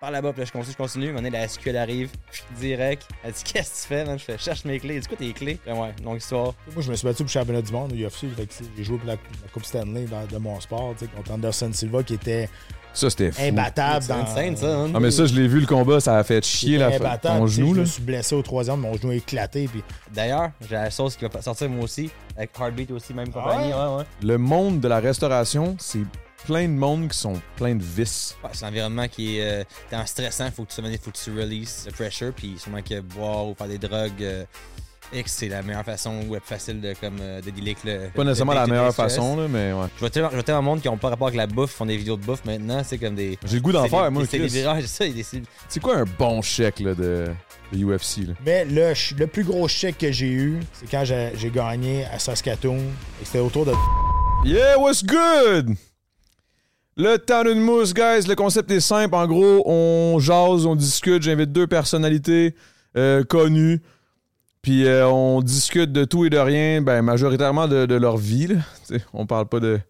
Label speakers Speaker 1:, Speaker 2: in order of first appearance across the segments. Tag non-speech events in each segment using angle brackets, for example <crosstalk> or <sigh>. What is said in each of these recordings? Speaker 1: par là-bas, puis là, je continue, je continue. Maintenant, la SQ, elle arrive, direct. Elle dit, qu'est-ce que tu fais, man? Je fais, cherche mes clés. Elle dit, quoi tes clés? Ben ouais, longue histoire.
Speaker 2: Moi, je me suis battu pour le championnat du monde au UFC. fait que, tu sais, J'ai joué pour la, la Coupe Stanley dans- de mon sport, tu sais, contre Anderson Silva qui était
Speaker 3: Ça, c'était fou.
Speaker 2: imbattable
Speaker 1: C'est
Speaker 2: dans
Speaker 1: insane, ça, hein?
Speaker 3: Ah, mais ça, je l'ai vu, le combat, ça a fait chier la fa-
Speaker 2: imbattable,
Speaker 3: ton
Speaker 2: tu sais,
Speaker 3: genou.
Speaker 2: Je
Speaker 3: Là.
Speaker 2: me suis blessé au troisième, mon genou a éclaté. Puis...
Speaker 1: D'ailleurs, j'ai la sauce qui va sortir moi aussi, avec Heartbeat aussi,
Speaker 3: Ah
Speaker 1: même compagnie. Ouais, ouais.
Speaker 3: Le monde de la restauration, c'est plein de monde qui sont plein de vices.
Speaker 1: Ouais, c'est un environnement qui est euh, t'es en stressant, faut que tu te faut que tu releases le pressure, puis sûrement que boire ou faire des drogues, euh, X, c'est la meilleure façon ou facile de, comme, euh, de dealer avec le. le-
Speaker 3: Pas nécessairement
Speaker 1: le
Speaker 3: la
Speaker 1: day-to-day
Speaker 3: meilleure
Speaker 1: stress.
Speaker 3: façon, là, mais ouais.
Speaker 1: Je vois tellement, je vois tellement de monde qui n'ont pas rapport avec la bouffe, font des vidéos de bouffe maintenant, c'est comme des.
Speaker 3: J'ai le goût d'en
Speaker 1: c'est
Speaker 3: faire,
Speaker 1: des-
Speaker 3: moi,
Speaker 1: C'est des
Speaker 3: Chris.
Speaker 1: virages, <laughs> ça, il y a des-
Speaker 3: C'est quoi un bon chèque là, de, de UFC? Là?
Speaker 2: Mais le, ch- le plus gros chèque que j'ai eu, c'est quand j'ai j'ai gagné à Saskatoon. Et C'était autour de
Speaker 3: Yeah, what's good? Le temps d'une mousse, guys. Le concept est simple. En gros, on jase, on discute. J'invite deux personnalités euh, connues. Puis euh, on discute de tout et de rien, ben, majoritairement de, de leur vie. là. Tu sais, On parle pas de.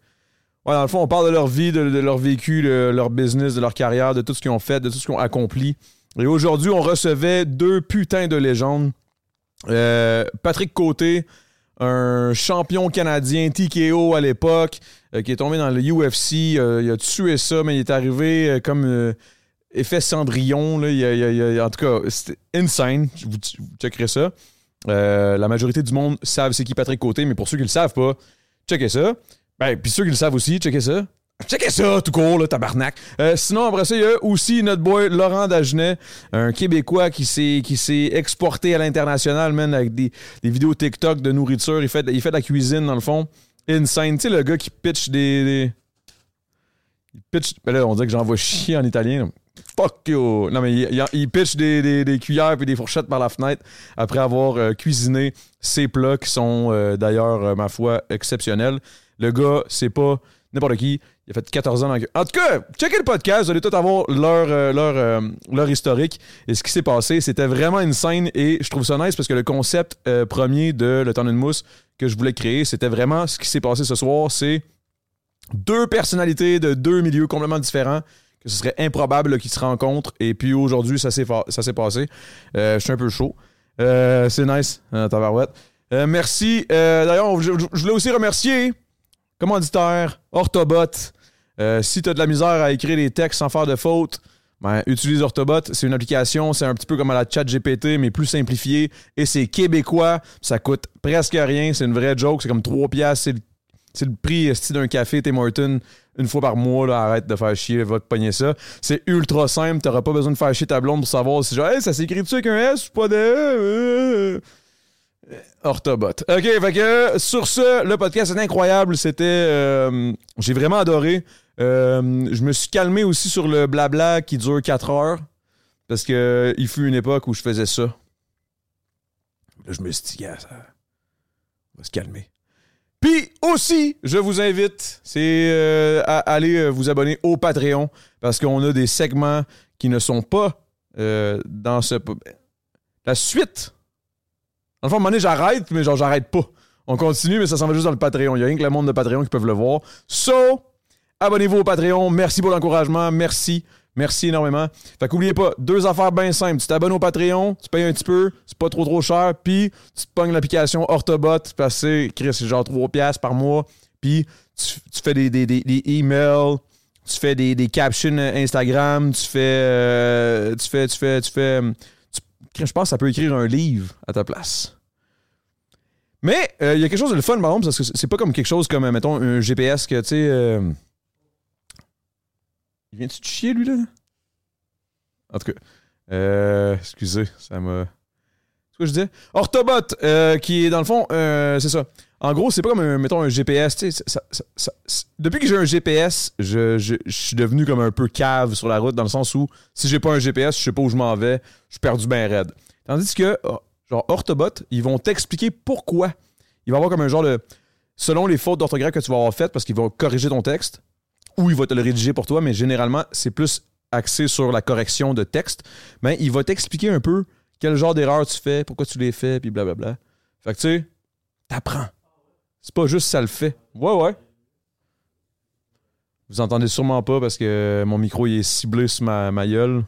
Speaker 3: Ouais, dans le fond, on parle de leur vie, de, de leur vécu, de leur business, de leur carrière, de tout ce qu'ils ont fait, de tout ce qu'ils ont accompli. Et aujourd'hui, on recevait deux putains de légendes. Euh, Patrick Côté, un champion canadien TKO à l'époque, euh, qui est tombé dans le UFC. euh, il a tué ça, mais il est arrivé euh, comme euh, effet Cendrillon. là, il a- il a- il a- en tout cas, c'était insane. Je Vous, vous checkerez ça. Euh, la majorité du monde savent c'est qui Patrick Côté, mais pour ceux qui le savent pas, checkez ça. Ben, puis ceux qui le savent aussi, checkez ça. Checkez ça, tout court, là, tabarnak. Euh, sinon, après ça, il y a aussi notre boy Laurent Dagenet, un Québécois qui s'est, qui s'est exporté à l'international, man, avec des, des vidéos TikTok de nourriture. Il fait, il fait de la cuisine, dans le fond. Insane. Tu sais, le gars qui pitch des. des- Il pitch. Ben là, on dirait que j'envoie chier en italien. là. Fuck you! Non, mais il, il- il pitch des, des- des cuillères puis des fourchettes par la fenêtre après avoir euh, cuisiné ces plats qui sont euh, d'ailleurs, euh, ma foi, exceptionnels. Le gars, c'est pas n'importe qui. Il a fait 14 ans dans le... En tout cas, checkez le podcast. Vous allez tout avoir leur, euh, leur, euh, leur historique et ce qui s'est passé. C'était vraiment une scène et je trouve ça nice parce que le concept euh, premier de Le temps d'une mousse que je voulais créer, c'était vraiment ce qui s'est passé ce soir. C'est deux personnalités de deux milieux complètement différents que ce serait improbable là, qu'ils se rencontrent. Et puis aujourd'hui, ça s'est fa- ça s'est passé. Euh, je suis un peu chaud. Euh, c'est nice, euh, tabarouette. Euh, merci. Euh, D'ailleurs, je, je- je voulais aussi remercier commanditaire, Orthobot. Euh, si tu as de la misère à écrire des textes sans faire de faute, ben, utilise Orthobot. C'est une application, c'est un petit peu comme à la chat GPT, mais plus simplifié. Et c'est québécois, ça coûte presque rien. C'est une vraie joke, c'est comme 3 piastres. C'est le, c'est le prix esti, d'un café Tim Horton une fois par mois. Là, arrête de faire chier, va te pogner ça. C'est ultra simple, t'auras pas besoin de faire chier ta blonde pour savoir si genre, Hey, ça s'écrit-tu avec un S ou pas de E? Euh, Orthobot. OK, fait que sur ce, le podcast c'était incroyable. C'était. euh, J'ai vraiment adoré. Euh, je me suis calmé aussi sur le blabla qui dure 4 heures. Parce que euh, il fut une époque où je faisais ça. Là, je me suis dit, gars, ça on va se calmer. Puis aussi, je vous invite, c'est euh, à aller euh, vous abonner au Patreon parce qu'on a des segments qui ne sont pas euh, dans ce. po- La suite dans le fond, à un moment donné, j'arrête, mais genre, j'arrête pas. On continue, mais ça s'en va juste dans le Patreon. Il y a rien que le monde de Patreon qui peuvent le voir. So, abonnez-vous au Patreon. Merci pour l'encouragement. Merci. Merci énormément. Fait qu'oubliez pas, deux affaires bien simples. Tu t'abonnes au Patreon, tu payes un petit peu, c'est pas trop trop cher, puis tu te pognes l'application Orthobot, parce que c'est- Chris, c'est genre 3$ piastres par mois, puis tu, tu fais des, des, des, des emails, tu fais des, des captions euh, Instagram, tu fais, euh, tu fais, tu fais, tu fais, hum, tu- je pense que ça peut écrire un livre à ta place. Mais euh, il y a quelque chose de le fun, par exemple, parce que c'est pas comme quelque chose comme, euh, mettons, un GPS que, tu sais... euh, Il vient-tu de chier, lui, là? En tout cas, euh, excusez, ça m'a... C'est quoi que je disais? Orthobot, euh, qui est, dans le fond, euh, c'est ça. En gros, c'est pas comme, un, mettons, un GPS, tu sais... ça- ça- ça- ça- Depuis que j'ai un GPS, je, je- je suis devenu comme un peu cave sur la route, dans le sens où, si j'ai pas un GPS, je sais pas où je m'en vais, je suis perdu ben raide. Tandis que, oh, genre Orthobot, ils vont t'expliquer pourquoi. Il va y avoir comme un genre de. Selon les fautes d'orthographe que tu vas avoir faites, parce qu'ils vont corriger ton texte, ou il va te le rédiger pour toi, mais généralement, c'est plus axé sur la correction de texte. Mais il va t'expliquer un peu quel genre d'erreurs tu fais, pourquoi tu les fais, puis blablabla. Fait que tu sais, t'apprends. C'est pas juste ça le fait. Ouais, ouais. Vous entendez sûrement pas parce que mon micro il est ciblé sur ma, ma gueule.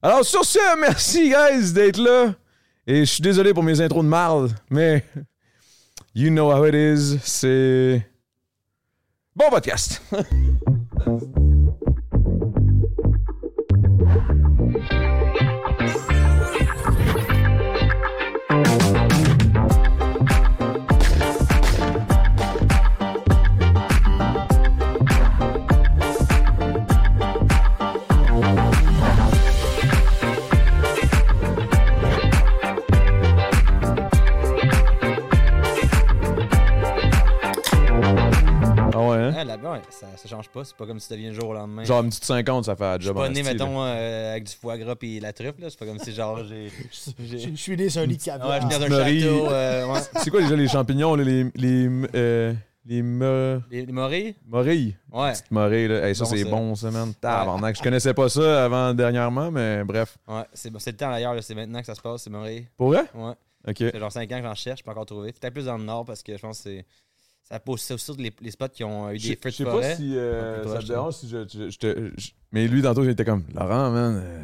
Speaker 3: Alors, sur ce, merci, guys, d'être là. Et je suis désolé pour mes intros de marde, mais you know how it is. C'est. Bon podcast! Ah ouais, hein?
Speaker 1: Ah, là-bas, ouais, ça, ça change pas. C'est pas comme si tu deviens le jour au lendemain.
Speaker 3: Genre une petite 50, ça fait la
Speaker 1: je suis
Speaker 3: job.
Speaker 1: pas
Speaker 3: en
Speaker 1: né,
Speaker 3: esti, là.
Speaker 1: mettons, euh, avec du foie gras et la truffe. là. C'est pas comme si, genre,
Speaker 3: <laughs>
Speaker 1: j'ai.
Speaker 2: Je
Speaker 1: j'ai- Ah
Speaker 2: je suis né sur un lit de caviar.
Speaker 1: Ouais, je viens d'un
Speaker 3: Marie.
Speaker 1: château. euh, ouais.
Speaker 3: C'est quoi déjà les champignons, là, les. Les. euh, les me-
Speaker 1: Les, les morilles?
Speaker 3: morilles?
Speaker 1: Ouais.
Speaker 3: Petites morilles, là. Hey, ça,
Speaker 1: Bon,
Speaker 3: c'est
Speaker 1: ça.
Speaker 3: bon, ça, man. Tabarnak. Je connaissais pas ça avant dernièrement, mais bref.
Speaker 1: Ouais. C'est c'est le temps d'ailleurs, là, c'est maintenant que ça se passe, c'est morilles.
Speaker 3: Pour vrai?
Speaker 1: Ouais.
Speaker 3: Ok.
Speaker 1: Ça fait genre 5 ans que j'en cherche, je pas encore trouvé. Peut-être plus dans le nord parce que je pense que c'est. Ça pose ça sur les, les spots qui ont euh, eu
Speaker 3: Je
Speaker 1: des feux
Speaker 3: je
Speaker 1: de
Speaker 3: sais pas
Speaker 1: forêt.
Speaker 3: si euh,
Speaker 1: Un peu
Speaker 3: ça
Speaker 1: proche, hein.
Speaker 3: te
Speaker 1: là.
Speaker 3: dérange si je, je- je te. je- Mais lui, tantôt, il était comme Laurent, man. euh,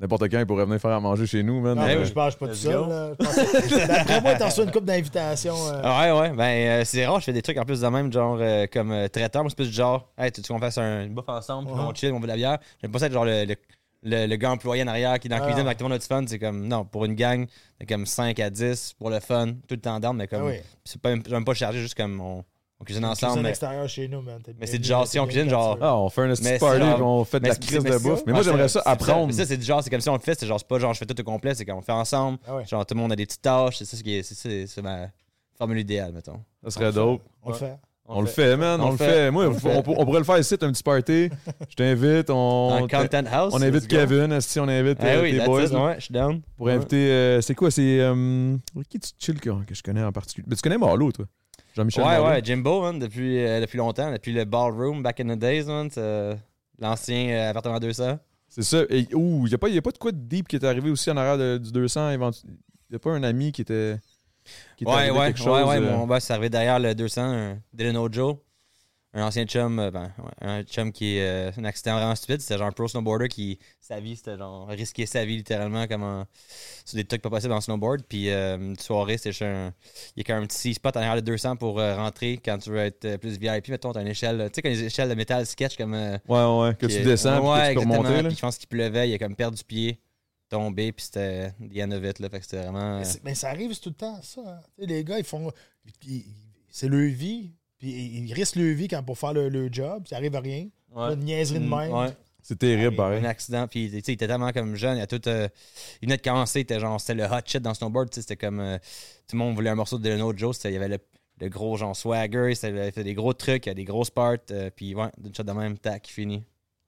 Speaker 3: N'importe quand, il pourrait venir faire à manger chez nous, man.
Speaker 2: Non,
Speaker 1: Ouais,
Speaker 3: Euh,
Speaker 2: mais Ah, je pense pas tout
Speaker 1: Let's
Speaker 2: seul.
Speaker 1: go.
Speaker 2: là. Je pense- D'après moi, t'as reçu une coupe d'invitation. euh,
Speaker 1: Ah Ouais, ouais. Ben, euh, c'est rare, je fais des trucs en plus de même, genre euh, comme euh, traiteur. Moi, c'est plus du genre, hey, tu tu qu'on fasse un bouffe ensemble, puis
Speaker 2: Ouais.
Speaker 1: on chill, on veut de la bière. J'aime pas ça être genre le, le, le- le gars employé en arrière qui est dans la
Speaker 2: Ah.
Speaker 1: cuisine, avec tout le monde a du fun. C'est comme, non, pour une gang, c'est comme 5 à 10 pour le fun, tout le temps d'armes, mais comme,
Speaker 2: ah oui.
Speaker 1: c'est pas, même pas chargé, juste comme on, on cuisine ensemble.
Speaker 2: Cuisine
Speaker 1: mais-
Speaker 2: extérieure chez nous, man. T'es
Speaker 1: mais c'est
Speaker 2: bienvenu,
Speaker 1: genre,
Speaker 2: t'es
Speaker 1: si on
Speaker 2: bienvenu
Speaker 1: cuisine,
Speaker 2: quand
Speaker 1: genre,
Speaker 2: tu veux.
Speaker 3: Ah, on fait un petit
Speaker 1: Mais
Speaker 3: party,
Speaker 1: c'est-
Speaker 3: puis on fait de la
Speaker 1: c'est-
Speaker 3: crise
Speaker 1: mais
Speaker 3: de
Speaker 1: c'est
Speaker 3: bouffe. Mais moi,
Speaker 1: Ah,
Speaker 3: j'aimerais
Speaker 1: c'est-
Speaker 3: ça
Speaker 1: c'est
Speaker 3: apprendre.
Speaker 1: Mais ça, c'est du genre, c'est comme si on le fait, c'est genre, c'est pas genre je fais tout au complet, c'est qu'on fait ensemble.
Speaker 2: Ah ouais.
Speaker 1: Genre, tout le monde a des petites tâches, c'est ça ce qui est, c'est- c'est c'est ma formule idéale, mettons.
Speaker 3: Ça serait dope.
Speaker 2: On le fait.
Speaker 3: On le fait, man. On, le fait. Moi, on,
Speaker 1: fait.
Speaker 3: on pourrait le faire ici, un petit party. Je t'invite.
Speaker 1: Dans
Speaker 3: On,
Speaker 1: Content House.
Speaker 3: on invite
Speaker 1: let's go.
Speaker 3: Kevin, si on invite
Speaker 1: Eh
Speaker 3: euh,
Speaker 1: oui,
Speaker 3: tes
Speaker 1: that's
Speaker 3: boys.
Speaker 1: it, ouais, je suis down.
Speaker 3: Pour
Speaker 1: Ouais.
Speaker 3: inviter. euh, c'est quoi C'est. euh, qui tu chill que, que je connais en particulier Mais tu connais Marlowe, toi Jean-Michel
Speaker 1: ouais,
Speaker 3: Marleau.
Speaker 1: ouais, Jimbo, hein, depuis, euh, depuis longtemps, depuis le ballroom back in the days, hein, c'est, euh, l'ancien euh, appartement 200.
Speaker 3: C'est ça. Et, ouh, il n'y a, pas- y a pas de quoi de deep qui est arrivé aussi en arrière de- du 200 éventuellement. Il n'y a pas un ami qui était. Qui est
Speaker 1: ouais,
Speaker 3: arrivé
Speaker 1: ouais,
Speaker 3: quelque
Speaker 1: ouais,
Speaker 3: chose,
Speaker 1: ouais,
Speaker 3: euh,
Speaker 1: mon boss arrivé derrière le 200, un Dylan Ojo, un ancien chum, euh, ben, ouais, un chum qui est euh, un accident vraiment stupide. C'était genre un pro snowboarder qui, sa vie, c'était genre risquer sa vie littéralement comme en- sur des trucs pas possibles en snowboard. Puis euh, une soirée, c'est chez un. Il y a quand même un petit spot en arrière le 200 pour euh, rentrer quand tu veux être euh, plus VIP. Mettons, t'as une échelle, tu sais, quand les échelles de métal sketch comme. euh,
Speaker 3: Ouais, ouais, que
Speaker 1: Puis,
Speaker 3: tu
Speaker 1: euh,
Speaker 3: descends puis
Speaker 1: ouais,
Speaker 3: que tu peux
Speaker 1: exactement.
Speaker 3: remonter. là.
Speaker 1: Puis je pense qu'il pleuvait, il a comme perdu du pied, tombé, puis c'était the end of it, là. Fait que c'était vraiment. euh,
Speaker 2: Mais, c'est- mais ça arrive tout le temps, ça. hein. Tu sais, Les gars, ils font. ils- C'est leur vie. Puis ils ils risquent leur vie quand pour faire leur, leur job. Ça arrive à rien.
Speaker 1: Ouais.
Speaker 2: Pas de niaiserie de
Speaker 1: Mm,
Speaker 2: même.
Speaker 1: ouais,
Speaker 3: C'est terrible,
Speaker 1: un
Speaker 3: pareil.
Speaker 1: accident. Puis, tu sais, il était tellement comme jeune, il a tout. euh, il venait de commencer, il était genre, c'était le hot shit dans snowboard, tu sais, c'était comme. euh, tout le monde voulait un morceau de Delano Joe, c'était- il y avait le, le gros genre swagger, c'était- il avait fait des gros trucs, il y a des grosses parts, euh, puis ouais, d'une shot de même, tac, fini.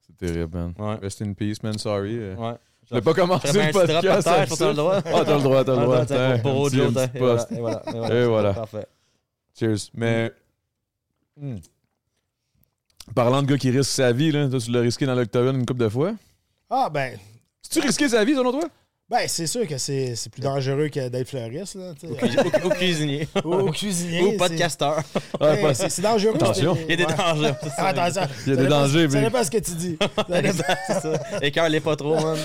Speaker 3: C'est terrible, man.
Speaker 1: Ouais.
Speaker 3: Rest in peace, man. Sorry. euh. <laughs>
Speaker 1: Ouais.
Speaker 3: Je l'ai pas
Speaker 1: Très
Speaker 3: commencé
Speaker 1: bien,
Speaker 3: le
Speaker 1: un petit drop à
Speaker 3: podcast.
Speaker 1: terre, je pense que t'as
Speaker 3: ça.
Speaker 1: le droit.
Speaker 3: Ah, t'as le droit, t'as le droit.
Speaker 1: Attends, Pour
Speaker 3: Tiens,
Speaker 1: Ojo,
Speaker 3: un
Speaker 1: t'as-
Speaker 3: petit
Speaker 1: et
Speaker 3: poste.
Speaker 1: voilà, et voilà,
Speaker 3: Et voilà.
Speaker 1: Parfait.
Speaker 3: Cheers. Mais. Hmm. Parlant de gars qui risque sa vie, là, toi, tu l'as risqué dans l'octogone une couple de fois.
Speaker 2: Ah, ben,
Speaker 3: Si tu risqué sa vie, selon toi?
Speaker 2: ben c'est sûr que c'est c'est plus dangereux que d'être fleuriste. Là, tu sais.
Speaker 1: Au- au cuisinier.
Speaker 2: Au, au <laughs> cuisinier.
Speaker 1: Ou
Speaker 2: c'est-
Speaker 1: podcasteur.
Speaker 2: Ouais, c'est c'est dangereux.
Speaker 3: Attention.
Speaker 2: c'est-
Speaker 1: Il y a des
Speaker 2: ouais.
Speaker 1: dangers.
Speaker 2: Ah, <laughs> attention.
Speaker 3: Il y
Speaker 2: Ça
Speaker 3: a des
Speaker 2: dépend-
Speaker 3: dangers,
Speaker 2: Ça
Speaker 3: mais-
Speaker 2: dépend ce que tu dis. Ça dépend-
Speaker 1: Exact, c'est ça. Écœur, l'est pas trop,
Speaker 2: <laughs>
Speaker 1: man.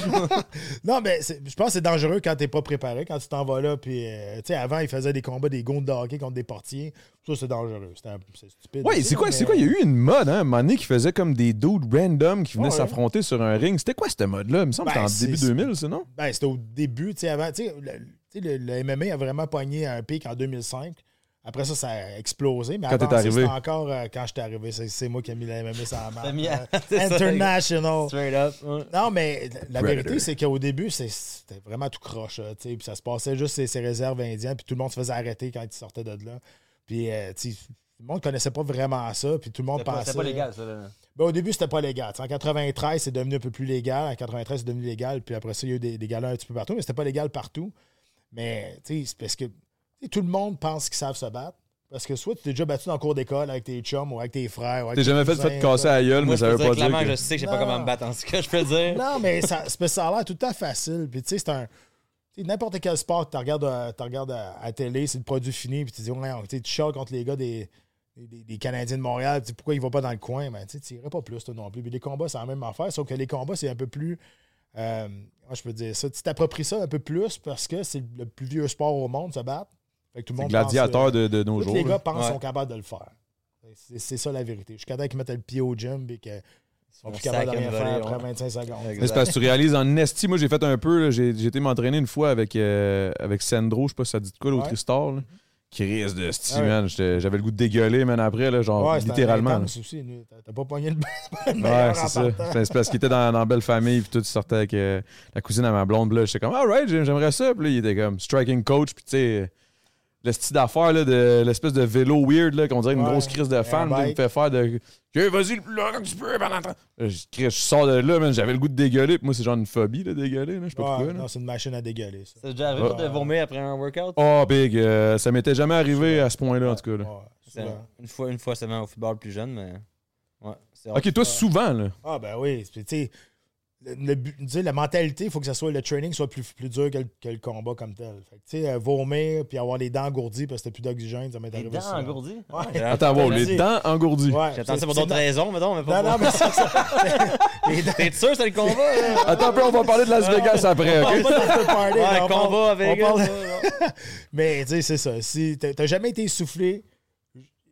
Speaker 2: Non, mais c'est- je pense que c'est dangereux quand t'es pas préparé, quand tu t'en vas là. Puis, euh, tu sais, avant, ils faisaient des combats, des gonds de hockey contre des portiers. Ça, c'est dangereux. C'était un- C'est stupide.
Speaker 3: Ouais,
Speaker 2: aussi,
Speaker 3: c'est quoi,
Speaker 2: mais-
Speaker 3: c'est quoi? Il y a eu une mode, hein, à un moment donné, qui faisait comme des dudes random qui venaient
Speaker 2: Ouais.
Speaker 3: s'affronter sur un ring. C'était quoi, cette mode-là? Il me semble que
Speaker 2: Ben,
Speaker 3: c'était en début
Speaker 2: c'est-
Speaker 3: 2000, ça, non?
Speaker 2: Ben, c'était au début, tu sais, avant. Tu sais, le, tu sais, le- le MMA a vraiment pogné à un pic en 2005. Après ça, ça a explosé. Mais
Speaker 3: Quand
Speaker 2: avant
Speaker 3: t'es
Speaker 2: ça,
Speaker 3: arrivé.
Speaker 2: c'était encore euh, quand j'étais arrivé. C'est- C'est moi qui ai mis le MMA sur la map.
Speaker 1: T'as mis-
Speaker 2: Euh,
Speaker 1: <laughs> c'est ça,
Speaker 2: International.
Speaker 1: Straight up. ouais.
Speaker 2: Non, mais la- la
Speaker 3: Predator.
Speaker 2: vérité, c'est qu'au début, c'est- c'était vraiment tout croche. là, tu sais, Puis ça se passait juste ces, ces réserves indiennes, puis tout le monde se faisait arrêter quand ils sortaient de là. Puis euh, tu sais, tout le monde connaissait pas vraiment ça, puis tout le monde
Speaker 1: C'était pas-
Speaker 2: pensait.
Speaker 1: C'était pas légal, ça, là.
Speaker 2: Ben, au début, c'était pas légal. Tu sais, En 93, c'est devenu un peu plus légal. En 93, c'est devenu légal. Puis après ça, il y a eu des, des galères un petit peu partout, mais c'était pas légal partout. Mais tu sais, c'est parce que tu sais, tout le monde pense qu'ils savent se battre. Parce que soit tu t'es déjà battu dans le cours d'école avec tes chums ou avec tes frères. ou avec
Speaker 3: T'es
Speaker 2: tes
Speaker 3: jamais fait,
Speaker 2: cousins,
Speaker 3: fait casser à la gueule,
Speaker 1: Moi, je
Speaker 3: mais ça
Speaker 1: peux
Speaker 3: veut
Speaker 1: dire
Speaker 3: pas dire.
Speaker 1: clairement,
Speaker 3: que-
Speaker 1: je sais que je sais pas
Speaker 2: Non.
Speaker 1: comment me battre, en ce que je peux dire.
Speaker 2: Non, mais ça, c'est parce que ça a l'air tout le temps facile. Puis, tu sais, c'est un. tu sais, N'importe quel sport que tu regardes, euh, tu regardes à, à télé, c'est le produit fini, puis tu dis, ouais, tu sais, tu chiales contre les gars des, des, des Canadiens de Montréal, tu dis, pourquoi ils vont pas dans le coin? Ben, tu sais, tu irais pas plus, toi non plus. Puis les combats, c'est la même affaire, sauf que les combats, c'est un peu plus Euh, moi, je peux dire ça. Tu t'appropries ça un peu plus parce que c'est le plus vieux sport au monde, se battre. Fait que tout le
Speaker 3: C'est
Speaker 2: monde
Speaker 3: gladiateur
Speaker 2: pense, euh,
Speaker 3: de, de nos
Speaker 2: tous
Speaker 3: jours.
Speaker 2: les
Speaker 3: là.
Speaker 2: gars pensent qu'ils
Speaker 1: Ouais.
Speaker 2: sont capables de le faire. C'est c'est ça la vérité. Jusqu'à temps qu'ils mettent le pied au gym et qu'ils sont
Speaker 1: On
Speaker 2: plus capables de
Speaker 1: sac
Speaker 2: rien
Speaker 1: une
Speaker 2: faire
Speaker 1: volée,
Speaker 2: après
Speaker 1: ouais.
Speaker 2: 25 secondes.
Speaker 1: Exact.
Speaker 3: Mais C'est parce que tu réalises en esti. Moi, j'ai fait un peu. là, J'ai j'ai été m'entraîner une fois avec, euh, avec Sandro, je sais pas si ça dit de quoi, l'autre
Speaker 2: Ouais.
Speaker 3: Tristar. là. Qui risque de esti,
Speaker 2: Ah ouais.
Speaker 3: man. J'étais- J'avais le goût de dégueuler, man, après, là, genre,
Speaker 2: Ouais, c'est
Speaker 3: Ah, littéralement.
Speaker 2: intense aussi, nous. T'as- T'as pas pogné le <laughs> le meilleur
Speaker 3: Ouais,
Speaker 2: en
Speaker 3: c'est ça.
Speaker 2: partant.
Speaker 3: C'est c'est parce qu'il était dans, dans Belle Famille, puis tout, il sortait avec euh, la cousine à ma blonde. puis Là, j'étais comme, alright, j'aimerais ça. Puis là, il était comme, striking coach, puis tu sais, le style d'affaires, là, de l'espèce de vélo weird, là, qu'on dirait une
Speaker 2: Ouais.
Speaker 3: grosse crise de fan,
Speaker 2: Un
Speaker 3: là, il me
Speaker 2: bike.
Speaker 3: fait faire de. Hey, vas-y, le plus loin que tu peux, pendant le temps. ben, Là, Je, crie, je sors de là, man, j'avais le goût de dégueuler, puis moi, c'est genre une phobie, de dégueuler, là, je sais pas
Speaker 2: Ouais,
Speaker 3: pourquoi. là.
Speaker 2: non, c'est une machine à dégueuler, ça.
Speaker 1: C'est déjà arrivé
Speaker 2: Ouais.
Speaker 1: de vomir après un workout?
Speaker 3: Oh, big, euh, ça m'était jamais arrivé à ce point-là, en tout cas. là.
Speaker 2: Ouais,
Speaker 1: C'est
Speaker 2: souvent.
Speaker 1: Une fois, une fois seulement au football plus jeune, mais. Ouais. c'est hot.
Speaker 3: Ok, toi, souvent, là.
Speaker 2: Ah, ben oui. c'est- Tu sais, le, le but- tu sais, la mentalité, il faut que ça soit, le training soit plus, plus dur que le, que le combat comme tel. Fait que, tu sais, euh, vomir puis avoir les dents engourdies parce que t'as plus d'oxygène, ça m'est
Speaker 1: Les
Speaker 2: arrivé.
Speaker 1: dents
Speaker 2: souvent.
Speaker 1: engourdies?
Speaker 2: Ouais.
Speaker 1: J'ai-
Speaker 3: Attends, wow, les
Speaker 2: Vas-y.
Speaker 3: dents engourdies.
Speaker 2: Ouais,
Speaker 1: J'attends
Speaker 2: c'est-
Speaker 1: ça pour
Speaker 2: c'est
Speaker 1: d'autres
Speaker 2: na-
Speaker 1: raisons, mais non, mais pas
Speaker 2: Non, non,
Speaker 1: pour-
Speaker 2: mais c'est ça. les dents,
Speaker 1: T'es sûr, c'est le combat? là? <laughs>
Speaker 3: Attends un peu, on va parler de Las Vegas après, ok?
Speaker 2: c'est pas dans le party,
Speaker 1: Ouais,
Speaker 2: là, on parle-
Speaker 1: combat avec.
Speaker 2: on parle- Mais tu sais, c'est ça. Si t'as t'as jamais été essoufflé,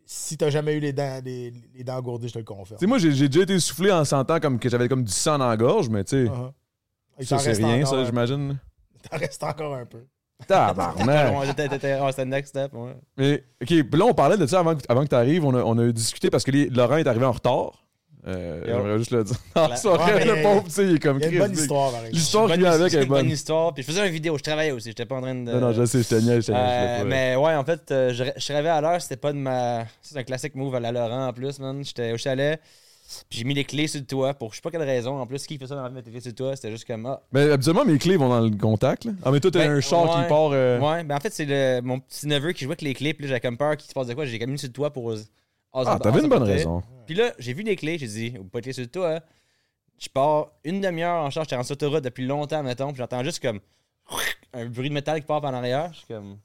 Speaker 2: si t'as jamais eu les dents, les, les dents engourdies, je te le confirme.
Speaker 3: Tu sais, moi, j'ai j'ai déjà été soufflé en sentant comme que j'avais comme du sang dans la gorge, mais tu sais,
Speaker 2: Uh-huh. Il
Speaker 3: ça,
Speaker 2: t'en
Speaker 3: c'est
Speaker 2: reste
Speaker 3: rien,
Speaker 2: encore
Speaker 3: ça,
Speaker 2: un-
Speaker 3: j'imagine.
Speaker 2: <laughs> T'en reste encore un peu.
Speaker 1: <laughs>
Speaker 3: Tabarnak!
Speaker 1: C'était le next step, ouais.
Speaker 3: mais, OK, puis là, on parlait de ça avant que, avant que t'arrives, on a, on a discuté parce que les- Laurent est arrivé en retard. Euh,
Speaker 1: Yo.
Speaker 3: J'aimerais juste le dire. Non,
Speaker 1: Ouais,
Speaker 3: c'est vrai,
Speaker 2: mais-
Speaker 3: le pauvre, tu sais, il est comme
Speaker 2: Il y a une
Speaker 3: Chris,
Speaker 2: bonne
Speaker 3: mec.
Speaker 2: histoire, par exemple.
Speaker 3: L'histoire qui vient avec
Speaker 1: C'est
Speaker 3: est
Speaker 1: une bonne
Speaker 3: bonne.
Speaker 1: histoire. Puis je faisais une vidéo, je travaillais aussi, j'étais pas en train de.
Speaker 3: Non, non, je sais, je te niaise, je te niaise,
Speaker 1: Euh,
Speaker 3: je l'ai pas.
Speaker 1: mais ouais, en fait, euh, je, je rêvais à l'heure, c'était pas de ma. ça, C'est un classique move à la Laurent en plus, man. J'étais au chalet, puis j'ai mis les clés sur le toit pour je sais pas quelle raison. En plus, qui fait ça dans la vie de mettre les clés sur le toit C'était juste comme. Ah.
Speaker 3: Mais habituellement, mes clés vont dans le contact. Là. Ah, mais toi, t'as
Speaker 1: Ben,
Speaker 3: un char
Speaker 1: ouais.
Speaker 3: qui part. euh,
Speaker 1: Ouais, ben en fait, c'est le- mon petit neveu qui jouait avec les clés, puis là, j'avais comme peur qu'il se passe de quoi. J'ai comme mis sur le toit pour.
Speaker 3: Ah, t'avais une bonne raison. <laughs>
Speaker 1: Puis là, j'ai vu les clés, j'ai dit, ou pas de clés sur le toit. hein. Je pars une demi-heure en charge, j'étais en autoroute depuis longtemps, mettons, puis j'entends juste comme un bruit de métal qui part par l'arrière. Je suis comme,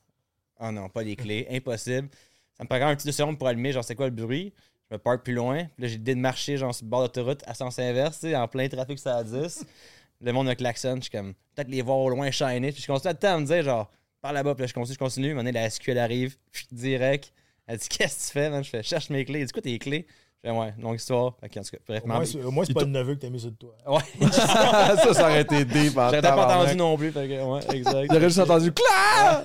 Speaker 1: oh non, pas les
Speaker 2: <laughs>
Speaker 1: clés, impossible. Ça me prend quand même un petit deux secondes pour allumer, genre, c'est quoi le bruit? Je me parque plus loin, puis là, j'ai décidé de marcher, genre, sur le bord d'autoroute à sens inverse, tu sais, en plein trafic, ça à 10.
Speaker 2: <laughs>
Speaker 1: Le monde me klaxonne, je suis comme, peut-être les voir au loin shiner, puis je continue à temps à me dire, genre, par là-bas, puis là, je continue, je continue. Maintenant, la SQ, elle arrive, puis direct. Elle dit, qu'est-ce que tu fais, man? Je fais, cherche mes clés. Elle dit, quoi tes clés? Je fais, ouais, longue histoire. Ok, en tout cas, bref,
Speaker 2: Au
Speaker 1: m'en-
Speaker 2: moins, c'est- au moins, c'est
Speaker 3: Il
Speaker 2: pas
Speaker 3: t'a-
Speaker 2: le neveu que t'as mis sur le toit.
Speaker 1: <laughs> Ouais,
Speaker 3: ça, ça aurait été deep. en
Speaker 1: j'avais pas
Speaker 3: Ah, tabarnak.
Speaker 1: entendu non plus. fait que, ouais, exact.
Speaker 3: Il aurait
Speaker 1: <laughs>
Speaker 3: juste entendu clap!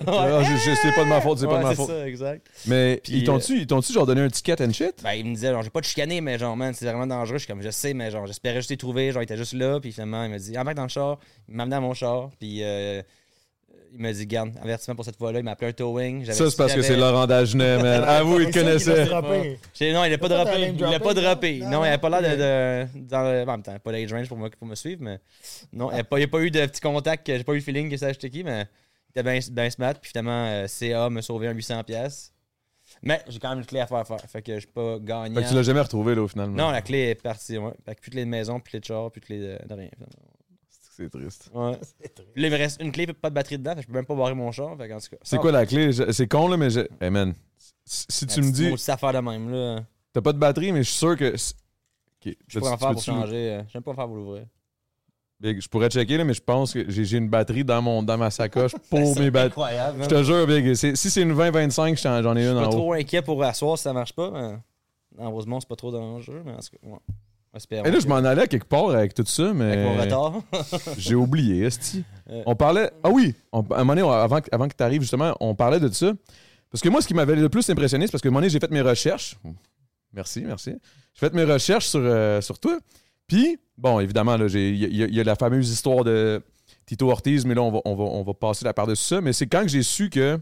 Speaker 3: Ah, je- je- C'est pas de ma faute, c'est pas de
Speaker 1: Ouais,
Speaker 3: ma faute.
Speaker 1: ça, exact.
Speaker 3: Mais
Speaker 1: Puis, euh,
Speaker 3: ils t'ont-tu, ils t'ont-tu genre donné un ticket and shit?
Speaker 1: Ben, il me disait, genre, j'ai pas de chicaner, mais genre, man, c'est vraiment dangereux. Je suis comme, je sais, mais genre, j'espérais juste les trouver. Genre, il était juste là. Puis finalement, il m'a dit, embarque dans le char. Il m'a amené à mon char. Puis euh, il m'a dit, garde, avertissement pour cette fois-là. Il m'a appelé un towing. J'avais-
Speaker 3: Ça, c'est parce que
Speaker 1: j'avais-
Speaker 3: c'est
Speaker 1: <laughs>
Speaker 3: Laurent Dagenet, man. Avoue, il
Speaker 2: C'est
Speaker 3: te
Speaker 2: ça qu'il a
Speaker 3: connaissait.
Speaker 2: frappé.
Speaker 1: J'ai- Non, il l'a pas
Speaker 2: T'as fait un
Speaker 1: droppé.
Speaker 2: name
Speaker 1: Il l'a pas
Speaker 2: dropping,
Speaker 1: droppé.
Speaker 2: non?
Speaker 1: Non,
Speaker 2: Non,
Speaker 1: il avait pas l'air
Speaker 2: ok.
Speaker 1: de. de- dans le- en même temps, pas d'age range pour, me- pour me suivre, mais. Non, il n'y a, pas- il a pas eu de petit contact, que- j'ai pas eu le feeling que ça acheté qui, mais il était bien ben smart. Puis finalement, euh, CA me sauvait un 800$. piastres. Mais j'ai quand même une clé à faire faire. Fait que je suis pas gagnant.
Speaker 3: Fait que tu l'as jamais retrouvé, là, au final.
Speaker 1: non,
Speaker 3: man.
Speaker 1: la clé est partie, ouais. Fait que plus de clé de maison, plus de clé de char, plus de clé de, de rien. finalement.
Speaker 3: C'est triste.
Speaker 1: Ouais. Puis là, il me reste une clé, puis pas de batterie dedans, fait que je peux même pas barrer mon char. Fait qu'en tout cas.
Speaker 3: C'est quoi la clé? Je- C'est con, là, mais je... Hey, man. Si si
Speaker 1: Ah,
Speaker 3: tu me dis,
Speaker 1: ça faire de même, là.
Speaker 3: t'as pas de batterie, mais je suis sûr que. Ok,
Speaker 1: Je
Speaker 3: peux-tu-
Speaker 1: pourrais en faire pour
Speaker 3: peux-tu-
Speaker 1: changer. euh, J'aime pas en faire pour l'ouvrir.
Speaker 3: Big, Je pourrais checker, là, mais je pense que j'ai j'ai une batterie dans, mon, dans
Speaker 1: <laughs>
Speaker 3: ma sacoche
Speaker 2: Ben,
Speaker 3: pour mes batteries.
Speaker 1: Incroyable,
Speaker 3: Je
Speaker 2: hein.
Speaker 1: man.
Speaker 3: te jure, Big, c'est- si c'est une 20-25, j'en j'en ai une
Speaker 1: pas
Speaker 3: en haut.
Speaker 1: trop inquiet pour asseoir si ça marche pas. Mais... Heureusement, c'est pas trop dangereux, mais en tout cas, ouais. Espérons.
Speaker 3: Et là, je Euh, m'en allais à quelque part avec tout ça, mais.
Speaker 1: Avec mon retard. <laughs>
Speaker 3: J'ai oublié, Esti.
Speaker 1: Euh.
Speaker 3: On parlait. Ah oui, on- à un moment donné, on- avant, que- avant que tu arrives, justement, on parlait de ça. Parce que moi, ce qui m'avait le plus impressionné, c'est parce que à un moment donné, j'ai fait mes recherches. Merci, merci. J'ai fait mes recherches sur, euh, sur toi. Puis, bon, évidemment, là, j'ai- il y, a- il y a- il y a la fameuse histoire de Tito Ortiz, mais là, on va, on va, on va passer la part de ça. Mais c'est quand que j'ai su que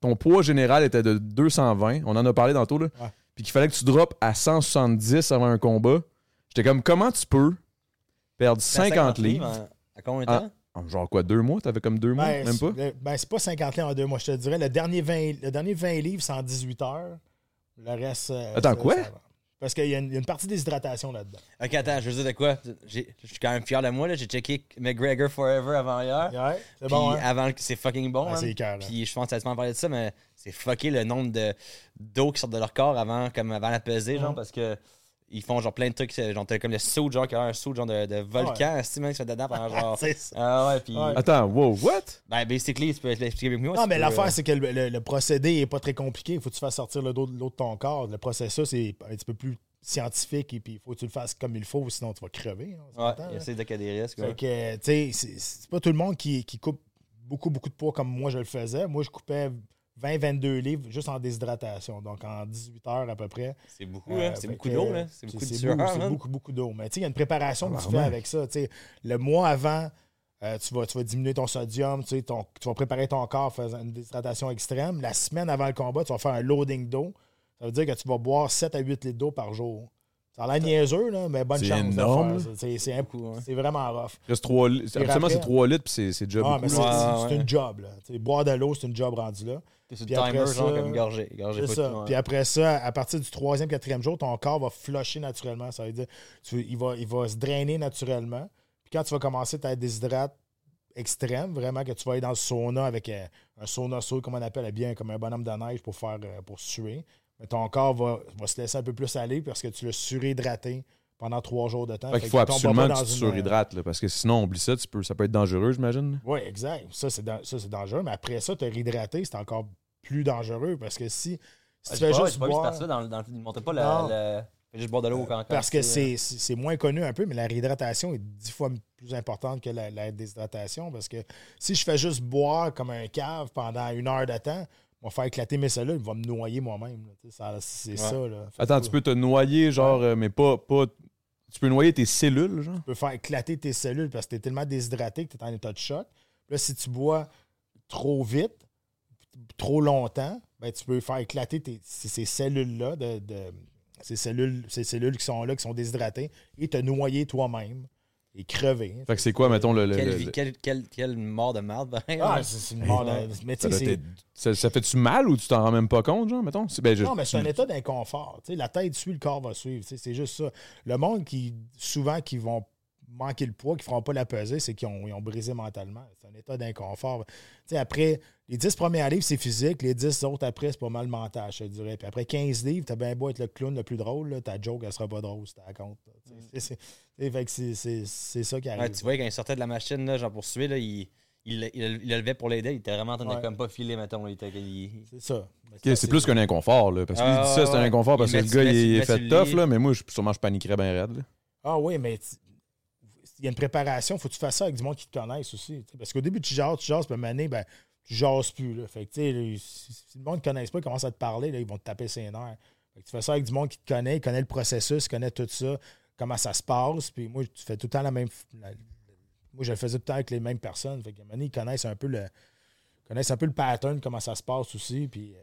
Speaker 3: ton poids général était de 220, on en a parlé tantôt, là,
Speaker 2: Ouais.
Speaker 3: puis qu'il fallait que tu droppes à 170 avant un combat. J'étais comme, comment tu peux perdre 50 livres Ah.
Speaker 1: livres. À combien de temps?
Speaker 3: en genre quoi, deux mois? T'avais comme deux mois?
Speaker 2: Ben,
Speaker 3: même pas?
Speaker 2: c'est- le- ben, c'est pas 50 livres en deux mois, je te dirais. Le dernier 20, le dernier 20 livres, c'est en 18 heures. Le reste. euh,
Speaker 3: Attends,
Speaker 2: ça-
Speaker 3: quoi?
Speaker 2: ça va. Parce qu'il y, a une il y a une partie déshydratation là-dedans.
Speaker 1: Ok, attends, je veux dire de quoi? J'ai- Je suis quand même fier de moi, là. J'ai checké McGregor Forever avant hier.
Speaker 2: Ouais, c'est
Speaker 1: Puis
Speaker 2: bon, hein?
Speaker 1: avant que c'est fucking bon.
Speaker 2: Ah,
Speaker 1: man.
Speaker 2: c'est écœurant.
Speaker 1: Puis je pense que tu m'en parler de ça, mais c'est fucké le nombre de d'eau qui sort de leur corps avant, comme avant la pesée, genre, parce que ils font genre plein de trucs, euh, genre t'as comme le saut, genre qui a un saut genre de, de volcan, si même qui se fait dedans
Speaker 2: <laughs>
Speaker 1: pendant genre.
Speaker 2: C'est ça.
Speaker 1: Ah ouais, puis.
Speaker 2: Ouais.
Speaker 3: Attends, wow, what?
Speaker 1: Ben, basically, tu peux l'expliquer avec moi.
Speaker 2: Non,
Speaker 1: tu
Speaker 2: mais
Speaker 1: peux,
Speaker 2: l'affaire,
Speaker 1: euh,
Speaker 2: c'est que le, le- le procédé n'est pas très compliqué. Il faut que tu fasses sortir le dos de l'eau de ton corps. Le processus est un petit peu plus scientifique et puis il faut que tu le fasses comme il faut, sinon tu vas crever. hein, on s'entend,
Speaker 1: Ouais,
Speaker 2: là.
Speaker 1: essayer de qu'il y a des risques.
Speaker 2: Fait
Speaker 1: ouais.
Speaker 2: que, euh, tu sais, c'est- c'est pas tout le monde qui, qui coupe beaucoup, beaucoup de poids comme moi je le faisais. Moi, je coupais 20-22 livres juste en déshydratation, donc en 18 heures à peu près.
Speaker 1: C'est beaucoup, hein.
Speaker 2: Euh,
Speaker 1: C'est
Speaker 2: fait
Speaker 1: beaucoup
Speaker 2: que,
Speaker 1: d'eau, là. C'est beaucoup de hein. sueur,
Speaker 2: beaucoup, c'est
Speaker 1: man.
Speaker 2: beaucoup, beaucoup d'eau. Mais tu sais, il y a une préparation que tu fais
Speaker 3: Tabarnak.
Speaker 2: avec ça. Tu sais, le mois avant, euh, tu, vas, tu vas diminuer ton sodium, tu, sais, ton- tu vas préparer ton corps en faisant une déshydratation extrême. La semaine avant le combat, tu vas faire un loading d'eau. Ça veut dire que tu vas boire 7 à 8 litres d'eau par jour. Ça a l'air niaiseux, là, mais bonne
Speaker 3: C'est
Speaker 2: chance de
Speaker 3: énorme,
Speaker 2: faire ça. C'est- C'est imp-
Speaker 1: Beaucoup, ouais.
Speaker 2: c'est vraiment rough.
Speaker 3: Reste 3 litres.
Speaker 2: Puis
Speaker 3: Absolument,
Speaker 2: après-
Speaker 3: c'est 3 litres, puis c'est- c'est déjà
Speaker 2: Ah,
Speaker 3: beaucoup.
Speaker 2: mais c'est
Speaker 1: là. Ouais,
Speaker 2: c'est
Speaker 1: ouais.
Speaker 2: une job. Là. Tu sais, boire de l'eau, c'est une job rendue là.
Speaker 1: T'es sur le
Speaker 2: Puis après
Speaker 1: timer, genre,
Speaker 2: ça-
Speaker 1: comme gorgé. Gorgé
Speaker 2: C'est
Speaker 1: pas
Speaker 2: ça.
Speaker 1: tout, hein. ouais.
Speaker 2: Puis après ça, à partir du troisième, quatrième jour, ton corps va flusher naturellement. Ça veut dire tu- il, va, il va se drainer naturellement. Puis quand tu vas commencer ta déshydrate extrême, vraiment que tu vas aller dans le sauna avec euh, un sauna saut, comme on appelle bien, comme un bonhomme de neige pour faire euh, pour suer. Mais ton corps va, va se laisser un peu plus aller parce que tu l'as surhydraté pendant trois jours de temps.
Speaker 3: Fait
Speaker 2: Fait
Speaker 3: qu'il
Speaker 2: que
Speaker 3: faut
Speaker 2: tu tombes
Speaker 3: absolument
Speaker 2: pas
Speaker 3: que
Speaker 2: dans
Speaker 3: tu te
Speaker 2: une- euh,
Speaker 3: surhydrates, là, parce que sinon, oublie ça, tu peux, ça peut être dangereux, j'imagine.
Speaker 2: Oui, exact. Ça, c'est dan- ça, c'est dangereux. Mais après ça, te réhydrater, c'est encore plus dangereux parce que
Speaker 1: Ah,
Speaker 2: si, si tu
Speaker 1: j'ai
Speaker 2: fais
Speaker 1: pas- j'ai
Speaker 2: juste
Speaker 1: pas hein, vu
Speaker 2: boire.
Speaker 1: cette partie-là dans le- dans le- Il montait pas la.
Speaker 2: Non.
Speaker 1: la- fait Juste boire de l'eau quand quand hein.
Speaker 2: Parce que
Speaker 1: c'est-
Speaker 2: c'est c'est- c'est moins connu un peu, mais la réhydratation est dix fois plus importante que la, la déshydratation. Parce que si je fais juste boire comme un cave pendant une heure de temps, on va faire éclater mes cellules, il va me noyer moi-même. là. Tu sais, ça- C'est ça. Là. Fait
Speaker 3: Attends,
Speaker 2: que
Speaker 3: tu peux te noyer, genre, euh, mais pas, pas. Tu peux noyer tes cellules, genre.
Speaker 2: tu peux faire éclater tes cellules parce que tu es tellement déshydraté que tu es en état de choc. Là, si tu bois trop vite, trop longtemps, ben, tu peux faire éclater tes- ces ces cellules-là, de, de- ces, cellules, ces cellules qui sont là, qui sont déshydratées, et te noyer toi-même et crever.
Speaker 3: Fait que c'est quoi, mettons, le. le-
Speaker 1: Quelle
Speaker 3: le-
Speaker 1: vie-
Speaker 3: le-
Speaker 1: quelle- Quelle quelle mort de merde, pareil,
Speaker 2: Ah,
Speaker 1: ouais.
Speaker 2: c'est c'est une mort de- Mais tu sais,
Speaker 3: ça, doit
Speaker 2: c'est-
Speaker 3: être- ça- ça fait-tu mal ou tu t'en rends même pas compte, genre, mettons? C'est- ben, je-
Speaker 2: Non, mais c'est un
Speaker 3: tu-
Speaker 2: état d'inconfort. Tu sais, la tête suit, le corps va suivre. Tu sais, C'est juste ça. Le monde qui, souvent, qui vont manquer le poids, qui ne feront pas la pesée, c'est qu'ils ont, ils ont brisé mentalement. C'est un état d'inconfort. Tu sais, après, les 10 premiers livres, c'est physique. Les 10 autres après, c'est pas mal mental, je te dirais. Puis après 15 livres, t'as bien beau être le clown le plus drôle, là, ta joke, elle sera pas drôle si t'as compte. là. Tu sais,
Speaker 3: Mm.
Speaker 2: c'est- c'est- tu sais, fait que c'est- C'est Ah, c'est ça qui
Speaker 1: Ouais,
Speaker 2: arrive.
Speaker 1: tu vois, quand il sortait de la machine, là, genre pour suer, là, il, il, il- il le levait pour l'aider. Il était vraiment en train de
Speaker 2: Ouais.
Speaker 1: comme pas filer, mettons. Il était, il-
Speaker 2: c'est ça.
Speaker 3: Ok, c'est plus qu'un inconfort, là. Parce que lui, il dit
Speaker 1: Ah,
Speaker 3: ça, c'est un
Speaker 1: ouais.
Speaker 3: inconfort parce
Speaker 1: Il
Speaker 3: que
Speaker 1: met-
Speaker 3: le gars,
Speaker 1: il
Speaker 3: il,
Speaker 1: met- il
Speaker 3: est
Speaker 1: met sur
Speaker 3: fait
Speaker 1: le
Speaker 3: tough,
Speaker 1: lit.
Speaker 3: là. Mais moi, je- sûrement, je paniquerais bien raide, là.
Speaker 2: Ah oui, mais tu- il y a une préparation. faut que tu fasses ça avec du monde qui te connaisse aussi. tu sais. Parce qu'au début, tu jases, tu jases, puis à un moment donné, ben, tu jases plus. Là. Fait que, tu sais, le- si, si le monde ne connaisse pas, ils commencent à te parler, là, ils vont te taper ses nerfs. Fait que tu fais ça avec du monde qui te connaît, il connaît le processus, il connaît tout ça, comment ça se passe. Puis moi, tu fais tout le temps la même. la- moi, je le faisais tout le temps avec les mêmes personnes. Fait qu'à un moment donné, ils connaissent un peu le connaissent un peu le pattern, comment ça se passe aussi. Puis, euh,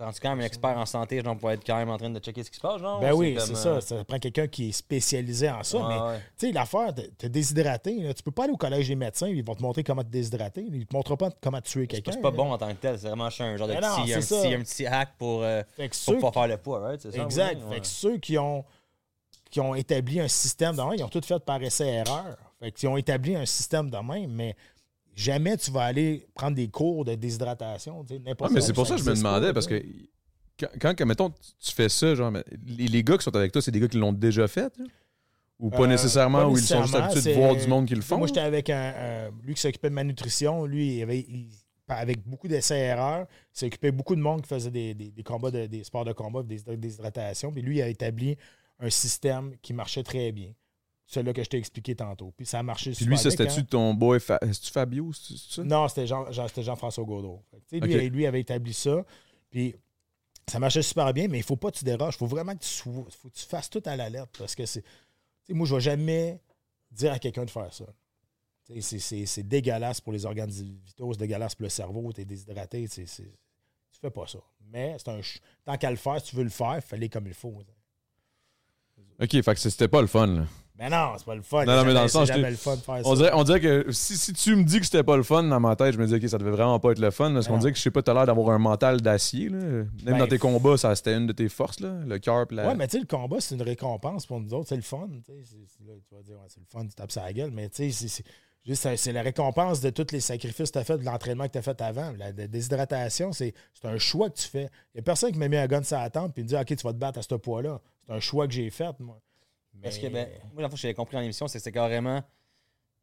Speaker 1: En tout cas, un expert en santé, genre, pour être quand même en train de checker ce qui se passe, genre.
Speaker 2: ben
Speaker 1: ou
Speaker 2: oui,
Speaker 1: comme,
Speaker 2: c'est
Speaker 1: euh,
Speaker 2: ça. Ça prend quelqu'un qui est spécialisé en ça.
Speaker 1: ouais,
Speaker 2: mais
Speaker 1: ouais.
Speaker 2: Tu sais, l'affaire, t'es- t'es déshydraté. là. Tu peux pas aller au collège des médecins, ils vont te montrer comment te déshydrater. Ils te montrent pas comment tuer
Speaker 1: C'est
Speaker 2: quelqu'un.
Speaker 1: pas- c'est pas
Speaker 2: là.
Speaker 1: bon en tant que tel. C'est vraiment juste un genre de
Speaker 2: Ben non,
Speaker 1: petit,
Speaker 2: c'est
Speaker 1: un,
Speaker 2: ça.
Speaker 1: petit, un petit hack pour, euh,
Speaker 2: Fait que
Speaker 1: pour
Speaker 2: ceux,
Speaker 1: pouvoir faire le poids, right? C'est ça,
Speaker 2: exact.
Speaker 1: oui,
Speaker 2: Fait
Speaker 1: ouais.
Speaker 2: que ceux qui ont, qui ont établi un système de même, ils ont tout fait par essai-erreur. Fait qu'ils ont établi un système de même, mais jamais tu vas aller prendre des cours de déshydratation. tu sais,
Speaker 3: Ouais,
Speaker 2: n'importe
Speaker 3: Ah, mais
Speaker 2: où,
Speaker 3: c'est pour ça que je me
Speaker 2: existe pas,
Speaker 3: demandais, parce
Speaker 2: tu sais.
Speaker 3: que quand, quand, que, mettons, tu- tu fais ça, genre, mais les, les gars qui sont avec toi, c'est des gars qui l'ont déjà fait, là? Ou pas
Speaker 2: Euh,
Speaker 3: nécessairement,
Speaker 2: pas
Speaker 3: ou ils sont juste
Speaker 2: nécessairement,
Speaker 3: habitués de
Speaker 2: c'est-
Speaker 3: voir du monde qui le font?
Speaker 2: Moi, j'étais avec un, un- lui qui s'occupait de ma nutrition. Lui, il avait, il- avec beaucoup d'essais-erreurs, il s'occupait beaucoup de monde qui faisait des, des- des combats, de- des sports de combat, des, des déshydratations. Puis lui, il a établi un système qui marchait très bien. Celui-là que je t'ai expliqué tantôt. Puis ça a marché
Speaker 3: Puis lui,
Speaker 2: super
Speaker 3: ça,
Speaker 2: bien
Speaker 3: c'était-tu ton boy... Fa- C'est-tu Fabio? C'est c'est ça?
Speaker 2: quand- Non, c'était Jean, Jean- c'était Jean-François Gaudreau. Fait que, tu sais, lui,
Speaker 3: Ok.
Speaker 2: lui avait établi ça. Puis ça marchait super bien, mais il faut pas que tu déroges. Il faut vraiment que tu, sois- faut que tu fasses tout à la lettre. Parce que c'est. tu sais, Moi, je vais jamais dire à quelqu'un de faire ça. Tu sais, c'est- C'est c'est dégueulasse pour les organes vitaux, c'est dégueulasse pour le cerveau, t'es déshydraté. tu sais, c'est- Tu fais pas ça. Mais c'est un ch- tant qu'à le faire, si tu veux le faire, fallait comme il faut. Mm.
Speaker 3: OK, fait que c'est- c'était pas le fun, là.
Speaker 2: Mais non, c'est pas le fun.
Speaker 3: Non, non, mais dans le
Speaker 2: C'est
Speaker 3: sens,
Speaker 2: jamais
Speaker 3: je-
Speaker 2: le fun de faire
Speaker 3: On
Speaker 2: ça.
Speaker 3: dirait, on dirait que si, si tu me dis que c'était pas le fun dans ma tête, je me dis que ça devait vraiment pas être le fun. Parce qu'on
Speaker 2: Non.
Speaker 3: dirait que je sais pas, t'as l'air d'avoir un mental d'acier. là. Même
Speaker 2: Ben,
Speaker 3: dans tes
Speaker 2: f-
Speaker 3: combats, ça c'était une de tes forces, là. Le cœur,
Speaker 1: Euh,
Speaker 3: pis la.
Speaker 2: Ouais, mais tu sais, le combat, c'est une récompense pour nous autres. C'est le fun. tu sais, c'est- c'est- là, tu vas dire, ouais, c'est le fun, tu tapes ça la gueule. Mais tu sais, c'est- c'est juste, c'est- c'est la récompense de tous les sacrifices que tu as fait, de l'entraînement que tu as fait avant. La, la déshydratation, c'est c'est un choix que tu fais. Il n'y a personne qui m'a mis un gun sur la tempe et me dit, OK, tu vas te battre à ce poids-là. C'est un choix que j'ai fait, moi.
Speaker 1: Parce que,
Speaker 2: Mais-
Speaker 1: ben, moi, la fois que j'avais compris dans l'émission, c'est que c'est carrément.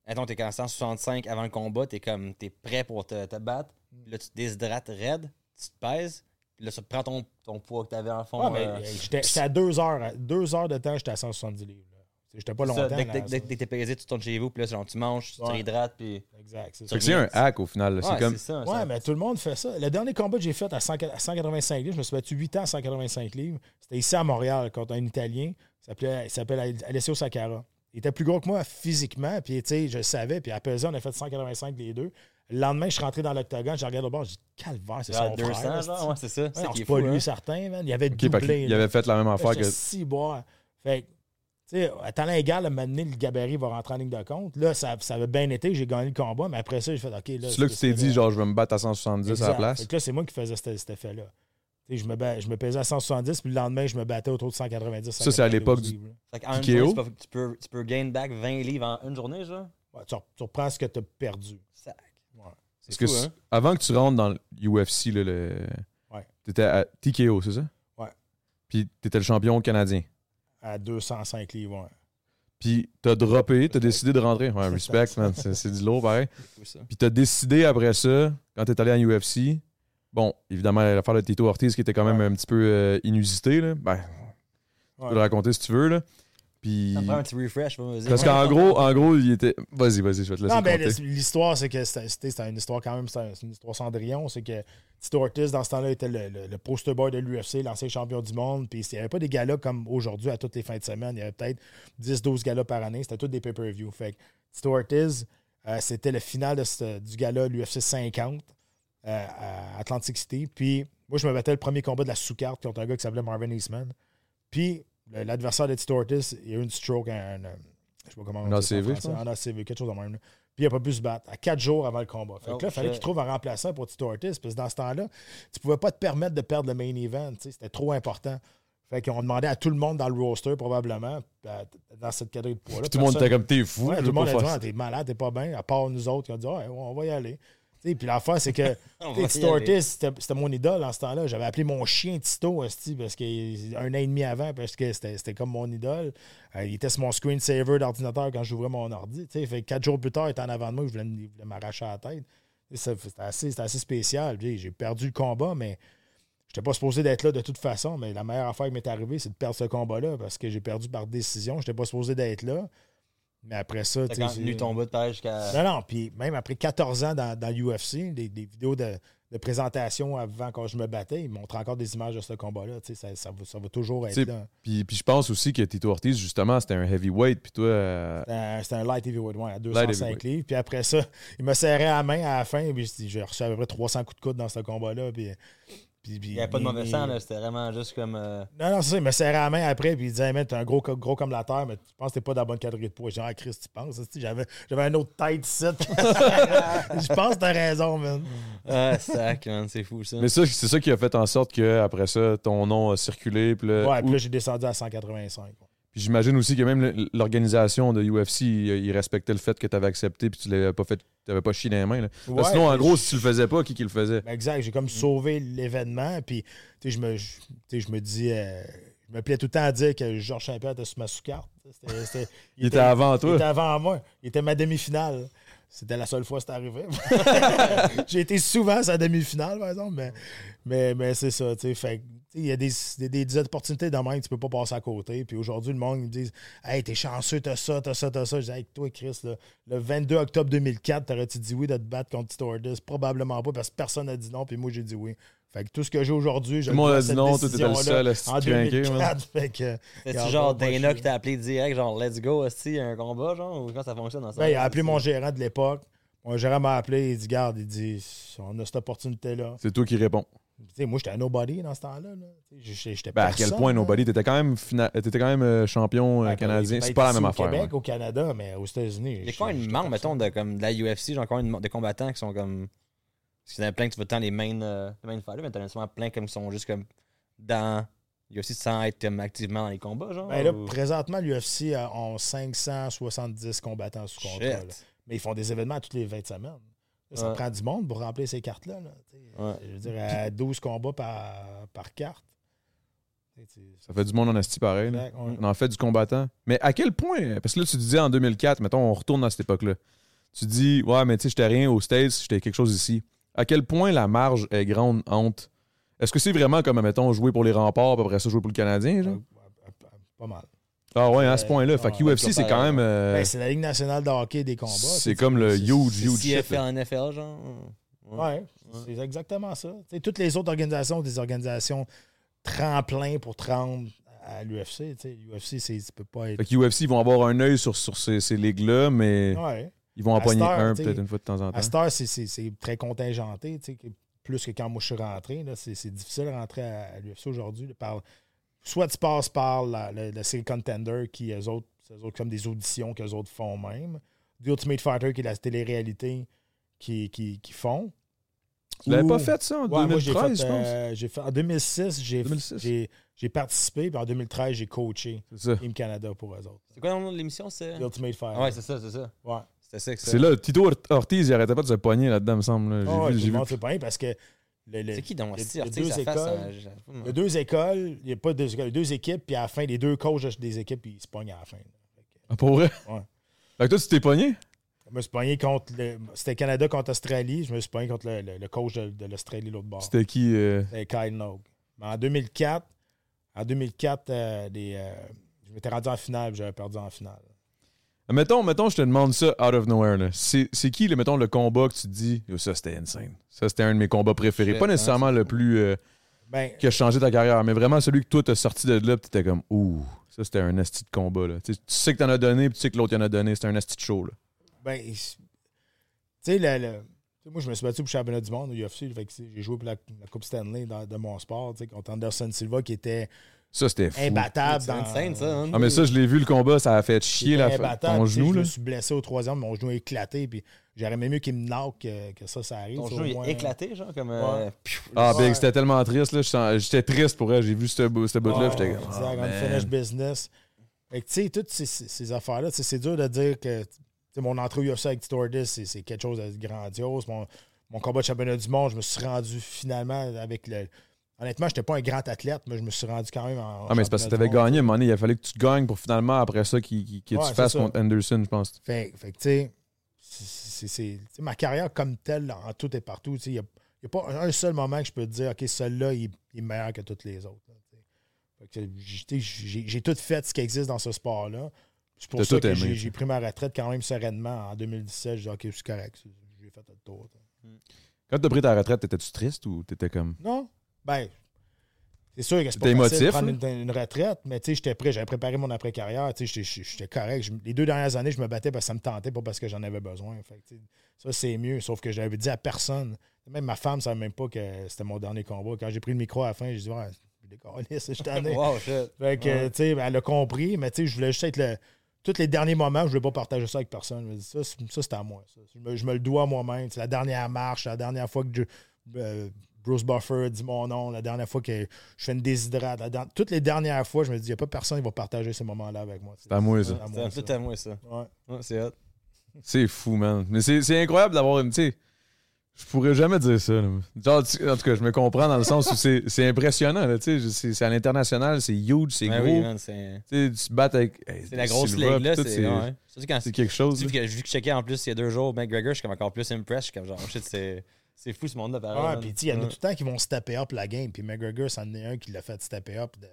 Speaker 1: Attends, t'es qu'en 165 avant le combat, t'es comme. T'es prêt pour te, te battre.
Speaker 2: Mm.
Speaker 1: Là, tu te déshydrates raide, tu te pèses. Puis là, tu prends ton, ton poids que t'avais en fond.
Speaker 2: Ah, mais,
Speaker 1: euh,
Speaker 2: euh, J'étais j'étais à deux heures. à- Deux heures de temps, j'étais à 170 livres. là. J'étais pas
Speaker 1: ça,
Speaker 2: longtemps.
Speaker 1: dès, que-
Speaker 2: là,
Speaker 1: dès,
Speaker 2: à
Speaker 1: dès que t'es pesé, tu tournes chez vous, puis là, c'est genre, tu manges, tu
Speaker 2: Ouais.
Speaker 1: t'hydrates, puis.
Speaker 2: ça. Exact, c'est
Speaker 1: Fait
Speaker 2: ça.
Speaker 3: Fait que c'est un hack au final. là.
Speaker 1: Ouais,
Speaker 3: C'est comme.
Speaker 1: ça.
Speaker 2: Ouais,
Speaker 1: ça-
Speaker 2: mais tout le monde fait ça. Le dernier combat que j'ai fait à 100 à 185 livres, je me suis battu 8 ans à 185 livres. C'était ici à Montréal contre un Italien. Il s'appelait- Il s'appelle Alessio Sacara. Il était plus gros que moi physiquement, puis tu sais, je le savais, puis à peser, on a fait 185 les deux. Le lendemain, je suis rentré dans l'octogone, j'ai regardé le bord, j'ai dit calvaire, c'est
Speaker 1: genre
Speaker 2: son
Speaker 1: 200,
Speaker 2: frère.
Speaker 1: genre, ouais, c'est ça.
Speaker 2: Ouais,
Speaker 1: C'est
Speaker 2: non,
Speaker 1: qui
Speaker 2: c'est
Speaker 1: est
Speaker 2: pas
Speaker 1: fou,
Speaker 2: lui,
Speaker 1: hein.
Speaker 2: certain, man. Il avait
Speaker 3: Ok, fait
Speaker 2: doublé.
Speaker 3: qu'il
Speaker 2: là.
Speaker 3: avait fait la même affaire
Speaker 2: J'étais
Speaker 3: que.
Speaker 2: si boire. Fait que, tu sais, à temps égal, à un moment donné, le gabarit va rentrer en ligne de compte. Là, ça, ça avait bien été, j'ai gagné le combat, mais après ça, j'ai fait OK. Là,
Speaker 3: C'est là que tu t'es dit, genre, je vais me battre à 170 à la
Speaker 2: Exact.
Speaker 3: place.
Speaker 2: Fait que là, c'est moi qui faisais cet, cet effet-là. Tu sais, Je me, ba- je me pesais à 170, puis le lendemain, je me battais autour de 190.
Speaker 3: Ça, c'est à l'époque du-
Speaker 2: 192 livres,
Speaker 1: Fait qu'en une
Speaker 3: Piquet haut.
Speaker 1: journée, tu peux- tu peux, tu peux gain back 20 livres en une journée, genre.
Speaker 2: là. Ouais, tu, re- tu reprends ce que tu as perdu.
Speaker 1: Sac. C'est
Speaker 3: Parce que
Speaker 1: fou,
Speaker 3: c-
Speaker 1: hein.
Speaker 3: avant que tu rentres dans l'UFC, là, le...
Speaker 2: Ouais.
Speaker 3: t'étais à TKO, c'est ça?
Speaker 2: Ouais.
Speaker 3: Puis t'étais le champion canadien.
Speaker 2: À 205 livres. ouais.
Speaker 3: Puis t'as droppé,
Speaker 2: Respect.
Speaker 3: t'as décidé de rentrer. Ouais,
Speaker 2: C'est
Speaker 3: respect,
Speaker 2: ça.
Speaker 3: man. C'est c'est du lourd, pareil.
Speaker 1: C'est fou, ça.
Speaker 3: Puis t'as décidé après ça, quand t'es allé en UFC, bon, évidemment, l'affaire de Tito Ortiz qui était quand même
Speaker 2: Ouais.
Speaker 3: un petit peu euh, inusité, là. Ben, tu peux
Speaker 2: Ouais.
Speaker 3: le raconter si tu veux, là. Puis.
Speaker 1: Ça me prend un petit refresh, vas-y.
Speaker 3: Parce qu'en gros, en gros, il était. Vas-y, vas-y, je vais te laisser
Speaker 2: Non, ben,
Speaker 3: le
Speaker 2: mais
Speaker 3: compter.
Speaker 2: l'histoire, c'est que c'était c'était- c'était une histoire quand même, c'est c'est une histoire Cendrillon. C'est que Tito Ortiz, dans ce temps-là, était le, le, le poster boy de l'UFC, l'ancien champion du monde. Puis il n'y avait pas des galas comme aujourd'hui à toutes les fins de semaine. Il y avait peut-être 10-12 galas par année. C'était tous des pay-per-view. Fait que Tito Ortiz, euh, c'était le final de ce- du gala l'UFC 50 euh, à Atlantic City. Puis moi, je me battais le premier combat de la sous-carte contre un gars qui s'appelait Marvin Eastman. Puis le- l'adversaire de Tito Ortiz, il a eu une stroke, un, un, je sais pas comment on
Speaker 3: Un
Speaker 2: dit ça en
Speaker 3: ACV, je
Speaker 2: français,
Speaker 3: pense.
Speaker 2: un ACV, quelque chose de même. là. Puis il n'a pas pu se battre à quatre jours avant le combat. Fait que
Speaker 1: Oh,
Speaker 2: là, il fallait
Speaker 1: shit.
Speaker 2: qu'il trouve un remplaçant pour Tito Ortiz. Parce que dans ce temps-là, tu pouvais pas te permettre de perdre le main event. tu sais, C'était trop important. Fait qu'on demandait à tout le monde dans le roster, probablement, à- dans cette catégorie de poids-là.
Speaker 3: Puis tout le monde
Speaker 2: Personne-
Speaker 3: était comme t'es fou.
Speaker 2: Ouais,
Speaker 3: je
Speaker 2: tout
Speaker 3: veux
Speaker 2: le monde
Speaker 3: pas
Speaker 2: a dit,
Speaker 3: faire
Speaker 2: Ah,
Speaker 3: ça.
Speaker 2: t'es malade, t'es pas bien. À part nous autres, qui ont dit, Ah, on va y aller. Tu sais, Puis l'affaire, c'est
Speaker 3: <laughs>
Speaker 2: que
Speaker 1: On
Speaker 2: tu
Speaker 1: va
Speaker 2: sais,
Speaker 1: y
Speaker 2: Tito
Speaker 1: aller.
Speaker 2: Ortiz, c'était c'était mon idole en ce temps-là. J'avais appelé mon chien Tito, hostie, parce que un an et demi avant, parce que c'était c'était comme mon idole. Euh, il était sur mon screensaver d'ordinateur quand j'ouvrais mon ordi. tu sais. Fait que quatre jours plus tard, il était en avant de moi, je voulais, il voulait m'arracher la tête. Et ça, C'était assez, c'était assez spécial. Puis J'ai perdu le combat, mais J'étais pas supposé d'être là de toute façon, mais la meilleure affaire qui m'est arrivée, c'est de perdre ce combat-là parce que j'ai perdu par décision. J'étais pas supposé d'être là. Mais après ça,
Speaker 1: T'as
Speaker 2: tu sais,
Speaker 1: quand tenu
Speaker 2: j'ai-
Speaker 1: ton bout de page jusqu'à.
Speaker 2: Non, non. Puis même après 14 ans dans, dans l'UFC, des, des vidéos de, de présentation avant quand je me battais, ils montrent encore des images de ce combat-là. Tu sais, Ça, ça, va, ça va toujours être
Speaker 3: C'est-
Speaker 2: là.
Speaker 3: Puis, puis je pense aussi que Tito Ortiz, justement, c'était un heavyweight. Puis toi, euh,
Speaker 2: C'était un- C'était un light heavyweight, ouais, à
Speaker 3: heavyweight.
Speaker 2: 205 livres. Puis après ça, il me serrait la main à la fin. Puis j'ai j'ai reçu à peu près 300 coups de coude dans ce combat-là. Puis, puis- puis-
Speaker 1: Il n'y avait pas de
Speaker 2: mais-
Speaker 1: mauvais
Speaker 2: mais-
Speaker 1: sang, là. C'était vraiment juste comme. euh,
Speaker 2: Non, non, c'est ça. Il me serrait la main après, puis il disait, man, t'es un gros, co- gros comme la terre, mais tu penses que t'es pas dans la bonne catégorie de poids. J'ai dit, ah, Chris, tu penses? hostie, J'avais, j'avais un autre tête ici. <laughs> Je pense que t'as raison, man.
Speaker 1: Ah, sac, man, c'est fou, ça.
Speaker 3: Mais ça, c'est ça qui a fait en sorte que après ça, ton nom a circulé. Puis là-
Speaker 2: Ouais, puis
Speaker 3: Euh, ou-
Speaker 2: là, j'ai descendu à 185. ouais.
Speaker 3: puis j'imagine aussi que même l- l'organisation de UFC, euh, il il respectait le fait que tu avais accepté puis tu l'avais pas fait, t'avais pas chié dans les mains. là. Parce que
Speaker 2: Ouais,
Speaker 3: sinon, en
Speaker 2: mais
Speaker 3: gros,
Speaker 2: je-
Speaker 3: si tu le faisais pas, qui qui le faisait?
Speaker 2: Ben, Exact, j'ai comme sauvé l'événement, puis tu sais, je me, je- tu sais, je me dis, euh, je me plais tout le temps à dire que Georges Champion était sur ma sous-carte. C'était- c'était-
Speaker 3: <laughs> Il était avant
Speaker 2: Il
Speaker 3: toi.
Speaker 2: était avant moi. Il était ma demi-finale. C'était la seule fois que c'est arrivé. <laughs> J'ai été souvent à sa demi-finale, par exemple, mais, mais, mais c'est ça. tu sais. Fait que, tu sais, Il y a des, des, des- des opportunités de même que tu peux pas passer à côté. Puis aujourd'hui, le monde ils me dit Hey, t'es chanceux, t'as ça, t'as ça, t'as ça. Je dis Hey, toi, Chris, là, le 22 octobre 2004, t'aurais-tu dit oui de te battre contre Tito Ortiz Probablement pas, parce que personne n'a dit non, puis moi, j'ai dit oui. Fait que tout ce que j'ai aujourd'hui, je
Speaker 3: Tout le monde
Speaker 2: dois
Speaker 3: a
Speaker 2: à
Speaker 3: dit
Speaker 2: cette
Speaker 3: non, toi, t'étais le
Speaker 2: décision-là
Speaker 3: seul à se
Speaker 2: En
Speaker 3: craquer, man.
Speaker 2: 2004, fait que.
Speaker 1: C'est-tu
Speaker 2: Regarde,
Speaker 1: genre
Speaker 2: pas
Speaker 1: Dana
Speaker 2: chier.
Speaker 1: qui t'a appelé direct, genre let's go, aussi, un combat, genre, ou comment ça fonctionne dans ça?
Speaker 2: Ben, il a appelé mon gérant de l'époque. Mon gérant m'a appelé, il dit Garde, il dit On a cette opportunité-là.
Speaker 3: C'est toi qui réponds.
Speaker 2: Tu sais, Moi, j'étais un nobody dans ce temps-là. là. Tu sais, J'étais j'étais
Speaker 3: Ben, à
Speaker 2: personne,
Speaker 3: quel point
Speaker 2: là.
Speaker 3: Nobody, t'étais quand même, fina- t'étais quand même euh, champion euh,
Speaker 2: Ben,
Speaker 3: canadien.
Speaker 2: peut-être
Speaker 3: C'est pas la
Speaker 2: ici
Speaker 3: même
Speaker 2: au
Speaker 3: affaire.
Speaker 2: Québec,
Speaker 3: ouais.
Speaker 2: au Canada, mais aux États-Unis.
Speaker 1: Il y a combien de membres, mettons, de, comme, de la UFC, genre combien de, de combattants qui sont comme. Parce qu'il y en a plein que tu veux tant les main, euh, les main fighters, mais t'en as sûrement plein comme qui sont juste comme dans. UFC sans être comme, activement dans les combats, genre.
Speaker 2: Ben là,
Speaker 1: ou-
Speaker 2: présentement, l'UFC a ont 570 combattants sous
Speaker 1: Shit.
Speaker 2: contrat. là. Mais ils font des événements toutes les 20 semaines. Là, Ça
Speaker 1: Ouais.
Speaker 2: prend du monde pour remplir ces cartes-là. là, tu sais.
Speaker 1: Ouais.
Speaker 2: Je veux dire, à 12 combats par, par carte. Tu sais, tu-
Speaker 3: Ça fait du monde en asti pareil. là.
Speaker 2: Exact, ouais.
Speaker 3: On en fait du combattant. Mais à quel point Parce que là, tu disais en 2004, mettons, on retourne à cette époque-là. Tu dis, ouais, mais tu sais, j'étais rien aux States, j'étais quelque chose ici. À quel point la marge est grande entre. Est-ce que c'est vraiment comme, mettons, jouer pour les remparts, puis après ça, jouer pour le Canadien, genre?
Speaker 2: Pas mal.
Speaker 3: Ah ouais, à ce
Speaker 2: Euh,
Speaker 3: point-là. Fait
Speaker 2: ouais,
Speaker 3: que UFC, c'est quand même. euh,
Speaker 2: Ben, c'est la Ligue nationale de hockey des combats.
Speaker 3: c'est
Speaker 2: tu sais,
Speaker 3: comme le
Speaker 2: c'est-
Speaker 3: huge, huge shit.
Speaker 1: CFL, NFL, genre. euh. Ouais.
Speaker 2: Ouais, c'est exactement ça. Tu sais, toutes les autres organisations ont des organisations tremplin pour te rendre à l'UFC. L'UFC, c'est tu peux pas être.
Speaker 3: Fait que UFC, ils vont avoir un œil sur, sur ces, ces ligues-là, mais
Speaker 2: Ouais.
Speaker 3: ils vont en
Speaker 2: À
Speaker 3: poigner
Speaker 2: cette heure,
Speaker 3: un
Speaker 2: t'sais,
Speaker 3: peut-être une fois de temps en temps.
Speaker 2: À cette heure, c'est- c'est c'est très contingenté. tu sais, que- Plus que quand moi je suis rentré. là, C'est c'est difficile de rentrer à, à l'UFC aujourd'hui. là, par- Soit tu passes par la, la, la série Contender, qui eux autres, c'est eux autres comme des auditions qu'eux autres font même. The Ultimate Fighter, qui est la télé-réalité qui, qui, qui font.
Speaker 3: Tu l'avais
Speaker 2: Ou-
Speaker 3: pas fait ça en
Speaker 2: Ouais, moi, j'ai
Speaker 3: 2013,
Speaker 2: fait,
Speaker 3: je pense.
Speaker 2: euh, j'ai fait- en 2006, j'ai,
Speaker 3: 2006.
Speaker 2: j'ai- j'ai participé, puis en 2013, j'ai coaché
Speaker 3: C'est ça.
Speaker 2: Team Canada pour eux autres.
Speaker 1: C'est quoi le nom de l'émission? C'est... Ah
Speaker 2: Ultimate Fire.
Speaker 1: Ouais, c'est ça, c'est ça.
Speaker 2: Ouais.
Speaker 1: C'était ça que ça.
Speaker 3: C'est là, Tito Ort- Ortiz, il arrêtait pas de se poigner là-dedans, me semble. là. J'ai
Speaker 2: Ah ouais,
Speaker 3: vu,
Speaker 2: tout
Speaker 3: j'ai
Speaker 2: le
Speaker 3: vu.
Speaker 2: monde, c'est pas rien parce que le- le-
Speaker 1: C'est qui dans
Speaker 2: Il y a-
Speaker 1: Asti
Speaker 2: il y a
Speaker 1: Ortiz,
Speaker 2: deux
Speaker 1: sa face?
Speaker 2: écoles.
Speaker 1: hein, j'ai-
Speaker 2: il y a deux écoles, il n'y a pas deux écoles, il y a deux équipes, puis à la fin, les deux coachs des équipes, ils se pognent à la fin.
Speaker 3: Ah, pour vrai?
Speaker 2: Ouais.
Speaker 3: Fait que toi, tu t'es pogné?
Speaker 2: Je me suis pogné contre. le- c'était Canada contre Australie, je me suis pogné contre le, le- le coach de, de l'Australie, l'autre bord.
Speaker 3: C'était qui? euh,
Speaker 2: C'était Kyle Nogue. Mais en 2004, en 2004 euh, les, euh, je m'étais rendu en finale, puis j'avais perdu en finale.
Speaker 3: Mettons, mettons, je te demande ça out of nowhere. là. C'est c'est qui, le, mettons, le combat que tu te dis, Yo, ça, c'était insane. Ça, c'était un de mes combats préférés.
Speaker 1: Shit,
Speaker 3: Pas
Speaker 1: hein,
Speaker 3: nécessairement
Speaker 1: c'est
Speaker 3: le
Speaker 1: fou.
Speaker 3: plus... euh,
Speaker 2: Ben,
Speaker 3: qui a changé ta carrière, mais vraiment celui que toi, t'as sorti de là, pis t'étais comme, ouh, ça c'était un asti de combat. Là. Tu sais- tu sais que t'en as donné, pis tu sais que l'autre y en a donné, c'était un asti de show. Là.
Speaker 2: Ben, tu sais, le- le- tu sais, moi, je me suis battu pour le championnat du monde au UFC. fait que, tu sais, J'ai joué pour la, la Coupe Stanley dans- de mon sport, tu sais, contre Anderson Silva, qui était
Speaker 3: Ça c'était fou.
Speaker 2: imbattable.
Speaker 1: C'est
Speaker 2: dans-
Speaker 1: insane, ça. hein.
Speaker 3: Ah, mais ça, je l'ai vu le combat, ça a fait
Speaker 2: qui
Speaker 3: chier
Speaker 2: était
Speaker 3: la fa-
Speaker 2: imbattable,
Speaker 3: ton
Speaker 2: tu sais,
Speaker 3: genou.
Speaker 2: Je
Speaker 3: Là.
Speaker 2: me suis blessé au troisième, mon genou a éclaté. Puis j'aurais aimé mieux qu'il me knock euh, que, que ça, ça arrive.
Speaker 1: Ton
Speaker 2: tu sais,
Speaker 1: jeu
Speaker 2: au
Speaker 1: il
Speaker 2: moins.
Speaker 1: est éclaté, genre, comme.
Speaker 2: Ouais.
Speaker 1: euh, pfiou,
Speaker 3: Ah,
Speaker 2: Ouais.
Speaker 3: Big, c'était tellement triste. là. Je sens- J'étais triste pour elle. J'ai vu ce bout- ce bout-là,
Speaker 2: Ouais,
Speaker 3: pis j'étais comme.
Speaker 2: exact,
Speaker 3: ah,
Speaker 2: on
Speaker 3: man.
Speaker 2: finish business. Fait que, tu sais, toutes ces, ces- ces affaires-là, tu sais, c'est dur de dire que tu sais, mon entrée au UFC avec Stewardess, c'est, c'est quelque chose de grandiose. Mon, mon combat de championnat du monde, je me suis rendu finalement avec le. Honnêtement, je n'étais pas un grand athlète, mais je me suis rendu quand même en.
Speaker 3: Ah, mais c'est parce que
Speaker 2: championnat
Speaker 3: t'avais
Speaker 2: du monde.
Speaker 3: gagné, à un moment donné, il a fallu que tu te gagnes pour finalement, après ça, qu'il qu'il- que
Speaker 2: Ouais,
Speaker 3: tu
Speaker 2: c'est
Speaker 3: fasses
Speaker 2: ça.
Speaker 3: contre Anderson, je pense.
Speaker 2: Fait, fait que, tu sais, c'est, c'est- c'est- tu sais, ma carrière comme telle, en tout et partout, tu sais, il n'y a, il y a pas un un seul moment que je peux te dire, OK, celui-là, il, il est meilleur que toutes les autres. là, tu sais. Fait que, j- tu sais, j'ai j'ai tout fait ce qui existe dans ce sport-là. C'est pour
Speaker 3: T'as
Speaker 2: ça
Speaker 3: tout
Speaker 2: que
Speaker 3: aimé,
Speaker 2: j'ai
Speaker 3: t'sais.
Speaker 2: j'ai pris ma retraite quand même sereinement en 2017. J'ai dit, OK, c'est correct. c'est- J'ai fait le tour. tu sais.
Speaker 3: Quand t'as pris ta retraite, t'étais-tu triste ou t'étais comme.
Speaker 2: Non? Ben, c'est sûr que c'est pas
Speaker 3: Mm.
Speaker 2: facile
Speaker 3: T'es émotif,
Speaker 2: de prendre
Speaker 3: là?
Speaker 2: une, une retraite, mais tu sais, j'étais prêt. J'avais préparé mon après-carrière. Tu sais, j'étais- j'étais j'étais correct. Je- les deux dernières années, je me battais parce que ça me tentait, pas parce que j'en avais besoin. Fait que, tu sais, ça, c'est mieux. Sauf que je l'avais dit à personne. Même ma femme ne savait même pas que c'était mon dernier combat. Quand j'ai pris le micro à la fin, j'ai dit, ouais, je décolle, je t'en <laughs> ai.
Speaker 1: euh, Wow, shit.
Speaker 2: Fait que,
Speaker 1: Ouais.
Speaker 2: tu sais, elle a compris, mais tu sais, je voulais juste être le. Tous les derniers moments, je voulais pas partager ça avec personne. Je me dis, ça, c'est- ça, c'est à moi. ça. Je, me, je me le dois à moi-même. C'est la dernière marche, la dernière fois que je- euh, Bruce Buffer dit mon nom, la dernière fois que je fais une déshydrate. la der- toutes les dernières fois, je me dis, il n'y a pas personne qui va partager ces moments-là avec moi. C'est
Speaker 3: à moi, ça.
Speaker 2: à
Speaker 1: C'est
Speaker 2: moi,
Speaker 1: un
Speaker 2: ça.
Speaker 1: peu à moi, ça.
Speaker 2: Ouais.
Speaker 1: Ouais, C'est hot.
Speaker 3: C'est fou, man. Mais c'est c'est incroyable d'avoir une. Tu sais, je pourrais jamais dire ça. là. Genre, tu- en tout cas, je me comprends dans le sens où c'est c'est impressionnant. là, tu sais, je- C'est c'est à l'international, c'est huge, c'est
Speaker 1: Ouais,
Speaker 3: gros.
Speaker 1: Ben oui, man, c'est.
Speaker 3: Tu sais, tu te battes avec. hey,
Speaker 1: C'est la grosse
Speaker 3: Silva,
Speaker 1: ligue, là.
Speaker 3: puis tout,
Speaker 1: C'est ouais. hein. Surtout quand
Speaker 3: c'est quelque chose.
Speaker 1: Tu sais,
Speaker 3: là.
Speaker 1: vu que, vu que je checkais en plus il y a deux jours McGregor, je suis comme encore plus impressed. Je suis comme genre, oh, shit, c'est, c'est fou ce monde-là, pareil.
Speaker 2: Ah,
Speaker 1: man.
Speaker 2: puis tu sais, il y en a
Speaker 1: Ouais.
Speaker 2: tout le temps qui vont se taper up la game. Puis McGregor, c'en est un qui l'a fait se taper up de.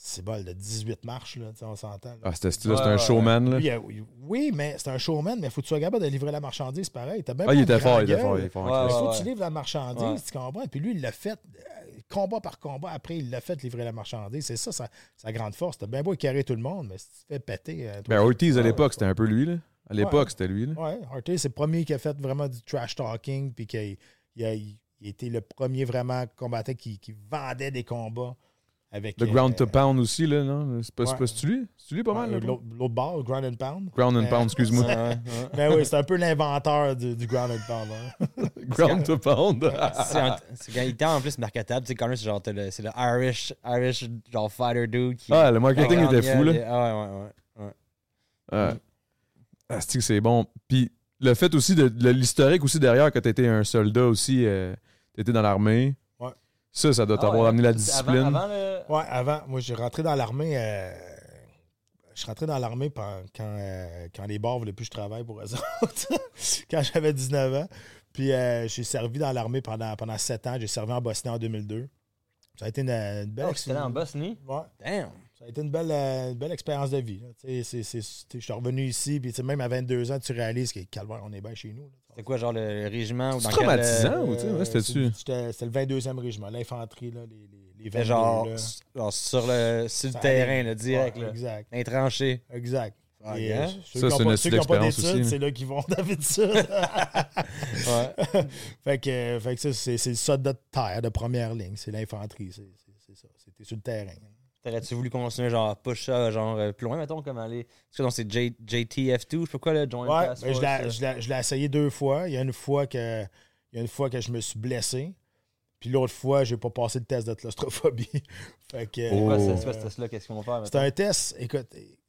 Speaker 2: C'est bol, de 18 marches, là, tu sais, on s'entend. là.
Speaker 3: Ah, c'était c'était- c'était
Speaker 1: Ouais,
Speaker 3: un
Speaker 1: ouais,
Speaker 3: showman, là.
Speaker 2: Lui, il a- il- oui, mais c'est un showman, mais faut que tu sois capable de livrer la marchandise pareil. T'as bien
Speaker 3: Ah,
Speaker 2: pas
Speaker 3: il
Speaker 2: une
Speaker 3: était fort,
Speaker 2: grande
Speaker 3: il était
Speaker 2: gueule.
Speaker 3: fort, il était fort.
Speaker 1: Ouais,
Speaker 2: Il
Speaker 1: ouais.
Speaker 2: faut que tu livres la marchandise,
Speaker 1: Ouais.
Speaker 2: tu comprends? Puis lui, il l'a fait euh, combat par combat. Après, il l'a fait livrer la marchandise. C'est ça, sa, sa grande force. T'as bien beau carrer tout le monde, mais si tu te fais péter. euh, toi,
Speaker 3: Ben, Ortiz, à
Speaker 2: Ouais.
Speaker 3: l'époque, c'était un peu lui, là. À l'époque,
Speaker 2: Ouais.
Speaker 3: c'était lui, là.
Speaker 2: Ouais, Ortiz, c'est le premier qui a fait vraiment du trash talking, puis qui a, il a- il a été le premier vraiment combattant qui, qui vendait des combats avec.
Speaker 3: Le
Speaker 2: euh,
Speaker 3: ground to pound aussi, là, non? C'est pas, c'est
Speaker 2: Ouais.
Speaker 3: pas c'est-tu lui? C'est lui pas mal,
Speaker 2: ouais,
Speaker 3: là?
Speaker 2: L'autre l'autre bord, ground and pound.
Speaker 3: Ground and
Speaker 2: Ouais.
Speaker 3: pound, excuse-moi.
Speaker 1: Ouais, ouais.
Speaker 2: Ben oui, c'est un peu l'inventeur du, du ground and pound. hein.
Speaker 3: <laughs> ground to pound.
Speaker 1: c'est, un- c'est quand il était en plus marketable. Tu sais, Connor, c'est genre, t'as le, c'est le Irish, Irish genre fighter dude qui.
Speaker 3: ah, le marketing
Speaker 1: Avec
Speaker 3: était
Speaker 1: Daniel,
Speaker 3: fou, là.
Speaker 1: et- Ah, ouais, ouais, ouais.
Speaker 3: Ah, asti que c'est bon. Puis le fait aussi de, de l'historique aussi derrière que t'étais un soldat aussi, euh, t'étais dans l'armée.
Speaker 2: Ouais.
Speaker 3: Ça, ça doit
Speaker 1: Ah
Speaker 3: t'avoir
Speaker 1: ouais.
Speaker 3: amené la
Speaker 1: C'est avant-
Speaker 3: discipline.
Speaker 1: Avant, le-
Speaker 2: Ouais, avant, moi, j'ai rentré dans l'armée. euh, je suis rentré dans l'armée pen- quand, euh, quand les bars voulaient plus que je travaille pour eux <laughs> autres, quand j'avais 19 ans. Puis euh, j'ai servi dans l'armée pendant, pendant 7 ans. J'ai servi en Bosnie en 2002. Ça a été une, une belle
Speaker 1: Oh, c'était
Speaker 2: expérience.
Speaker 1: là en Bosnie.
Speaker 2: Ouais,
Speaker 1: Damn.
Speaker 2: ça a été une belle, euh, une belle expérience de vie. là. Tu sais, c'est- c'est- c'est- Je suis revenu ici, puis tu sais, même à 22 ans, tu réalises que calvaire, on est bien chez nous. là.
Speaker 1: C'est quoi, genre le, le régiment ou
Speaker 3: C'est
Speaker 1: dans
Speaker 3: traumatisant
Speaker 1: quel, euh,
Speaker 3: ou tu sais, ouais,
Speaker 2: c'est-
Speaker 3: c'était-tu.
Speaker 2: C'était c'était le 22e régiment, l'infanterie, là, les, les, les
Speaker 1: C'était
Speaker 2: 22,
Speaker 1: genre,
Speaker 2: là.
Speaker 1: genre sur le, sur le
Speaker 2: Ça
Speaker 1: terrain,
Speaker 2: allait.
Speaker 1: là, direct,
Speaker 2: Ouais,
Speaker 1: là.
Speaker 2: Exact.
Speaker 1: Dans les tranchées.
Speaker 2: Exact.
Speaker 1: Ah,
Speaker 2: Et,
Speaker 1: yeah.
Speaker 2: euh, ceux qui
Speaker 3: Ça,
Speaker 2: ont
Speaker 3: c'est
Speaker 2: pas-
Speaker 3: une
Speaker 2: ceux qui n'ont pas
Speaker 3: expérience
Speaker 2: d'études,
Speaker 3: aussi.
Speaker 2: c'est là qu'ils vont <laughs> d'habitude.
Speaker 1: Ouais.
Speaker 2: <laughs> fait, que, euh, fait que ça, c'est c'est le soldat de terre de première ligne. C'est l'infanterie. c'est- c'est- C'est ça. C'était sur le terrain.
Speaker 1: T'aurais-tu voulu continuer, genre, push ça, genre, euh, plus loin, mettons, comme aller. Parce que donc, c'est J- JTF2, je sais pas quoi, le Joint
Speaker 2: Ouais,
Speaker 1: Task
Speaker 2: mais je
Speaker 1: Force, euh.
Speaker 2: l'ai-
Speaker 1: là.
Speaker 2: je l'ai- je l'ai essayé deux fois. Il y a une fois que, il y a une fois que je me suis blessé. Puis l'autre fois, j'ai pas passé le test de claustrophobie. <laughs> fait
Speaker 1: C'est
Speaker 2: que,
Speaker 1: quoi
Speaker 3: Oh.
Speaker 1: ce- c'est quoi ce test-là? Qu'est-ce qu'ils vont faire?
Speaker 2: C'est un test, écoute.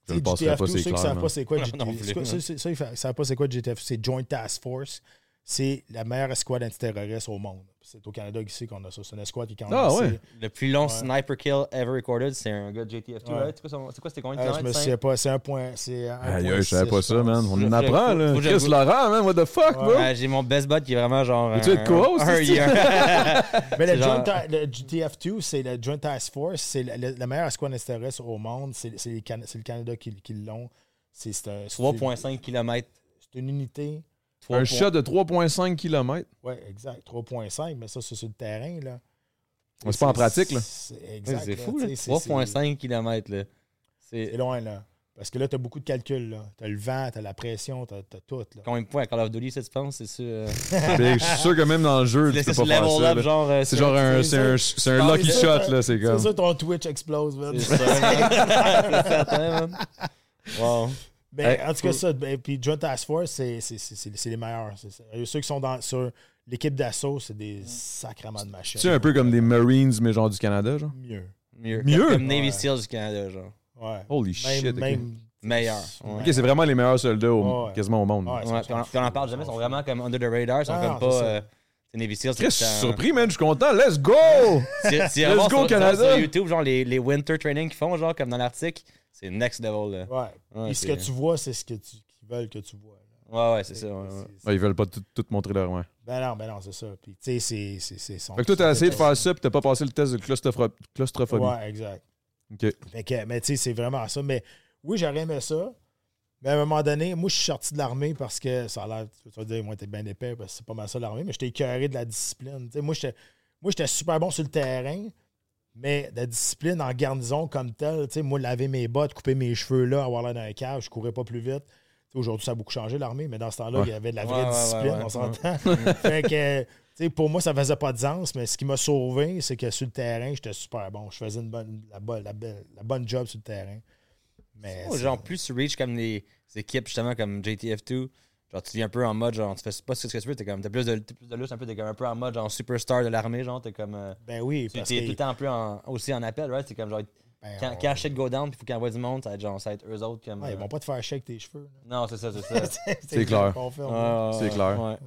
Speaker 3: Je le passerai
Speaker 2: GTF2,
Speaker 3: pas, c'est
Speaker 2: ceux qui
Speaker 3: clair,
Speaker 2: savent
Speaker 3: là.
Speaker 2: pas
Speaker 1: <laughs>
Speaker 2: c'est quoi
Speaker 1: Non,
Speaker 2: GTF,
Speaker 1: non plus,
Speaker 2: c'est quoi-
Speaker 1: là.
Speaker 2: ceux- ceux- ceux qui savent pas c'est quoi GTF, c'est Joint Task Force. C'est la meilleure escouade antiterroriste au monde. C'est au Canada ici qu'on a ça. C'est une escouade qui est quand même
Speaker 3: Ah,
Speaker 2: assez-
Speaker 3: ouais.
Speaker 1: Le plus long
Speaker 2: Ouais.
Speaker 1: sniper kill ever recorded, c'est un gars de JTF2.
Speaker 2: Ouais.
Speaker 1: ouais. C'est quoi, son- c'est quoi, c'était combien de
Speaker 2: Ah, je me
Speaker 1: kilomètres? Cinq?
Speaker 2: souviens pas, c'est un point. C'est un
Speaker 3: Aïe,
Speaker 2: point
Speaker 3: aïe, je savais
Speaker 2: six,
Speaker 3: pas
Speaker 2: je
Speaker 3: ça,
Speaker 2: pense.
Speaker 3: man. On
Speaker 1: Faut
Speaker 3: en
Speaker 1: que
Speaker 3: apprend,
Speaker 1: j'avoue-
Speaker 3: là.
Speaker 1: faut que
Speaker 3: Chris
Speaker 1: j'avoue.
Speaker 3: Laurent, man, what the fuck,
Speaker 2: Ouais.
Speaker 3: bro?
Speaker 1: Ouais, j'ai mon best bud qui est vraiment genre.
Speaker 3: Veux-tu
Speaker 1: un-
Speaker 3: être co-host,
Speaker 1: un
Speaker 3: c'est-tu?
Speaker 1: <laughs> year.
Speaker 2: Mais le,
Speaker 1: C'est genre-
Speaker 2: Joint Ta- le GTF2, c'est le Joint Task Force, c'est la, la- la meilleure escouade antiterroriste au monde. C'est c'est les Can- c'est le Canada qui, qui l'ont. C'est c'est un- c'est-
Speaker 1: 3,5 km.
Speaker 2: C'est une unité.
Speaker 1: <laughs>
Speaker 3: Un shot de 3,5 km.
Speaker 2: Oui, exact. 3.5, mais ça, c'est sur le terrain, là.
Speaker 3: Ouais, c'est pas en pratique, là.
Speaker 2: c'est- Exact.
Speaker 1: C'est
Speaker 2: là,
Speaker 1: fou, là.
Speaker 2: tu sais, c'est-
Speaker 1: 3,5 km, là.
Speaker 2: C'est c'est
Speaker 1: C'est
Speaker 2: loin, là. Parce que là, t'as beaucoup de calculs, là. T'as le vent, t'as la pression, t'as t'as tout, là.
Speaker 1: combien de points à Call of Duty, ça, tu penses? C'est sûr. euh,
Speaker 3: Fait que Je suis sûr que même dans le jeu, tu
Speaker 1: laisser
Speaker 3: peux
Speaker 1: ce
Speaker 3: pas faire
Speaker 1: level
Speaker 3: ça.
Speaker 1: up,
Speaker 3: là.
Speaker 1: genre. euh,
Speaker 3: C'est
Speaker 1: sur-
Speaker 3: genre un,
Speaker 2: c'est
Speaker 3: c'est un, c'est un
Speaker 1: Ah,
Speaker 3: lucky
Speaker 2: c'est ça,
Speaker 3: shot, là. C'est
Speaker 2: C'est
Speaker 3: comme.
Speaker 2: sûr, ton Twitch explose, man.
Speaker 1: C'est ça. C'est certain, man. Wow.
Speaker 2: <laughs> Ben,
Speaker 3: Hey,
Speaker 2: en tout cas, ça, ben, puis Joint Task Force, c'est- c'est- c'est c'est- c'est les meilleurs. c'est ça. Eux, Ceux qui sont dans, sur l'équipe d'assaut, c'est des sacrements de machines.
Speaker 3: C'est un peu comme des Marines, mais genre du Canada, genre.
Speaker 2: Mieux.
Speaker 1: Mieux.
Speaker 3: Mieux?
Speaker 1: Comme Navy
Speaker 2: Ouais.
Speaker 1: SEALs du Canada, genre.
Speaker 2: Ouais.
Speaker 3: Holy
Speaker 2: Même,
Speaker 3: Oh, shit. ok.
Speaker 2: même-
Speaker 1: Meilleur. Ouais.
Speaker 3: Ok, c'est vraiment les meilleurs soldats au-
Speaker 2: Ouais.
Speaker 3: quasiment au monde.
Speaker 2: Ouais,
Speaker 3: Très
Speaker 2: ils
Speaker 1: Ouais,
Speaker 2: sont-
Speaker 1: puis on, puis on en parle jamais, ils sont vraiment comme under the radar, ils sont
Speaker 2: Ah,
Speaker 1: comme
Speaker 2: c'est
Speaker 1: pas.
Speaker 2: ça.
Speaker 1: euh, C'est Navy SEALs. tout le temps. hein.
Speaker 3: surpris, man. Je suis content. Let's go!
Speaker 1: Si, si
Speaker 3: Let's
Speaker 1: vraiment,
Speaker 3: go,
Speaker 1: sur- sur-
Speaker 3: Canada.
Speaker 1: Sur YouTube, genre les, les winter training qu'ils font, genre comme dans l'Arctique, c'est next level. Là.
Speaker 2: Ouais.
Speaker 1: Ouais,
Speaker 2: Puis ce
Speaker 1: c'est-
Speaker 2: que tu vois, c'est ce que tu- qu'ils veulent que tu vois. là.
Speaker 1: Ouais, ouais, c'est ça. ouais, ouais.
Speaker 3: Ouais, Ah, ils veulent pas tout, tout montrer leur main.
Speaker 2: Ben non, ben non, c'est ça. Puis, tu sais, c'est- c'est- c'est son.
Speaker 3: Fait que toi, t'as essayé de faire ça, puis t'as pas passé le test de claustrophro- claustrophobie.
Speaker 2: Ouais, exact.
Speaker 3: Ok.
Speaker 2: Fait que, mais tu sais, c'est vraiment ça. Mais oui, j'aurais aimé ça. Mais à un moment donné, moi, je suis sorti de l'armée parce que ça a l'air. Tu vas dire, moi, t'es bien épais parce que c'est pas mal ça l'armée, mais j'étais écœuré de la discipline. Tu sais, moi, j'étais moi, j'étais super bon sur le terrain, mais de la discipline en garnison comme telle, tu sais, moi, laver mes bottes, couper mes cheveux là, avoir l'air d'un cave, je courais pas plus vite. Tu sais, Aujourd'hui, ça a beaucoup changé l'armée, mais dans ce temps-là,
Speaker 3: Ouais.
Speaker 2: il y avait de la
Speaker 1: Ouais,
Speaker 2: vraie
Speaker 1: ouais, ouais,
Speaker 2: discipline,
Speaker 1: ouais.
Speaker 2: on s'entend. <laughs> fait que, tu sais, pour moi, ça faisait pas de sens, mais ce qui m'a sauvé, c'est que sur le terrain, j'étais super bon. Je faisais une bonne, la, bonne- la belle- la bonne job sur le terrain. Mais
Speaker 1: Oh,
Speaker 2: ça-
Speaker 1: genre, plus tu reach comme les équipes, justement, comme JTF2, genre, tu viens un peu en mode, genre, tu fais pas ce que tu veux, t'es comme, t'as plus de, t'as plus de lustre, un peu, t'es comme un peu en mode, genre, superstar de l'armée, genre, t'es comme. euh,
Speaker 2: ben oui,
Speaker 1: tu-
Speaker 2: parce
Speaker 1: t'es tout
Speaker 2: que
Speaker 1: le temps un peu en- aussi en appel, right? C'est comme, genre,
Speaker 2: ben,
Speaker 1: quand,
Speaker 2: on-
Speaker 1: quand shit go down, puis faut qu'il envoie du monde, ça va être, genre, ça va être eux autres, comme.
Speaker 2: ouais, ils
Speaker 1: euh,
Speaker 2: vont pas te faire chier avec tes cheveux. là.
Speaker 1: Non, c'est ça, c'est ça.
Speaker 2: <laughs> C'est
Speaker 3: clair.
Speaker 2: confirme.
Speaker 1: Ah,
Speaker 3: C'est clair.
Speaker 1: ouais.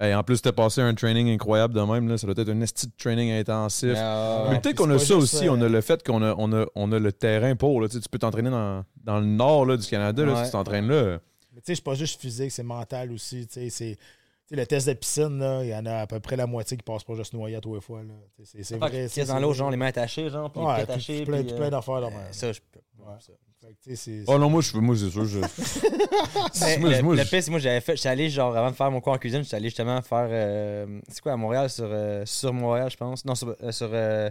Speaker 3: Hey, en plus, t'as passé un training incroyable de même. Là. Ça doit être un esti de training intensif.
Speaker 1: Ah, ouais.
Speaker 3: Mais
Speaker 2: Ouais,
Speaker 3: peut-être
Speaker 2: puis
Speaker 3: qu'on a
Speaker 2: c'est
Speaker 3: ça
Speaker 2: pas
Speaker 3: aussi.
Speaker 2: juste, euh,
Speaker 3: On a le fait qu'on a, on a, on a le terrain pour. Là. Tu sais, tu peux t'entraîner dans, dans le nord là, du Canada. Là,
Speaker 1: Ouais.
Speaker 3: Si tu t'entraînes là.
Speaker 2: Mais tu sais, c'est pas juste physique, c'est mental aussi. Tu sais, c'est. tu sais, le test de piscine, là, il y en a à peu près la moitié qui passe pas juste noyer à tous les fois. là. Tu sais, C'est c'est
Speaker 1: Fait
Speaker 2: vrai.
Speaker 1: que
Speaker 2: c'est-
Speaker 1: tu Ah, dans
Speaker 2: c'est-
Speaker 1: l'eau, genre, les mains attachées, genre, puis les
Speaker 2: Ouais,
Speaker 1: pieds
Speaker 2: tout-
Speaker 1: attachés.
Speaker 2: plein,
Speaker 1: puis,
Speaker 2: tout plein
Speaker 1: euh,
Speaker 2: d'affaires dans
Speaker 1: euh, Ça, je peux.
Speaker 2: Ouais.
Speaker 1: ça.
Speaker 2: Fait que, tu sais, c'est-
Speaker 3: Oh non, moi, je, moi c'est
Speaker 2: <laughs>
Speaker 3: sûr. Je... Ah,
Speaker 1: Mais
Speaker 3: Moi,
Speaker 1: le,
Speaker 3: moi,
Speaker 1: le
Speaker 3: je-
Speaker 1: pire, c'est moi, j'avais fait. J'étais allé, genre, avant de faire mon cours en cuisine, j'étais allé justement faire. euh, c'est quoi, à Montréal, sur, euh, sur Montréal, je pense. Non, sur. euh, sur, euh,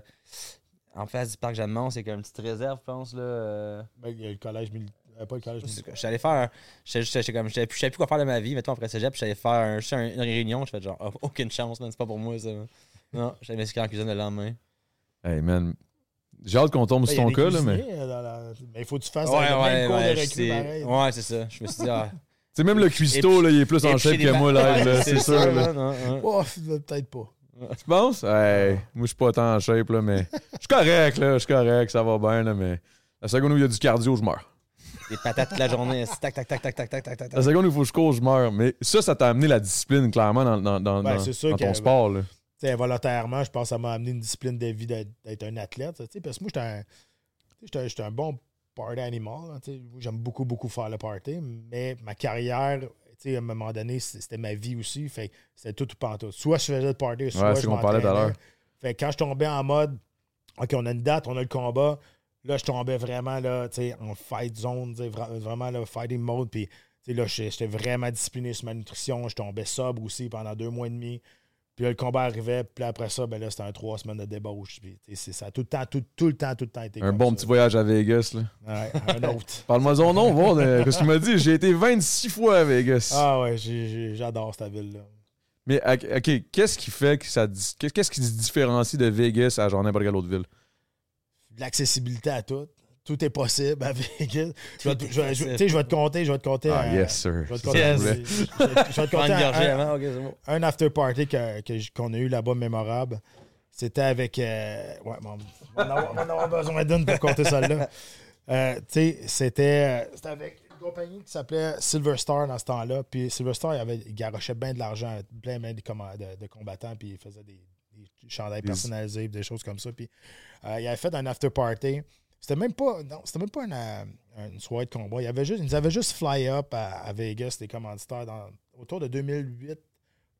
Speaker 1: en face du parc Jeannemont, c'est comme une petite réserve, je pense, là. euh,
Speaker 2: ben, il y a le collège mili- euh, pas le collège
Speaker 1: c'est
Speaker 2: militaire.
Speaker 1: quoi, J'étais allé faire. un- J'étais j'étais- j'étais comme. j'étais- Je savais plus quoi faire de ma vie, mettons, après cégep, puis j'allais faire un- j'étais à une réunion, je fais genre, oh, aucune chance, man, c'est pas pour moi, ça. man. Non, j'avais m'inscrire en cuisine le lendemain.
Speaker 3: Hey, man. J'ai hâte qu'on tombe
Speaker 2: Ben,
Speaker 3: sur
Speaker 2: il y a
Speaker 3: ton
Speaker 2: des
Speaker 3: cas. Là, mais...
Speaker 2: cuisiniers, euh, dans la- Mais il faut que tu fasses
Speaker 1: Ouais,
Speaker 2: dans le
Speaker 1: ouais,
Speaker 2: même cours
Speaker 1: ouais,
Speaker 2: de récré
Speaker 1: c'est
Speaker 2: pareil.
Speaker 1: ouais, c'est ça. Je me suis dit, ah.
Speaker 3: Tu sais, même le cuistot, là, il est plus en
Speaker 1: Et puis,
Speaker 3: shape
Speaker 1: des
Speaker 3: que
Speaker 2: <laughs>
Speaker 3: moi,
Speaker 1: ba-
Speaker 3: live, là,
Speaker 1: <laughs> Ouais,
Speaker 3: c'est sûr. là.
Speaker 1: man, hein, hein.
Speaker 2: Oh, peut-être pas.
Speaker 3: Tu penses? Hey, moi, je suis pas tant en shape, là, mais je suis correct, là, je suis correct, ça va bien, là, mais la seconde où il y a du cardio, je meurs.
Speaker 1: Des patates toute la journée. c'est Tac, tac, tac, tac, tac, tac, tac, tac.
Speaker 3: La seconde où il faut que je cours, je meurs. Mais ça, ça t'a amené la discipline, clairement, dans, dans, dans,
Speaker 2: Ben,
Speaker 3: dans-
Speaker 2: c'est sûr
Speaker 3: dans ton
Speaker 2: que-
Speaker 3: sport, là.
Speaker 2: sais, involontairement, je pense que ça m'a amené une discipline de vie d'être d'être un athlète. tu sais, Parce que moi, j'étais un, tu sais, j'étais un- j'étais un bon party animal. hein, tu sais. Moi, J'aime beaucoup, beaucoup faire le party, mais ma carrière, tu sais, à un moment donné, c- c'était ma vie aussi. Fait que c'était tout ou pantoute. Soit je faisais le party, soit
Speaker 3: Ouais,
Speaker 2: je
Speaker 3: c'est ce qu'on parlait tout à
Speaker 2: m'entraînais.
Speaker 3: l'heure.
Speaker 2: Fait que quand je tombais en mode, OK, on a une date, on a le combat, là, je tombais vraiment là, tu sais, en fight zone, tu sais, vra- vraiment le fighting mode. Puis, tu sais, là, j'étais j'étais vraiment discipliné sur ma nutrition. Je tombais sobre aussi pendant deux mois et demi. Puis là, le combat arrivait. Puis là, après ça, ben là, c'était un trois semaines de débauche. Puis, tu sais, c'est- ça a tout le temps, tout, tout le temps, tout le temps été
Speaker 3: Un
Speaker 2: comme
Speaker 3: bon
Speaker 2: ça.
Speaker 3: petit voyage à Vegas, là.
Speaker 2: Ouais, un
Speaker 3: <laughs>
Speaker 2: autre.
Speaker 3: Parle-moi son nom, voir euh, qu'est-ce qu'il m'a dit. J'ai été 26 fois à Vegas.
Speaker 2: Ah ouais, j'ai- j'ai- j'adore cette ville-là.
Speaker 3: Mais, OK, qu'est-ce qui fait que ça... dis- Qu'est-ce qui se différencie de Vegas à genre n'importe quelle autre ville?
Speaker 2: de l'accessibilité à tout. Tout est possible à Vegas. Je vais
Speaker 1: Tout
Speaker 2: te,
Speaker 1: est
Speaker 2: je vais- je-
Speaker 1: possible.
Speaker 2: tu sais, je vais te compter, je vais te compter.
Speaker 3: Ah,
Speaker 2: un-
Speaker 3: yes, sir.
Speaker 2: Je vais te
Speaker 3: C'est ça
Speaker 2: compter,
Speaker 3: que je
Speaker 1: Yes.
Speaker 3: voulais.
Speaker 2: je- je vais te
Speaker 1: Prends
Speaker 2: compter
Speaker 1: une gorgée
Speaker 2: un,
Speaker 1: avant, ok, c'est bon.
Speaker 2: un after party que- que- qu'on a eu là-bas mémorable. C'était avec. euh, ouais, bon, on va en avoir- on va en avoir besoin d'une pour compter celle-là. Euh, tu sais, c'était euh, c'était avec une compagnie qui s'appelait Silver Star dans ce temps-là. Puis Silver Star, il, avait, il garochait bien de l'argent, plein, bien de, comma- de- de combattants, puis il faisait des, des chandails
Speaker 3: Des-
Speaker 2: personnalisés, puis des choses comme ça. Puis euh, il avait fait un after party. C'était même pas, non, c'était même pas une, euh, une soirée de combat. Il y avait juste, ils nous avaient juste fly up à, à Vegas, les commanditaires, dans, autour de 2008,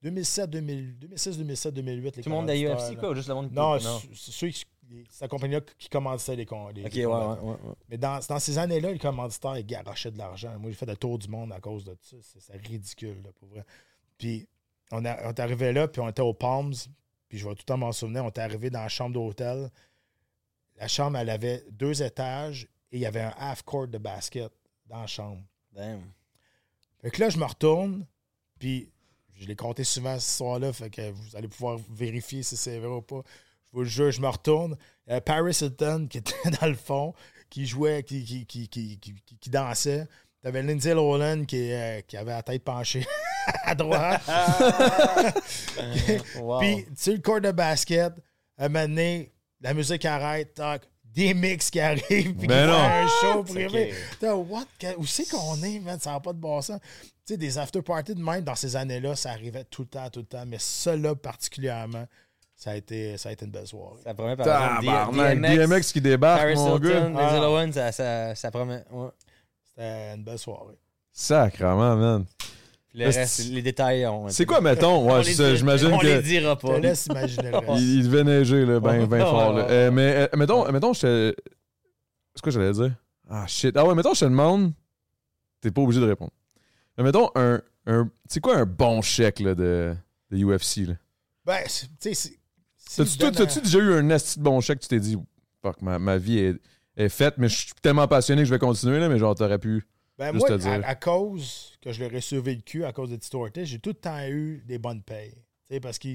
Speaker 2: 2007, 2000, 2006, 2007, 2008. les
Speaker 1: Tout le monde de la
Speaker 2: commanditaires,
Speaker 1: UFC,
Speaker 2: là.
Speaker 1: quoi, ou juste le monde qui-
Speaker 2: Non, c'est- c'est ceux qui. C'est la compagnie qui commandait les, con- les,
Speaker 1: Ok,
Speaker 2: les
Speaker 1: ouais, ouais,
Speaker 2: combattants.
Speaker 1: ouais. ouais.
Speaker 2: Mais dans, dans ces années-là, les commanditaires, ils garochaient de l'argent. Moi, j'ai fait le tour du monde à cause de ça. C'est c'est ridicule, là, pour vrai. Puis, on, a- on est arrivé là, puis on était aux Palms. Puis, je vais tout le temps m'en souvenir, on est arrivé dans la chambre d'hôtel. La chambre, elle avait deux étages et il y avait un half-court de basket dans la chambre.
Speaker 1: <laughs> Damn.
Speaker 2: Fait que là, je me retourne, puis je l'ai compté souvent ce soir-là, fait que vous allez pouvoir vérifier si c'est vrai ou pas. Je vous le jure, je me retourne. Euh, Paris Hilton, qui était <laughs> dans le fond, qui jouait, qui, qui, qui, qui, qui, qui- qui dansait. T'avais Lindsay Lohan qui, euh, qui avait la tête penchée <laughs> à droite.
Speaker 1: Wow.
Speaker 2: Puis, tu sais, le court de basket, à un moment donné, la musique arrête, toc, des mix qui arrivent, puis qui
Speaker 3: Ben
Speaker 2: font
Speaker 3: non.
Speaker 2: un show
Speaker 1: Ok.
Speaker 2: privé. Putain, what? Que- Où c'est qu'on est, man? Ça n'a pas de bon sens. Tu sais, des after parties de même, dans ces années-là, ça arrivait tout le temps, tout le temps, mais cela particulièrement, ça a été, ça a été une belle soirée.
Speaker 1: Ça promet par exemple
Speaker 3: Tabarnak, DMX qui débarque,
Speaker 1: Paris
Speaker 3: mon
Speaker 1: Hilton,
Speaker 3: gars.
Speaker 1: Lindsay
Speaker 2: Ah.
Speaker 1: Lohan, ça, ça, ça promet. ouais.
Speaker 2: C'était une belle soirée.
Speaker 3: Sacrement, man.
Speaker 1: Puis le
Speaker 3: Parce-
Speaker 1: reste, les détails, on.
Speaker 3: C'est quoi, mettons? Ouais,
Speaker 1: On
Speaker 3: c'est
Speaker 1: les
Speaker 3: ça,
Speaker 1: dira-
Speaker 3: j'imagine
Speaker 1: On
Speaker 3: que...
Speaker 1: les dira
Speaker 2: Je
Speaker 1: pas.
Speaker 2: te laisse imaginer
Speaker 3: <laughs>
Speaker 2: le reste.
Speaker 3: Il, il devait neiger, là, ben, ben
Speaker 1: Ouais,
Speaker 3: fort.
Speaker 1: ouais,
Speaker 3: là.
Speaker 1: ouais.
Speaker 3: Euh, mais, euh, mettons, mettons, je te. C'est quoi que j'allais dire? Ah, shit. Ah ouais, mettons, je te demande. T'es pas obligé de répondre. Mais mettons, un. un c'est quoi un bon chèque, là, de, de UFC, là?
Speaker 2: Ben, c'est- tu sais, c'est- si
Speaker 3: T'as-tu
Speaker 2: je donne
Speaker 3: tout- t'as-tu
Speaker 2: un-
Speaker 3: déjà eu un asti de bon chèque? Tu t'es dit, fuck, ma, ma vie est, est faite, mais je suis tellement passionné que je vais continuer, là, mais genre, t'aurais pu.
Speaker 2: Ben
Speaker 3: Juste
Speaker 2: moi,
Speaker 3: à dire.
Speaker 2: à, à cause que je l'aurais sauvé le cul à cause de Distorted, j'ai tout le temps eu des bonnes payes. Tu sais, parce que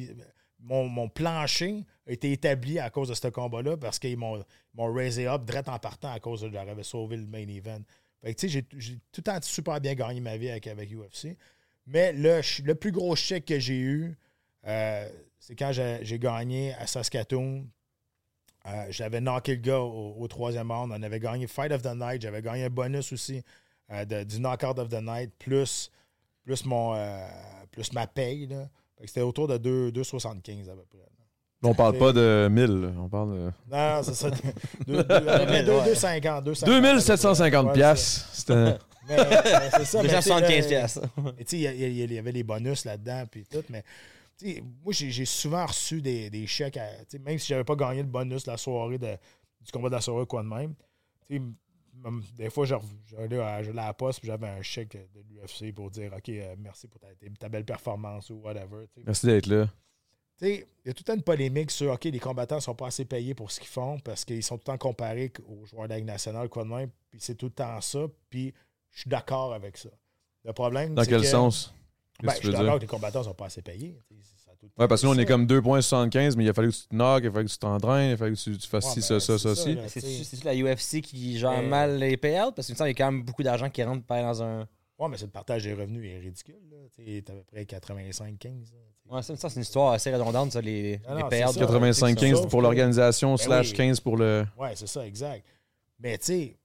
Speaker 2: mon, mon plancher a été établi à cause de ce combat-là, parce qu'ils m'ont ils m'ont raisé up direct en partant à cause de j'avais sauvé le main event. Fait que tu sais, j'ai- j'ai tout le temps super bien gagné ma vie avec, avec UFC. Mais le, ch- le plus gros chèque que j'ai eu, euh, c'est quand j'ai j'ai gagné à Saskatoon. Euh, J'avais knocké le gars au, au troisième round. On avait gagné Fight of the Night. J'avais gagné un bonus aussi euh, de- du Knockout of the Night, plus, plus, mon, euh, plus ma paye. là. Fait que C'était autour de 2 2,75 à peu près.
Speaker 3: On parle pas de 1000, là, on parle de.
Speaker 2: Non, non, c'est ça. euh, 2,50.
Speaker 3: 2750 piastres. C'était.
Speaker 2: Mais, mais c'est euh, ça. mais tu sais, là,
Speaker 1: 275 piastres.
Speaker 2: Et tu sais, il y a- il y, a- il y avait les bonus là-dedans, puis tout, mais tu sais, moi, j'ai j'ai souvent reçu des, des chèques, à- tu sais, même si j'avais pas gagné le bonus la soirée de- du combat de la soirée, quoi de même. Tu sais, m- des fois, je rev- j'allais à, j'allais à la poste, puis j'avais un chèque de l'UFC pour dire, OK, euh, merci pour ta, ta belle performance ou whatever. tu sais.
Speaker 3: Merci d'être là.
Speaker 2: Tu sais, il y a tout le temps une polémique sur OK, les combattants sont pas assez payés pour ce qu'ils font parce qu'ils sont tout le temps comparés qu- aux joueurs de la Ligue nationale, quoi de même. Puis c'est tout le temps ça. Puis je suis d'accord avec ça. Le problème,
Speaker 3: Dans
Speaker 2: c'est
Speaker 3: quel
Speaker 2: que-
Speaker 3: sens? Qu'est-ce
Speaker 2: Ben,
Speaker 3: que
Speaker 2: je suis d'accord que les combattants sont pas assez payés. Tu sais, ça a tout le temps
Speaker 3: Ouais, parce que nous, on
Speaker 2: été
Speaker 3: est
Speaker 2: ça.
Speaker 3: comme 2,75, mais il a fallu que tu te knocks, il a fallu que tu t'entraînes, il a fallu que tu, tu fasses
Speaker 2: Ouais,
Speaker 3: ci,
Speaker 2: ben,
Speaker 3: ah, ça, ça,
Speaker 2: c'est
Speaker 3: ça,
Speaker 2: ça,
Speaker 3: ci.
Speaker 2: là.
Speaker 1: C'est
Speaker 2: t'sais.
Speaker 1: c'est la UFC qui gère
Speaker 2: Euh,
Speaker 1: mal les payouts parce qu'il me semble qu'il y a quand même beaucoup d'argent qui rentre par dans un.
Speaker 2: Ouais, mais c'est le partage des revenus, il est ridicule. là. Tu sais, t'as à peu près 85-15. là, tu sais.
Speaker 1: Ouais, ça me semble que c'est une histoire assez redondante, ça, les,
Speaker 2: Ah
Speaker 1: les
Speaker 2: non,
Speaker 1: payouts.
Speaker 2: c'est ça.
Speaker 3: 85-15
Speaker 2: Sauf
Speaker 3: pour
Speaker 2: que-
Speaker 3: l'organisation,
Speaker 2: Ben
Speaker 3: slash
Speaker 2: oui.
Speaker 3: 15 pour le.
Speaker 2: Ouais, c'est ça, exact. Mais tu sais,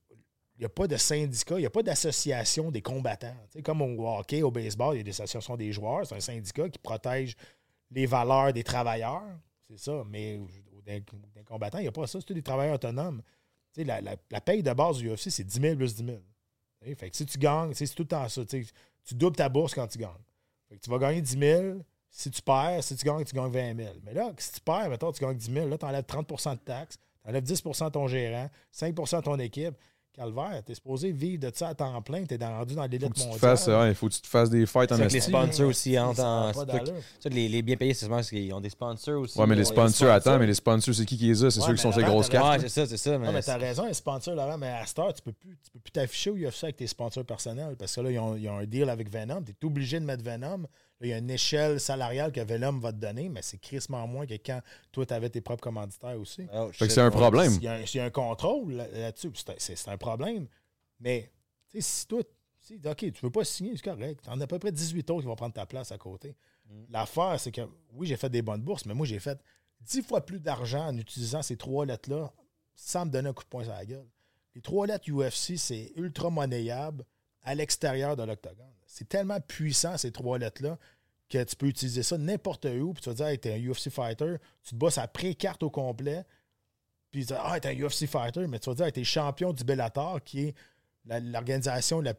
Speaker 2: il n'y a pas de syndicat, il n'y a pas d'association des combattants. Tu sais, comme au hockey, au baseball, il y a des associations des joueurs, c'est un syndicat qui protège les valeurs des travailleurs. C'est ça. Mais au- d'un d'un combattant, il n'y a pas ça. C'est tous des travailleurs autonomes. Tu sais, la, la- la paye de base du UFC, c'est 10 000 plus 10 000. Tu sais, Fait que si tu gagnes, tu sais, c'est tout le temps ça. Tu sais, tu doubles ta bourse quand tu gagnes. Fait que tu vas gagner 10 000. Si tu perds, si tu gagnes, tu gagnes 20 000. Mais là, si tu perds, mettons, tu gagnes 10 000, là, tu enlèves 30 de taxes, tu enlèves 10 à ton gérant, 5 à ton équipe. Calvaire, t'es supposé vivre de ça à temps plein, t'es dans- rendu dans
Speaker 3: Faut
Speaker 2: l'élite
Speaker 3: que tu te
Speaker 2: mondiale.
Speaker 3: fasses, ouais, faut que tu te fasses des fights en
Speaker 1: C'est que les
Speaker 3: esti.
Speaker 1: sponsors aussi entrent en.
Speaker 2: Ça a pas
Speaker 1: c'est pas-
Speaker 2: d'allure.
Speaker 1: ça, les, les bien payés, c'est souvent parce qu'ils ont des sponsors aussi.
Speaker 3: Ouais, mais
Speaker 1: Ils
Speaker 3: les
Speaker 1: ont des
Speaker 3: sponsors, attends, mais les sponsors, c'est qui qui les a? C'est
Speaker 2: Ouais,
Speaker 3: ceux
Speaker 2: mais
Speaker 3: qui sont ces
Speaker 2: avant,
Speaker 3: grosses
Speaker 2: t'avais-
Speaker 3: cartes.
Speaker 1: Ouais, c'est ça, c'est ça.
Speaker 2: Non, mais
Speaker 1: Mais
Speaker 2: t'as raison, un sponsor, Laurent, mais à cette heure, tu peux plus, tu peux plus t'afficher au UFC avec tes sponsors personnels parce que là, ils ont, ils ont un deal avec Venom. Tu es obligé de mettre Venom. Là, il y a une échelle salariale que Venom va te donner, mais c'est crissement moins que quand toi, tu avais tes propres commanditaires aussi.
Speaker 1: Oh,
Speaker 3: Fait
Speaker 1: shit,
Speaker 3: que c'est un
Speaker 1: ouais.
Speaker 3: problème.
Speaker 2: Il y a un, s'il y a un contrôle là- là-dessus, c'est un- c'est c'est un problème. Mais tu sais, si toi, si, OK, tu veux pas signer, c'est correct. T'en as à peu près 18 autres qui vont prendre ta place à côté. L'affaire, c'est que oui, j'ai fait des bonnes bourses, mais moi, j'ai fait 10 fois plus d'argent en utilisant ces trois lettres-là sans me donner un coup de poing sur la gueule. Les trois lettres UFC, c'est ultra monnayable à l'extérieur de l'octogone. C'est tellement puissant, ces trois lettres-là, que tu peux utiliser ça n'importe où, puis tu vas dire, hey, t'es un UFC fighter, tu te bosses à pré-carte au complet, puis tu vas dire, ah, t'es un UFC fighter, mais tu vas dire, hey, t'es champion du Bellator, qui est la- l'organisation, la,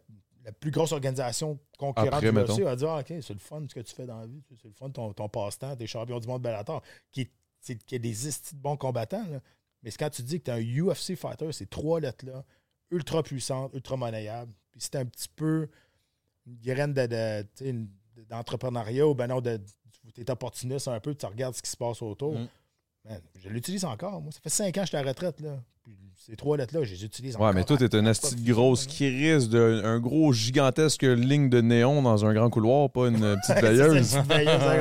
Speaker 2: la plus grosse organisation concurrente
Speaker 3: Après,
Speaker 2: du
Speaker 3: mettons.
Speaker 2: UFC. On va dire, Ah, OK, c'est le fun ce que tu fais dans la vie, c'est le fun ton, ton passe-temps, t'es champion du monde Bellator, qui est, c'est- qui est des estis de bons combattants, là. Mais c'est quand tu dis que t'es un UFC fighter, ces trois lettres-là, ultra puissantes, ultra monnayables, puis c'est un petit peu une graine de- de- tu sais, une- d'entrepreneuriat ou ben non, de, tu es opportuniste un peu, tu regardes ce qui se passe autour.
Speaker 1: Mm.
Speaker 2: Man, je l'utilise encore, moi. Ça fait cinq ans que je suis à la retraite, là. Puis ces trois lettres-là, je les utilise encore.
Speaker 3: Ouais, mais
Speaker 2: <laughs>
Speaker 3: toi, t'es un asti de grosse crise de un gros gigantesque ligne de néon dans un grand couloir,
Speaker 2: <laughs>
Speaker 3: pas une petite veilleuse. <laughs>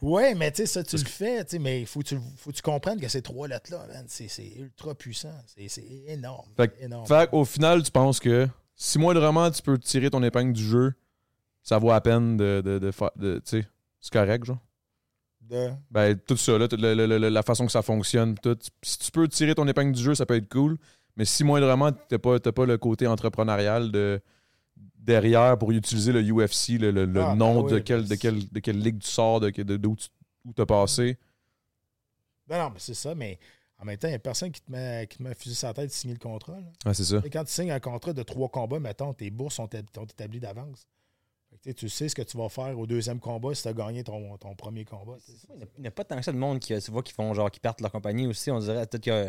Speaker 2: Oui, mais tu sais, ça, tu le fais, tu sais, mais il faut que tu, faut que tu comprennes que ces trois lettres-là, man, c'est c'est ultra puissant. C'est c'est énorme.
Speaker 3: Fait que-
Speaker 2: énorme.
Speaker 3: Fait qu'au final, tu penses que si moi, vraiment, tu peux tirer ton épingle du jeu, ça vaut la peine de, de, de faire. de- Tu sais, c'est correct, genre.
Speaker 2: De-
Speaker 3: Ben, tout ça, là, tout le- le- le- la façon que ça fonctionne, pis tout. Si tu peux tirer ton épingle du jeu, ça peut être cool. Mais si moindrement, t'as pas, t'as pas le côté entrepreneurial de derrière pour utiliser le UFC, le, le- le
Speaker 2: Ah,
Speaker 3: nom
Speaker 2: ben
Speaker 3: de,
Speaker 2: oui,
Speaker 3: quel, de,
Speaker 2: ben
Speaker 3: quel, de quelle ligue tu sors, de, de, d'où tu où t'as passé.
Speaker 2: ben Non, non, mais c'est ça, mais en même temps, il n'y a personne qui te, met, qui te met un fusil sur la tête de signer le contrat. là.
Speaker 3: Ah, c'est ça.
Speaker 2: Et quand tu signes un contrat de trois combats, mettons, tes bourses sont, étab- sont établies d'avance. Fait que, tu sais, tu sais ce que tu vas faire au deuxième combat si tu as gagné ton, ton premier combat. tu sais.
Speaker 1: Il n'y a, il y a pas tant que ça de monde qui, euh, tu vois, qui font genre, qui partent leur compagnie aussi. On dirait peut-être que. euh,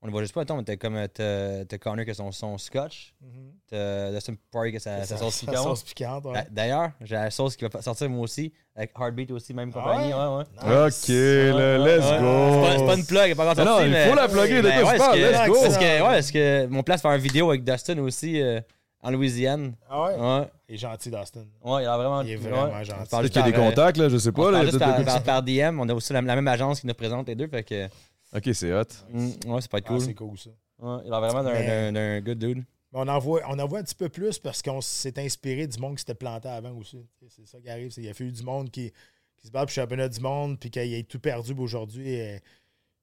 Speaker 1: On le voit juste pas, attends, mais t'as comme. euh, T'as t'as Connor qui a son, son scotch.
Speaker 2: Mm-hmm.
Speaker 1: T'as euh, Dustin Poirier qui a sa, sa
Speaker 2: <laughs>
Speaker 1: sauce
Speaker 2: Ça
Speaker 1: piquante.
Speaker 2: sauce piquante, ouais.
Speaker 1: Ah, D'ailleurs, j'ai la sauce qui va sortir moi aussi. Avec Heartbeat aussi, même compagnie.
Speaker 2: Ah ouais?
Speaker 1: Ouais, ouais.
Speaker 3: Ok, là, let's
Speaker 1: Ouais.
Speaker 3: go.
Speaker 1: C'est pas, c'est pas une plug, elle est pas encore
Speaker 3: Mais non,
Speaker 1: sortie,
Speaker 3: il
Speaker 1: mais-
Speaker 3: faut la plugger, de
Speaker 1: Ben
Speaker 3: quoi
Speaker 1: ouais, parce
Speaker 3: tu parles,
Speaker 1: que-
Speaker 3: let's go.
Speaker 1: Parce que, ouais, parce que mon plan, c'est de faire une vidéo avec Dustin aussi euh, en Louisiane.
Speaker 2: Ah ouais?
Speaker 1: Ouais,
Speaker 2: Il est gentil, Dustin.
Speaker 1: ouais, il a vraiment.
Speaker 2: Il est vraiment
Speaker 1: ouais.
Speaker 2: gentil.
Speaker 1: On se parle
Speaker 3: Peut-être qu'il y a Ah, des
Speaker 1: par, euh,
Speaker 3: contacts, là, je sais
Speaker 1: on se
Speaker 3: pas. Là,
Speaker 1: parle
Speaker 3: il y a
Speaker 1: juste
Speaker 3: peut-être
Speaker 1: par,
Speaker 3: des
Speaker 1: par- par DM, on a aussi la, la même agence qui nous présente les deux, fait que.
Speaker 3: contacts. Ok, c'est hot.
Speaker 1: mm, ouais, ça peut être
Speaker 2: Ah,
Speaker 1: cool.
Speaker 2: c'est cool, ça.
Speaker 1: Ouais, il a vraiment d'un-
Speaker 2: Mais-
Speaker 1: d'un d'un good dude.
Speaker 2: Mais on en, voit, on en voit un petit peu plus parce qu'on s'est inspiré du monde qui s'était planté avant aussi. Tu sais, C'est ça qui arrive. c'est- Il y a eu du monde qui, qui se bat pour le championnat du monde, puis qu'il a tout perdu, puis aujourd'hui, euh,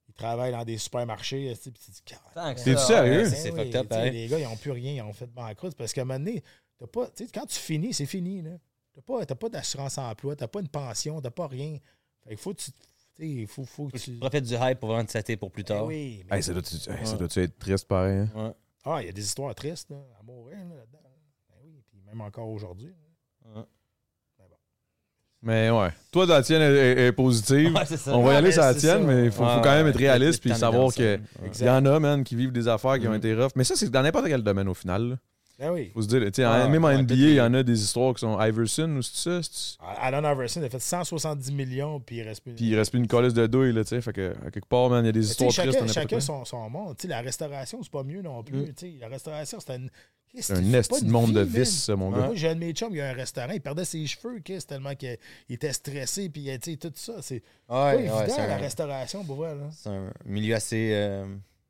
Speaker 2: il travaille dans des supermarchés. tu sais, Puis tu te dis,
Speaker 1: Tant que
Speaker 2: Carrément.
Speaker 1: ça,
Speaker 3: T'es
Speaker 1: ouais,
Speaker 3: sérieux?
Speaker 1: C'est c'est
Speaker 2: Ben oui,
Speaker 1: fucked up,
Speaker 2: tu sais,
Speaker 1: hein.
Speaker 2: Les gars, ils n'ont plus rien, ils ont fait banqueroute parce qu'à un moment donné, t'as pas, tu sais, quand tu finis, c'est fini. Tu n'as pas, t'as pas d'assurance emploi, tu n'as pas une pension, tu n'as pas rien. Fait qu'il faut que tu. tu sais, faut, faut que tu.
Speaker 1: Profite du hype pour vraiment te setter pour plus
Speaker 2: Ben
Speaker 1: tard.
Speaker 2: oui, mais-
Speaker 3: Hey, ça doit-tu hey, ça doit-tu être triste pareil? hein?
Speaker 1: Ouais.
Speaker 2: Ah, il y a des histoires tristes là, à mourir là, dedans Ben oui, puis même encore aujourd'hui.
Speaker 3: Mais ouais. Toi, la tienne est- est- est positive.
Speaker 1: Ouais, c'est ça.
Speaker 3: On va y
Speaker 2: Ouais,
Speaker 3: aller
Speaker 2: mais
Speaker 3: sur la
Speaker 2: c'est
Speaker 3: tienne,
Speaker 2: ça.
Speaker 3: mais il faut, faut
Speaker 1: Ouais,
Speaker 3: quand même
Speaker 1: ouais,
Speaker 3: être
Speaker 1: le
Speaker 3: réaliste puis
Speaker 1: temps de
Speaker 3: savoir
Speaker 1: danser.
Speaker 3: que
Speaker 1: Ouais.
Speaker 3: il y en a, man, qui vivent des affaires qui ont
Speaker 1: Mhm.
Speaker 3: été rough. Mais ça, c'est dans n'importe quel domaine au final. là.
Speaker 2: Ben oui.
Speaker 3: Faut se dire, tu sais,
Speaker 1: Ah,
Speaker 3: en- même en
Speaker 1: ouais,
Speaker 3: NBA,
Speaker 1: toutes les-
Speaker 3: il y en a des histoires qui sont Iverson ou c'est ça. c'est-
Speaker 2: Alan Iverson a fait 170 millions, puis il reste plus.
Speaker 3: Puis euh, il reste plus une colisse de douille, là, tu sais. Fait que, à quelque part, man, il y a des
Speaker 2: Mais tu sais,
Speaker 3: histoires tristes.
Speaker 2: chacun,
Speaker 3: dans n'importe
Speaker 2: chacun son,
Speaker 3: quoi.
Speaker 2: son monde. Tu sais, la restauration, c'est pas mieux non plus. Tu sais, La restauration, c'est un.
Speaker 3: Mm. C'est un esti de monde de vice, ça, mon
Speaker 1: Hein?
Speaker 3: gars.
Speaker 2: Moi, j'ai un de mes chums, il y a un restaurant, il perdait ses cheveux, Chris, tellement qu'il était stressé, puis euh, tu sais, tout ça. C'est pas
Speaker 1: Ouais, ouais,
Speaker 2: évident,
Speaker 1: c'est
Speaker 2: la
Speaker 1: un-
Speaker 2: restauration, pour vrai. Là.
Speaker 1: c'est un milieu assez. euh,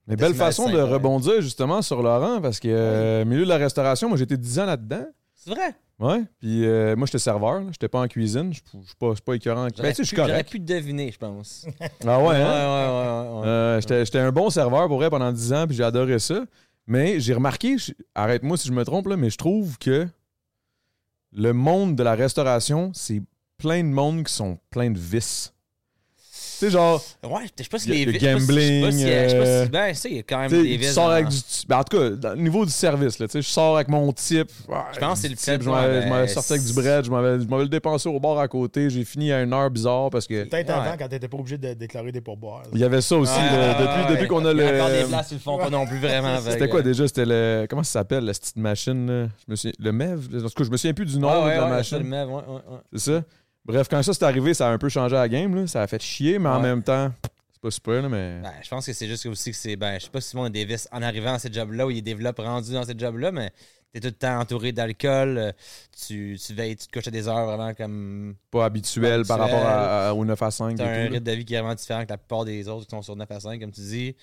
Speaker 3: Mais belle
Speaker 1: Décimale
Speaker 3: façon de
Speaker 1: cinq, ouais.
Speaker 3: rebondir, justement, sur Laurent, parce que euh, milieu de la restauration, moi, j'étais 10 ans là-dedans.
Speaker 1: C'est vrai?
Speaker 3: Ouais. Puis euh, moi, j'étais serveur, là. J'étais pas en cuisine. Je je suis pas, je suis pas écœurant. Ben,
Speaker 1: J'aurais
Speaker 3: tu sais, je suis
Speaker 1: pu- J'aurais
Speaker 3: correct.
Speaker 1: pu deviner, je pense.
Speaker 3: Ah ouais,
Speaker 1: Ouais, ouais, ouais,
Speaker 3: hein?
Speaker 1: ouais, ouais.
Speaker 3: Euh, J'étais j'étais un bon serveur pour vrai pendant 10 ans, puis j'ai adoré ça. Mais j'ai remarqué, je- arrête-moi si je me trompe, là, mais je trouve que le monde de la restauration, c'est plein de monde qui sont plein de vices. sais, genre,
Speaker 1: Ouais, je sais pas si
Speaker 3: Il y a-
Speaker 1: les
Speaker 3: il y a
Speaker 1: vis- je sais pas si-
Speaker 3: gambling,
Speaker 1: Je sais pas si- je sais pas
Speaker 3: euh,
Speaker 1: si. Ben, tu sais, il y a quand même
Speaker 3: tu sais,
Speaker 1: des
Speaker 3: tu
Speaker 1: vis.
Speaker 3: sors
Speaker 1: dans-
Speaker 3: avec du. Ben, en tout cas, dans- au niveau du service, là, tu sais, je sors avec mon type.
Speaker 1: Je pense que c'est le fait,
Speaker 3: Je m'en vais-
Speaker 1: ouais,
Speaker 3: je m'en vais
Speaker 1: ben,
Speaker 3: sorti avec du bread, je m'en vais je m'en vais le dépenser au bar à côté. J'ai fini à une heure bizarre parce que.
Speaker 2: Peut-être
Speaker 1: Ouais.
Speaker 2: avant, quand t'étais pas obligé de déclarer des pourboires.
Speaker 3: Il y avait ça aussi,
Speaker 1: Ouais,
Speaker 3: le-
Speaker 1: ouais,
Speaker 3: depuis,
Speaker 1: ouais,
Speaker 3: depuis
Speaker 1: ouais.
Speaker 3: qu'on a
Speaker 1: Il y encore des
Speaker 3: le.
Speaker 1: places, ils le font pas non plus vraiment.
Speaker 3: <laughs> C'était quoi déjà? C'était le. Comment ça s'appelle, la petite machine? là? Je me souviens- le MEV? En tout cas, je me souviens plus du nom
Speaker 1: Non,
Speaker 3: de
Speaker 1: Ah ouais,
Speaker 3: la
Speaker 1: ouais,
Speaker 3: machine.
Speaker 1: absolument, ouais, ouais, ouais.
Speaker 3: C'est ça. Bref, quand ça c'est arrivé, ça a un peu changé la game. Là. Ça a fait chier, mais en
Speaker 1: Ouais.
Speaker 3: même temps, c'est pas super, là, mais.
Speaker 1: Ben, je pense que c'est juste que aussi que c'est. Ben, je sais pas si Simon Davis, en arrivant à ce job-là, ou il développe rendu dans ce job-là, mais t'es tout le temps entouré d'alcool, euh, tu, tu veilles, tu te couches à des heures vraiment comme.
Speaker 3: Pas habituel par
Speaker 1: Habituel.
Speaker 3: rapport à, à- au 9 à 5.
Speaker 1: T'as un
Speaker 3: et tout, là.
Speaker 1: rythme de vie qui est vraiment différent que la plupart des autres qui sont sur 9 à 5, comme tu dis.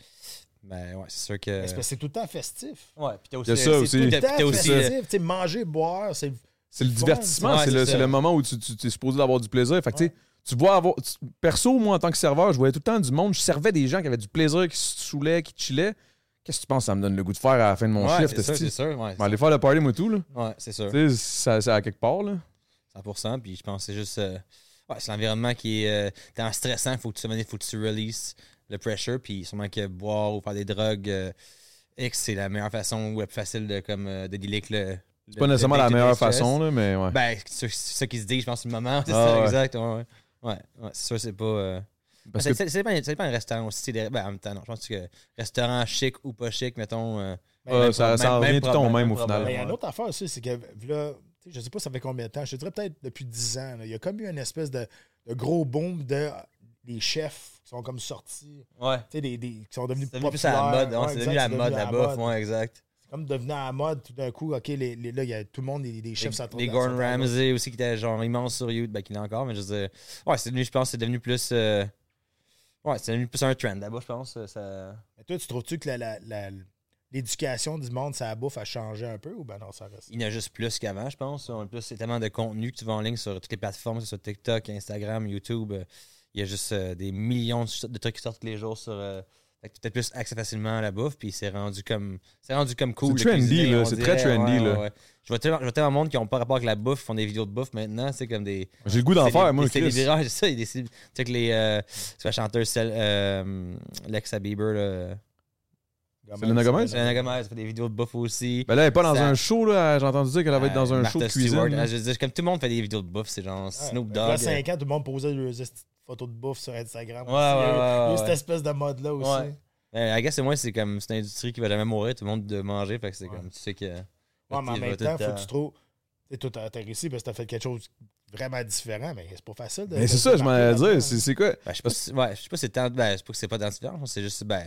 Speaker 1: Ben, ouais, c'est sûr que.
Speaker 2: Mais c'est parce que c'est tout le temps festif.
Speaker 1: Ouais, puis t'as
Speaker 3: Il y a ça
Speaker 1: c'est
Speaker 3: aussi.
Speaker 1: tout-
Speaker 2: Tout
Speaker 3: Tout
Speaker 2: le
Speaker 1: T'as
Speaker 2: temps
Speaker 1: t'as aussi. euh,
Speaker 2: festif. Tu sais, manger, boire, c'est.
Speaker 3: C'est le
Speaker 2: fun,
Speaker 3: divertissement,
Speaker 1: ouais,
Speaker 3: c'est
Speaker 1: c'est
Speaker 3: le,
Speaker 1: ça.
Speaker 3: c'est le moment où tu, tu, tu es supposé avoir du plaisir. Fait que, tu sais, tu vois avoir. tu- perso, moi, en tant que serveur, je voyais tout le temps du monde. Je servais des gens qui avaient du plaisir, qui se saoulaient, qui chillaient. Qu'est-ce que tu penses que ça me donne le goût de faire à la fin de mon
Speaker 1: ouais,
Speaker 3: shift?
Speaker 1: c'est sûr,
Speaker 3: esti?
Speaker 1: c'est sûr. Ouais,
Speaker 3: Ben, aller faire le party, moi, tout, là.
Speaker 1: ouais, c'est sûr.
Speaker 3: Tu sais, ça, ça à quelque part, là.
Speaker 1: 100%. Puis je pense que c'est juste. euh, ouais, c'est l'environnement qui est. euh, T'es en stressant, faut que tu il faut que tu releases le pressure. Puis sûrement que boire ou faire des drogues, euh, X, c'est la meilleure façon ou la plus facile de, comme, euh, de dealer avec le.
Speaker 3: C'est pas nécessairement la meilleure façon, là, mais ouais.
Speaker 1: Ben, c'est c'est ça qui se dit, je pense, c'est le moment. <laughs> C'est
Speaker 3: Ah
Speaker 1: ça,
Speaker 3: ouais.
Speaker 1: exact. Ouais, ouais. ouais, ouais, c'est sûr, c'est pas. euh,
Speaker 3: Parce
Speaker 1: c'est-
Speaker 3: que
Speaker 1: c'est- c'est pas, un- c'est pas un restaurant aussi. c'est des- Ben, en même temps, non. Je pense que restaurant chic ou pas chic, mettons. euh,
Speaker 2: Ben,
Speaker 3: euh,
Speaker 1: même
Speaker 3: ça, ça en
Speaker 1: problème,
Speaker 3: revient tout le temps au
Speaker 1: même
Speaker 3: même au
Speaker 1: problème.
Speaker 3: final.
Speaker 2: Mais Ben, il y a
Speaker 1: Ouais.
Speaker 2: une autre affaire aussi, c'est que là, tu sais, je sais pas ça fait combien de temps, je te dirais peut-être depuis 10 ans, là, il y a comme eu une espèce de, de gros boom de des chefs qui sont comme sortis,
Speaker 1: Ouais.
Speaker 2: tu sais, des, des- qui sont devenus
Speaker 1: C'est devenu plus à la mode.
Speaker 2: populaires.
Speaker 1: hein,
Speaker 2: Ouais,
Speaker 1: c'est
Speaker 2: exact,
Speaker 1: devenu la mode là-bas.
Speaker 2: mode.
Speaker 1: Ouais, exact.
Speaker 2: C'est comme devenu à la mode, tout d'un coup, OK, les, les- là, il y a tout le monde, les, les chefs
Speaker 1: Les,
Speaker 2: s'attendent
Speaker 1: les Gordon Ramsay aussi qui était genre immense sur YouTube, ben qu'il est encore, mais je veux dire, ouais, c'est devenu, je pense, c'est devenu plus, euh, ouais, c'est devenu plus un trend là-bas, je pense. euh, Ça...
Speaker 2: Mais toi, tu trouves-tu que la- la- la- l'éducation du monde, ça bouffe, a changé un peu ou ben non, ça reste?
Speaker 1: Il y en a juste plus qu'avant, je pense. En plus, c'est tellement de contenu que tu vas en ligne sur toutes les plateformes, que ce soit TikTok, Instagram, YouTube. euh, Il y a juste euh, des millions de, de trucs qui sortent tous les jours sur. euh, fait que t'as peut-être plus accès facilement à la bouffe, puis c'est rendu comme c'est rendu comme cool.
Speaker 3: C'est
Speaker 1: de
Speaker 3: trendy,
Speaker 1: cuisiner,
Speaker 3: là,
Speaker 1: on
Speaker 3: c'est
Speaker 1: dirait,
Speaker 3: très trendy,
Speaker 1: ouais,
Speaker 3: là.
Speaker 1: ouais, ouais. Je vois tellement, je vois tellement de monde qui n'ont pas rapport avec la bouffe, font des vidéos de bouffe maintenant, c'est comme des
Speaker 3: J'ai le goût d'en
Speaker 1: C'est
Speaker 3: faire,
Speaker 1: des-
Speaker 3: moi,
Speaker 1: C'est des
Speaker 3: Chris.
Speaker 1: virages, ça. il y a des- Tu sais que les. euh, c'est la chanteuse, celle, euh, Lexa Bieber, là.
Speaker 3: Selena Gomez?
Speaker 1: Selena Gomez, elle fait des vidéos de bouffe aussi.
Speaker 3: Ben là, elle est pas dans
Speaker 1: Ça-
Speaker 3: un show, là. J'ai entendu dire qu'elle va être dans
Speaker 1: Euh,
Speaker 3: un
Speaker 1: Martha
Speaker 3: show de
Speaker 1: Stewart,
Speaker 3: cuisine.
Speaker 1: euh,
Speaker 3: là. ben,
Speaker 1: je veux dire, comme tout le monde fait des vidéos de bouffe, c'est genre Snoop
Speaker 2: Il y a
Speaker 1: Dogg. euh,
Speaker 2: 5 ans, tout le monde posait des petites photos de bouffe sur Instagram.
Speaker 1: Ouais,
Speaker 2: Il y a eu-
Speaker 1: ouais, ouais,
Speaker 2: il y a eu
Speaker 1: ouais,
Speaker 2: cette
Speaker 1: ouais.
Speaker 2: espèce de mode-là aussi.
Speaker 1: Ouais. euh, I guess, c'est moi, c'est comme. C'est une industrie qui va jamais mourir, tout le monde de manger, fait que c'est comme. Tu sais que.
Speaker 2: Ouais, mais en
Speaker 1: tu vas
Speaker 2: même
Speaker 1: tout
Speaker 2: temps,
Speaker 1: le
Speaker 2: faut que tu trouves. Tu toi, t'as t'as réussi parce que t'as fait quelque chose vraiment différent, mais c'est pas facile. de-
Speaker 3: Mais
Speaker 2: de
Speaker 3: c'est
Speaker 2: se
Speaker 3: ça, je m'en
Speaker 2: démarquer
Speaker 3: allais
Speaker 2: là-dedans.
Speaker 3: dire. C'est c'est quoi?
Speaker 1: Ben, je sais pas si- ouais, je sais pas si c'est tant. Ben, je sais pas que c'est pas tant différent, c'est juste. Ben.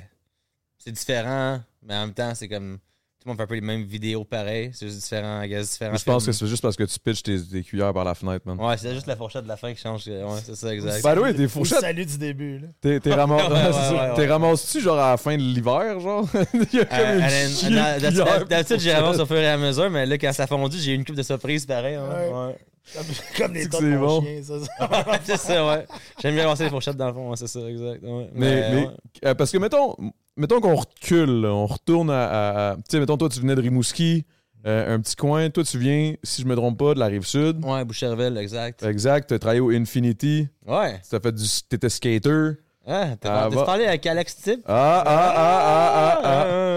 Speaker 1: C'est différent, mais en même temps, c'est comme. Tout le monde fait un peu les mêmes vidéos pareilles, c'est juste différent, I guess, différent.
Speaker 3: Je pense que
Speaker 1: film.
Speaker 3: c'est juste parce que tu pitches tes, tes cuillères par la fenêtre, man.
Speaker 1: Ouais, c'est juste la fourchette de la fin qui change. euh, Ouais, c'est ça, exact.
Speaker 3: By the way, tes
Speaker 2: Ou le
Speaker 3: fourchettes,
Speaker 2: salut du début, là.
Speaker 1: <laughs>
Speaker 3: t'es t'es
Speaker 1: Ouais,
Speaker 3: ramass-
Speaker 1: ouais, ouais,
Speaker 3: c'est ça.
Speaker 1: ouais,
Speaker 3: T'es
Speaker 1: ouais.
Speaker 3: ramasses-tu genre à la fin de l'hiver, genre? <laughs> Il y a comme
Speaker 1: Euh,
Speaker 3: une
Speaker 1: Alan- dans-
Speaker 3: chier de cuillère
Speaker 1: D'habitude, d'habitude,
Speaker 3: pour-
Speaker 1: j'y avance au fur et à mesure, mais là, quand ça fondit, j'ai eu une coupe de surprise pareil. hein.
Speaker 2: Ouais.
Speaker 1: Ouais.
Speaker 2: Comme, comme les
Speaker 3: C'est que
Speaker 2: tas de
Speaker 3: c'est
Speaker 2: mon
Speaker 3: bon.
Speaker 2: chien, ça. ça.
Speaker 1: c'est ça, ouais. <laughs> J'aime bien avancer les fourchettes dans le fond, ouais, c'est ça, exact. ouais.
Speaker 3: Mais, mais-
Speaker 1: ouais.
Speaker 3: euh, parce que mettons, mettons qu'on recule, là, on retourne à, à- à- tu sais, mettons toi tu venais de Rimouski, euh, un petit coin, toi tu viens, si je me trompe pas, de la rive sud.
Speaker 1: Ouais, Boucherville, exact.
Speaker 3: Exact, t'as travaillé au Infinity,
Speaker 1: Ouais.
Speaker 3: t'as fait du, t'étais skater.
Speaker 1: Ah, T'as
Speaker 3: Ah,
Speaker 1: t'as
Speaker 3: bah.
Speaker 1: parlé avec Alex Tip?
Speaker 3: Ah ah ah ah ah. ah.
Speaker 1: ah, ah,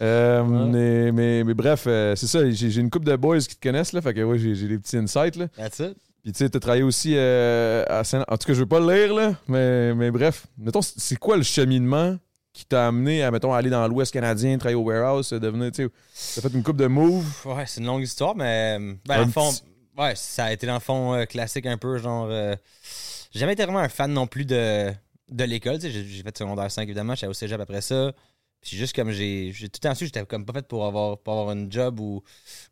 Speaker 3: Euh,
Speaker 1: Ouais.
Speaker 3: mais, mais, mais bref, euh, c'est ça, j'ai j'ai une couple de boys qui te connaissent là, fait que ouais, j'ai j'ai des petits insights là.
Speaker 1: ah. That's it.
Speaker 3: Puis tu sais, t'as travaillé aussi euh, à Saint- En tout cas, je veux pas le lire, là, mais, mais bref. Mettons, c'est c'est quoi le cheminement qui t'a amené à, mettons, aller dans l'Ouest canadien, travailler au warehouse, euh, devenir, tu sais, t'as fait une coupe de moves.
Speaker 1: Pff, Ouais, c'est une longue histoire, mais. euh, Ben,
Speaker 3: Un
Speaker 1: dans le fond,
Speaker 3: petit-
Speaker 1: ouais, ça a été dans le fond euh, classique un peu, genre. euh, j'ai jamais été vraiment un fan non plus de, de l'école, tu sais. J'ai- J'ai fait secondaire 5, évidemment, j'étais au cégep après ça. Puis c'est juste comme j'ai. J'ai tout le temps su, que j'étais comme pas fait pour avoir, pour avoir une job ou,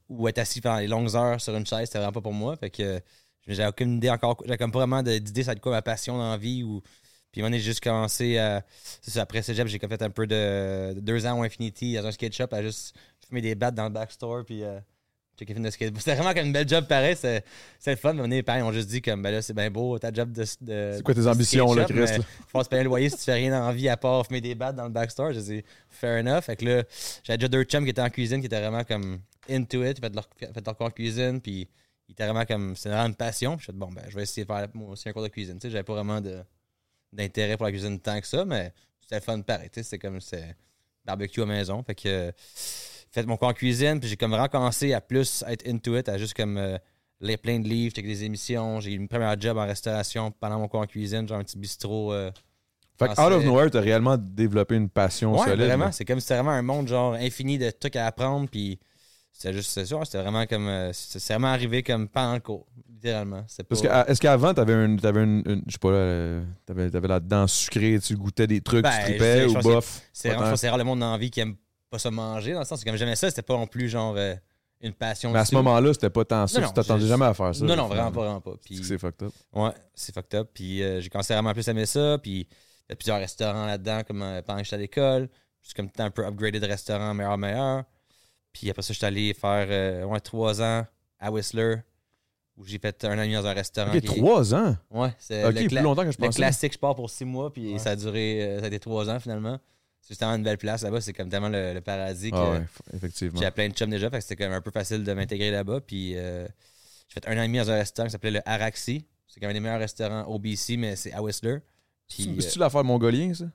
Speaker 1: ou être assis pendant les longues heures sur une chaise, c'était vraiment pas pour moi. Fait que euh, j'avais aucune idée encore, j'avais comme pas vraiment de- d'idée, ça de quoi ma passion dans la vie ou. Puis on est juste commencé à. C'est ça, après cégep, j'ai comme fait un peu de, de deux ans au Infinity dans un skate shop à juste fumer des battes dans le backstore puis euh, checker film de skateboard. C'était vraiment comme une belle job pareil, c'est c'est le fun. Mais on est pareil, on juste dit comme ben là c'est bien beau ta job de, de
Speaker 3: C'est quoi tes
Speaker 1: de
Speaker 3: ambitions, là,
Speaker 1: skate shop,
Speaker 3: Chris,
Speaker 1: mais
Speaker 3: là?
Speaker 1: Faut se payer le loyer si tu fais rien en vie à part fumer des battes dans le backstore. Je dis fair enough. Fait que là, j'avais déjà deux chums qui étaient en cuisine qui étaient vraiment comme into it, ils faisaient leur, ils faisaient leur cours en cuisine puis ils étaient vraiment comme c'est vraiment une passion. Puis je fais bon ben je vais essayer de faire moi aussi un cours de cuisine. Tu sais, j'avais pas vraiment de d'intérêt pour la cuisine tant que ça, mais c'était le fun pareil. tu sais, C'était comme c'est barbecue à maison. Fait que euh, fait mon cours en cuisine, puis j'ai comme vraiment commencé à plus être into it, à juste comme euh, lire plein de livres, checker des émissions. J'ai eu mon premier job en restauration pendant mon cours en cuisine, genre un petit bistrot. euh,
Speaker 3: Fait que
Speaker 1: Ah,
Speaker 3: out of
Speaker 1: c'est-
Speaker 3: nowhere, t'as réellement développé une passion
Speaker 1: Ouais,
Speaker 3: solide.
Speaker 1: vraiment.
Speaker 3: là.
Speaker 1: C'est comme si c'était vraiment un monde genre infini de trucs à apprendre. Puis c'était juste, c'est sûr, c'était vraiment comme. euh, c'est c'est vraiment arrivé comme pendant le cours, littéralement. C'est
Speaker 3: Parce que,
Speaker 1: pas-
Speaker 3: à- est-ce qu'avant, t'avais une, t'avais une, une- je sais pas, là, euh, t'avais, t'avais la dent sucrée, tu goûtais des trucs,
Speaker 1: Ben,
Speaker 3: tu
Speaker 1: je
Speaker 3: tripais
Speaker 1: sais,
Speaker 3: ou
Speaker 1: je pense
Speaker 3: bof?
Speaker 1: C'est
Speaker 3: pas
Speaker 1: vraiment, je
Speaker 3: tant.
Speaker 1: pense que c'est rare le monde en vie qui aime pas ça manger, dans le sens que comme j'aimais ça, c'était pas non plus genre euh, une passion.
Speaker 3: Mais à
Speaker 1: du
Speaker 3: ce
Speaker 1: tout.
Speaker 3: moment-là, c'était pas tant ça,
Speaker 1: Non,
Speaker 3: tu
Speaker 1: non,
Speaker 3: t'attendais
Speaker 1: je-
Speaker 3: jamais à faire ça.
Speaker 1: Non,
Speaker 3: là,
Speaker 1: non, vraiment pas,
Speaker 3: finalement.
Speaker 1: vraiment pas.
Speaker 3: C'est
Speaker 1: Puis,
Speaker 3: que c'est fucked up.
Speaker 1: ouais, c'est fucked up. Puis euh, j'ai commencé à vraiment plus à aimer ça. Puis il y a plusieurs restaurants là-dedans, comme euh, pendant que j'étais à l'école. Juste comme tout le temps un peu upgradé de restaurant, meilleur, meilleur. Puis après ça, j'étais allé faire euh, ouais, trois ans à Whistler, où j'ai fait un an et demi dans un restaurant.
Speaker 3: Ok,
Speaker 1: qui-
Speaker 3: trois ans?
Speaker 1: Ouais, c'est
Speaker 3: Ok,
Speaker 1: le,
Speaker 3: plus
Speaker 1: cla-
Speaker 3: longtemps que je
Speaker 1: le
Speaker 3: pensais.
Speaker 1: classique, je pars pour six mois, puis ça a duré, euh, ça a été trois ans finalement. C'est justement une belle place là-bas, c'est comme tellement le, le paradis que
Speaker 3: Ah ouais, f- effectivement.
Speaker 1: euh, j'avais plein de chums déjà, fait que c'était quand même un peu facile de m'intégrer là-bas. Puis euh, j'ai fait un an et demi dans un restaurant qui s'appelait le Araxi. C'est quand même des meilleurs restaurants au BC, mais c'est à Whistler. Puis,
Speaker 3: C'est-
Speaker 1: euh,
Speaker 3: C'est-tu l'affaire mongolien, ça?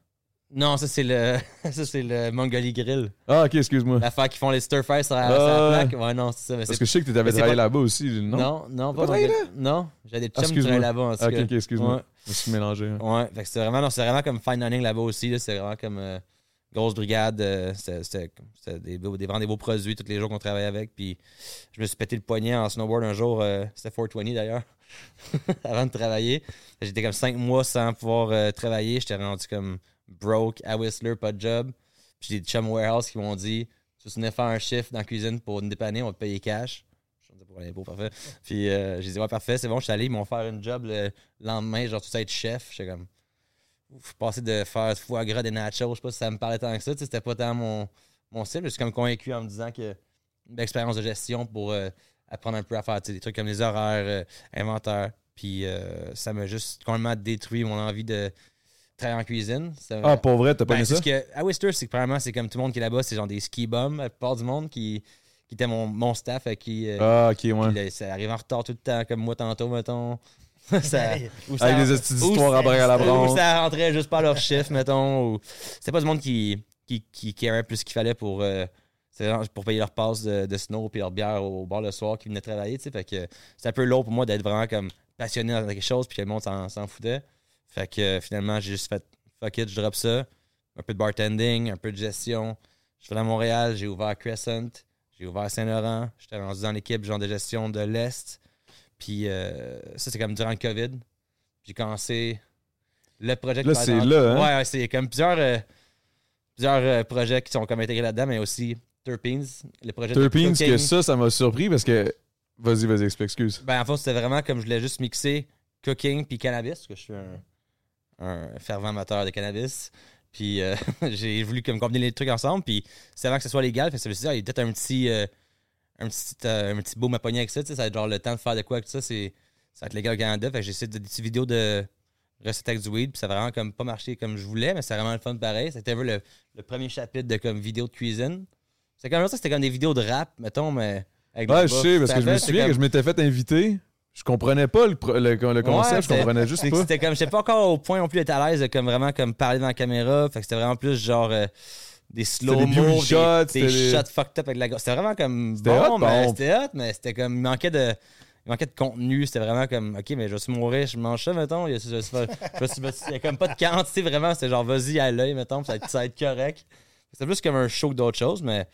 Speaker 1: non, ça c'est le <laughs> ça c'est le Mongolie Grill.
Speaker 3: Ah, ok, excuse-moi.
Speaker 1: L'affaire qu'ils font les stir fries sur, la-
Speaker 3: Ah.
Speaker 1: sur la plaque. Ouais, non, c'est ça. Mais
Speaker 3: Parce
Speaker 1: c'est
Speaker 3: que je sais que t'avais
Speaker 1: Mais c'est
Speaker 3: travaillé
Speaker 1: pas-
Speaker 3: là-bas aussi, non?
Speaker 1: non, non,
Speaker 3: T'as pas
Speaker 1: pas
Speaker 3: travaillé
Speaker 1: Mongolie- Non, j'avais des
Speaker 3: Ah,
Speaker 1: chums qui
Speaker 3: excuse-moi.
Speaker 1: travaillaient là-bas en tout
Speaker 3: Ah, Ok,
Speaker 1: cas.
Speaker 3: ok, excuse-moi.
Speaker 1: Ouais.
Speaker 3: Je me suis mélangé. hein.
Speaker 1: Ouais, fait que c'était vraiment, non, c'était vraiment comme fine dining là-bas aussi. là. C'était vraiment comme euh, grosse brigade. euh, c'était- c'était c'était des, beaux- des, vraiment des beaux produits tous les jours qu'on travaillait avec. Puis je me suis pété le poignet en snowboard un jour. euh, c'était 420 d'ailleurs, <laughs> avant de travailler. J'étais comme cinq mois sans pouvoir euh, travailler. J'étais rendu comme broke, à Whistler, pas de job. Puis j'ai des chums warehouse qui m'ont dit Tu venais faire un chiffre dans la cuisine pour nous dépanner, on va te payer cash. Je me disais, pour l'impôt, parfait. Puis euh, j'ai dit Ouais, parfait, c'est bon, je suis allé, ils m'ont fait une job le lendemain, genre, tu sais, être chef. J'étais comme ouf, passer de faire du foie gras des nachos, je sais pas si ça me parlait tant que ça. tu sais, C'était pas tant mon, mon style. Je suis comme convaincu en me disant que l'expérience de gestion pour euh, apprendre un peu à faire tu sais, des trucs comme les horaires, euh, inventaire. Puis euh, ça m'a juste complètement détruit mon envie de travailler en cuisine. Ça-
Speaker 3: Ah, pour vrai, t'as pas
Speaker 1: ben,
Speaker 3: aimé
Speaker 1: c'est
Speaker 3: ça?
Speaker 1: ce que, à Whistler, c'est que premièrement, c'est comme tout le monde qui est là-bas, c'est genre des ski bums, la plupart du monde qui, qui était mon, mon staff, euh, qui, euh,
Speaker 3: Ah, ok,
Speaker 1: qui,
Speaker 3: ouais.
Speaker 1: là, ça arrive en retard tout le temps, comme moi tantôt, mettons. <laughs> ça, ou ça-
Speaker 3: Avec des petites
Speaker 1: ou
Speaker 3: histoires à bras à la
Speaker 1: ou
Speaker 3: bronze.
Speaker 1: ça rentrait juste par leur chiffre, mettons. Ou... C'était pas du monde qui, qui, qui carait plus qu'il fallait pour, euh, c'est genre pour payer leur passe de, de snow puis leur bière au bar le soir qui venait travailler. tu sais. Fait que c'est un peu lourd pour moi d'être vraiment comme passionné dans quelque chose puis que le monde s'en s'en foutait. Fait que euh, finalement, j'ai juste fait fuck it, je drop ça. Un peu de bartending, un peu de gestion. Je suis allé à Montréal, j'ai ouvert Crescent, j'ai ouvert Saint-Laurent. J'étais rendu dans l'équipe genre de gestion de l'Est. Puis euh, ça, c'est comme durant le COVID. J'ai commencé le projet. que
Speaker 3: Là,
Speaker 1: je
Speaker 3: c'est
Speaker 1: parlais dans-
Speaker 3: là, hein?
Speaker 1: Ouais, ouais, c'est comme plusieurs, euh, plusieurs euh, projets qui sont comme intégrés là-dedans, mais aussi Turpines, le projet de
Speaker 3: Turpines, que
Speaker 1: cooking.
Speaker 3: ça, ça m'a surpris parce que. Vas-y, vas-y, explique, excuse.
Speaker 1: Ben, en fait, c'était vraiment comme je voulais juste mixer cooking puis cannabis, parce que je suis un, un fervent amateur de cannabis. Puis euh, <laughs> j'ai voulu comme combiner les trucs ensemble. Puis c'est avant que ce soit légal, fait que ça veut dire ah, il y a peut-être un petit, euh, un petit, euh, un petit boom à pogner avec ça. Tu sais, ça va être genre le temps de faire de quoi avec ça. C'est, ça va être légal au Canada. Fait que j'ai essayé de des petites vidéos de recettes avec du weed. Puis ça a vraiment comme pas marché comme je voulais, mais c'est vraiment le fun pareil. C'était un peu le, le premier chapitre de comme vidéo de cuisine. C'est comme ça, c'était comme des vidéos de rap, mettons, mais. avec
Speaker 3: Ouais,
Speaker 1: des
Speaker 3: je
Speaker 1: bas.
Speaker 3: sais, parce
Speaker 1: Ça
Speaker 3: que je me
Speaker 1: fait, c'est
Speaker 3: souviens
Speaker 1: comme-
Speaker 3: que je m'étais fait inviter. Je comprenais pas le, pro- le, le concept,
Speaker 1: Ouais,
Speaker 3: je
Speaker 1: c'était-
Speaker 3: comprenais juste
Speaker 1: Fait que
Speaker 3: pas.
Speaker 1: C'était comme, j'étais pas encore au point non plus d'être à l'aise de comme vraiment comme parler dans la caméra. Fait que c'était vraiment plus genre euh, des slow
Speaker 3: des beauty
Speaker 1: mo, des,
Speaker 3: shots,
Speaker 1: des
Speaker 3: c'était des-
Speaker 1: shots fucked up avec la gorge. C'était vraiment comme
Speaker 3: C'était
Speaker 1: bon,
Speaker 3: hot,
Speaker 1: mais
Speaker 3: bon.
Speaker 1: c'était hot, mais c'était comme il manquait de il manquait de contenu. C'était vraiment comme ok, mais je suis mourir, je mange ça mettons. Il y a, je, suis- je suis- il y a comme pas de quantité vraiment. C'était genre vas-y à l'œil mettons, puis ça, va être- ça va être correct. C'était plus comme un show que d'autres choses, mais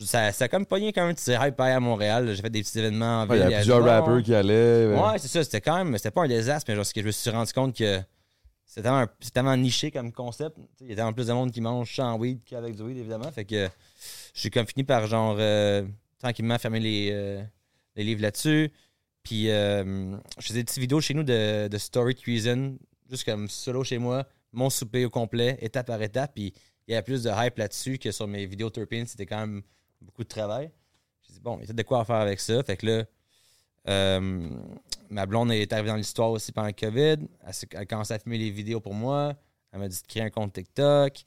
Speaker 1: ça, ça a comme pogné quand même petit hype à Montréal. J'ai fait des petits événements en
Speaker 3: Ouais,
Speaker 1: ville.
Speaker 3: Il y
Speaker 1: Il du
Speaker 3: a plusieurs
Speaker 1: monde.
Speaker 3: rappeurs qui allaient. euh,
Speaker 1: Ouais, c'est ça. C'était quand même. C'était pas un désastre, mais genre, ce que je me suis rendu compte que c'est tellement, un- c'est tellement niché comme concept. Tu sais, Il y a tellement plus de monde qui mange sans weed qu'avec du weed, évidemment. Fait que j'ai comme fini par, genre, euh, tranquillement fermer les, euh, les livres là-dessus. Puis euh, je faisais des petites vidéos chez nous de, de story cuisine, juste comme solo chez moi, mon souper au complet, étape par étape. Puis il y a plus de hype là-dessus que sur mes vidéos Turpin. C'était quand même beaucoup de travail. J'ai dit, bon, il y a peut-être de quoi à faire avec ça. Fait que là, euh, ma blonde est arrivée dans l'histoire aussi pendant le COVID. Elle, s'est- elle a commencé à filmer les vidéos pour moi. Elle m'a dit de créer un compte TikTok.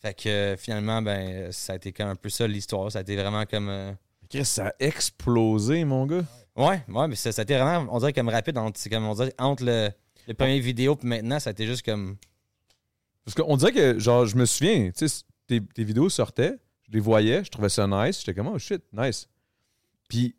Speaker 1: Fait que euh, finalement, ben, ça a été comme un peu ça l'histoire. Ça a été vraiment comme. euh,
Speaker 3: Chris, ça a explosé, mon gars.
Speaker 1: Ouais, ouais, mais ça, ça a été vraiment, on dirait comme rapide, entre, c'est comme on dirait entre le, Les premières vidéos, puis maintenant, ça a été juste comme.
Speaker 3: Parce qu'on dirait que, genre, je me souviens, tu sais, tes, tes vidéos sortaient, je les voyais, je trouvais ça nice, j'étais comme, oh shit, nice. Puis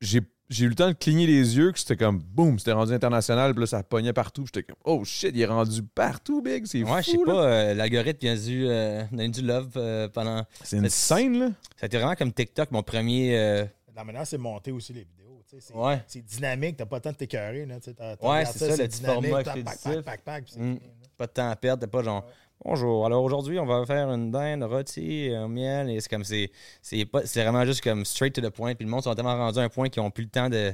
Speaker 3: j'ai j'ai eu le temps de cligner les yeux, que c'était comme, boum, c'était rendu international, puis là, ça pognait partout, puis j'étais comme, oh shit, il est rendu partout, Big, c'est
Speaker 1: Ouais, je sais
Speaker 3: fou, là.
Speaker 1: pas, euh, l'algorithme il a dû, euh, il a dû love euh, pendant.
Speaker 3: C'est une scène, là.
Speaker 1: Ça a été vraiment comme TikTok, mon premier. euh,
Speaker 2: Dans la manière, c'est monter aussi les vidéos. tu sais, C'est
Speaker 1: Ouais.
Speaker 2: c'est dynamique, t'as pas le temps de t'écœurer. là, tu sais, t'as- t'as
Speaker 1: Ouais,
Speaker 2: regardé
Speaker 1: c'est ça, le petit format
Speaker 2: tac, pac,
Speaker 1: expéditif.
Speaker 2: pac, pac, pac, puis c'est
Speaker 1: Mm.
Speaker 2: fini, là.
Speaker 1: Pas de temps à perdre, t'es pas genre Bonjour, alors aujourd'hui on va faire une dinde rôtie au miel et c'est comme c'est c'est pas c'est vraiment juste comme straight to the point puis le monde sont tellement rendus à un point qu'ils ont plus le temps de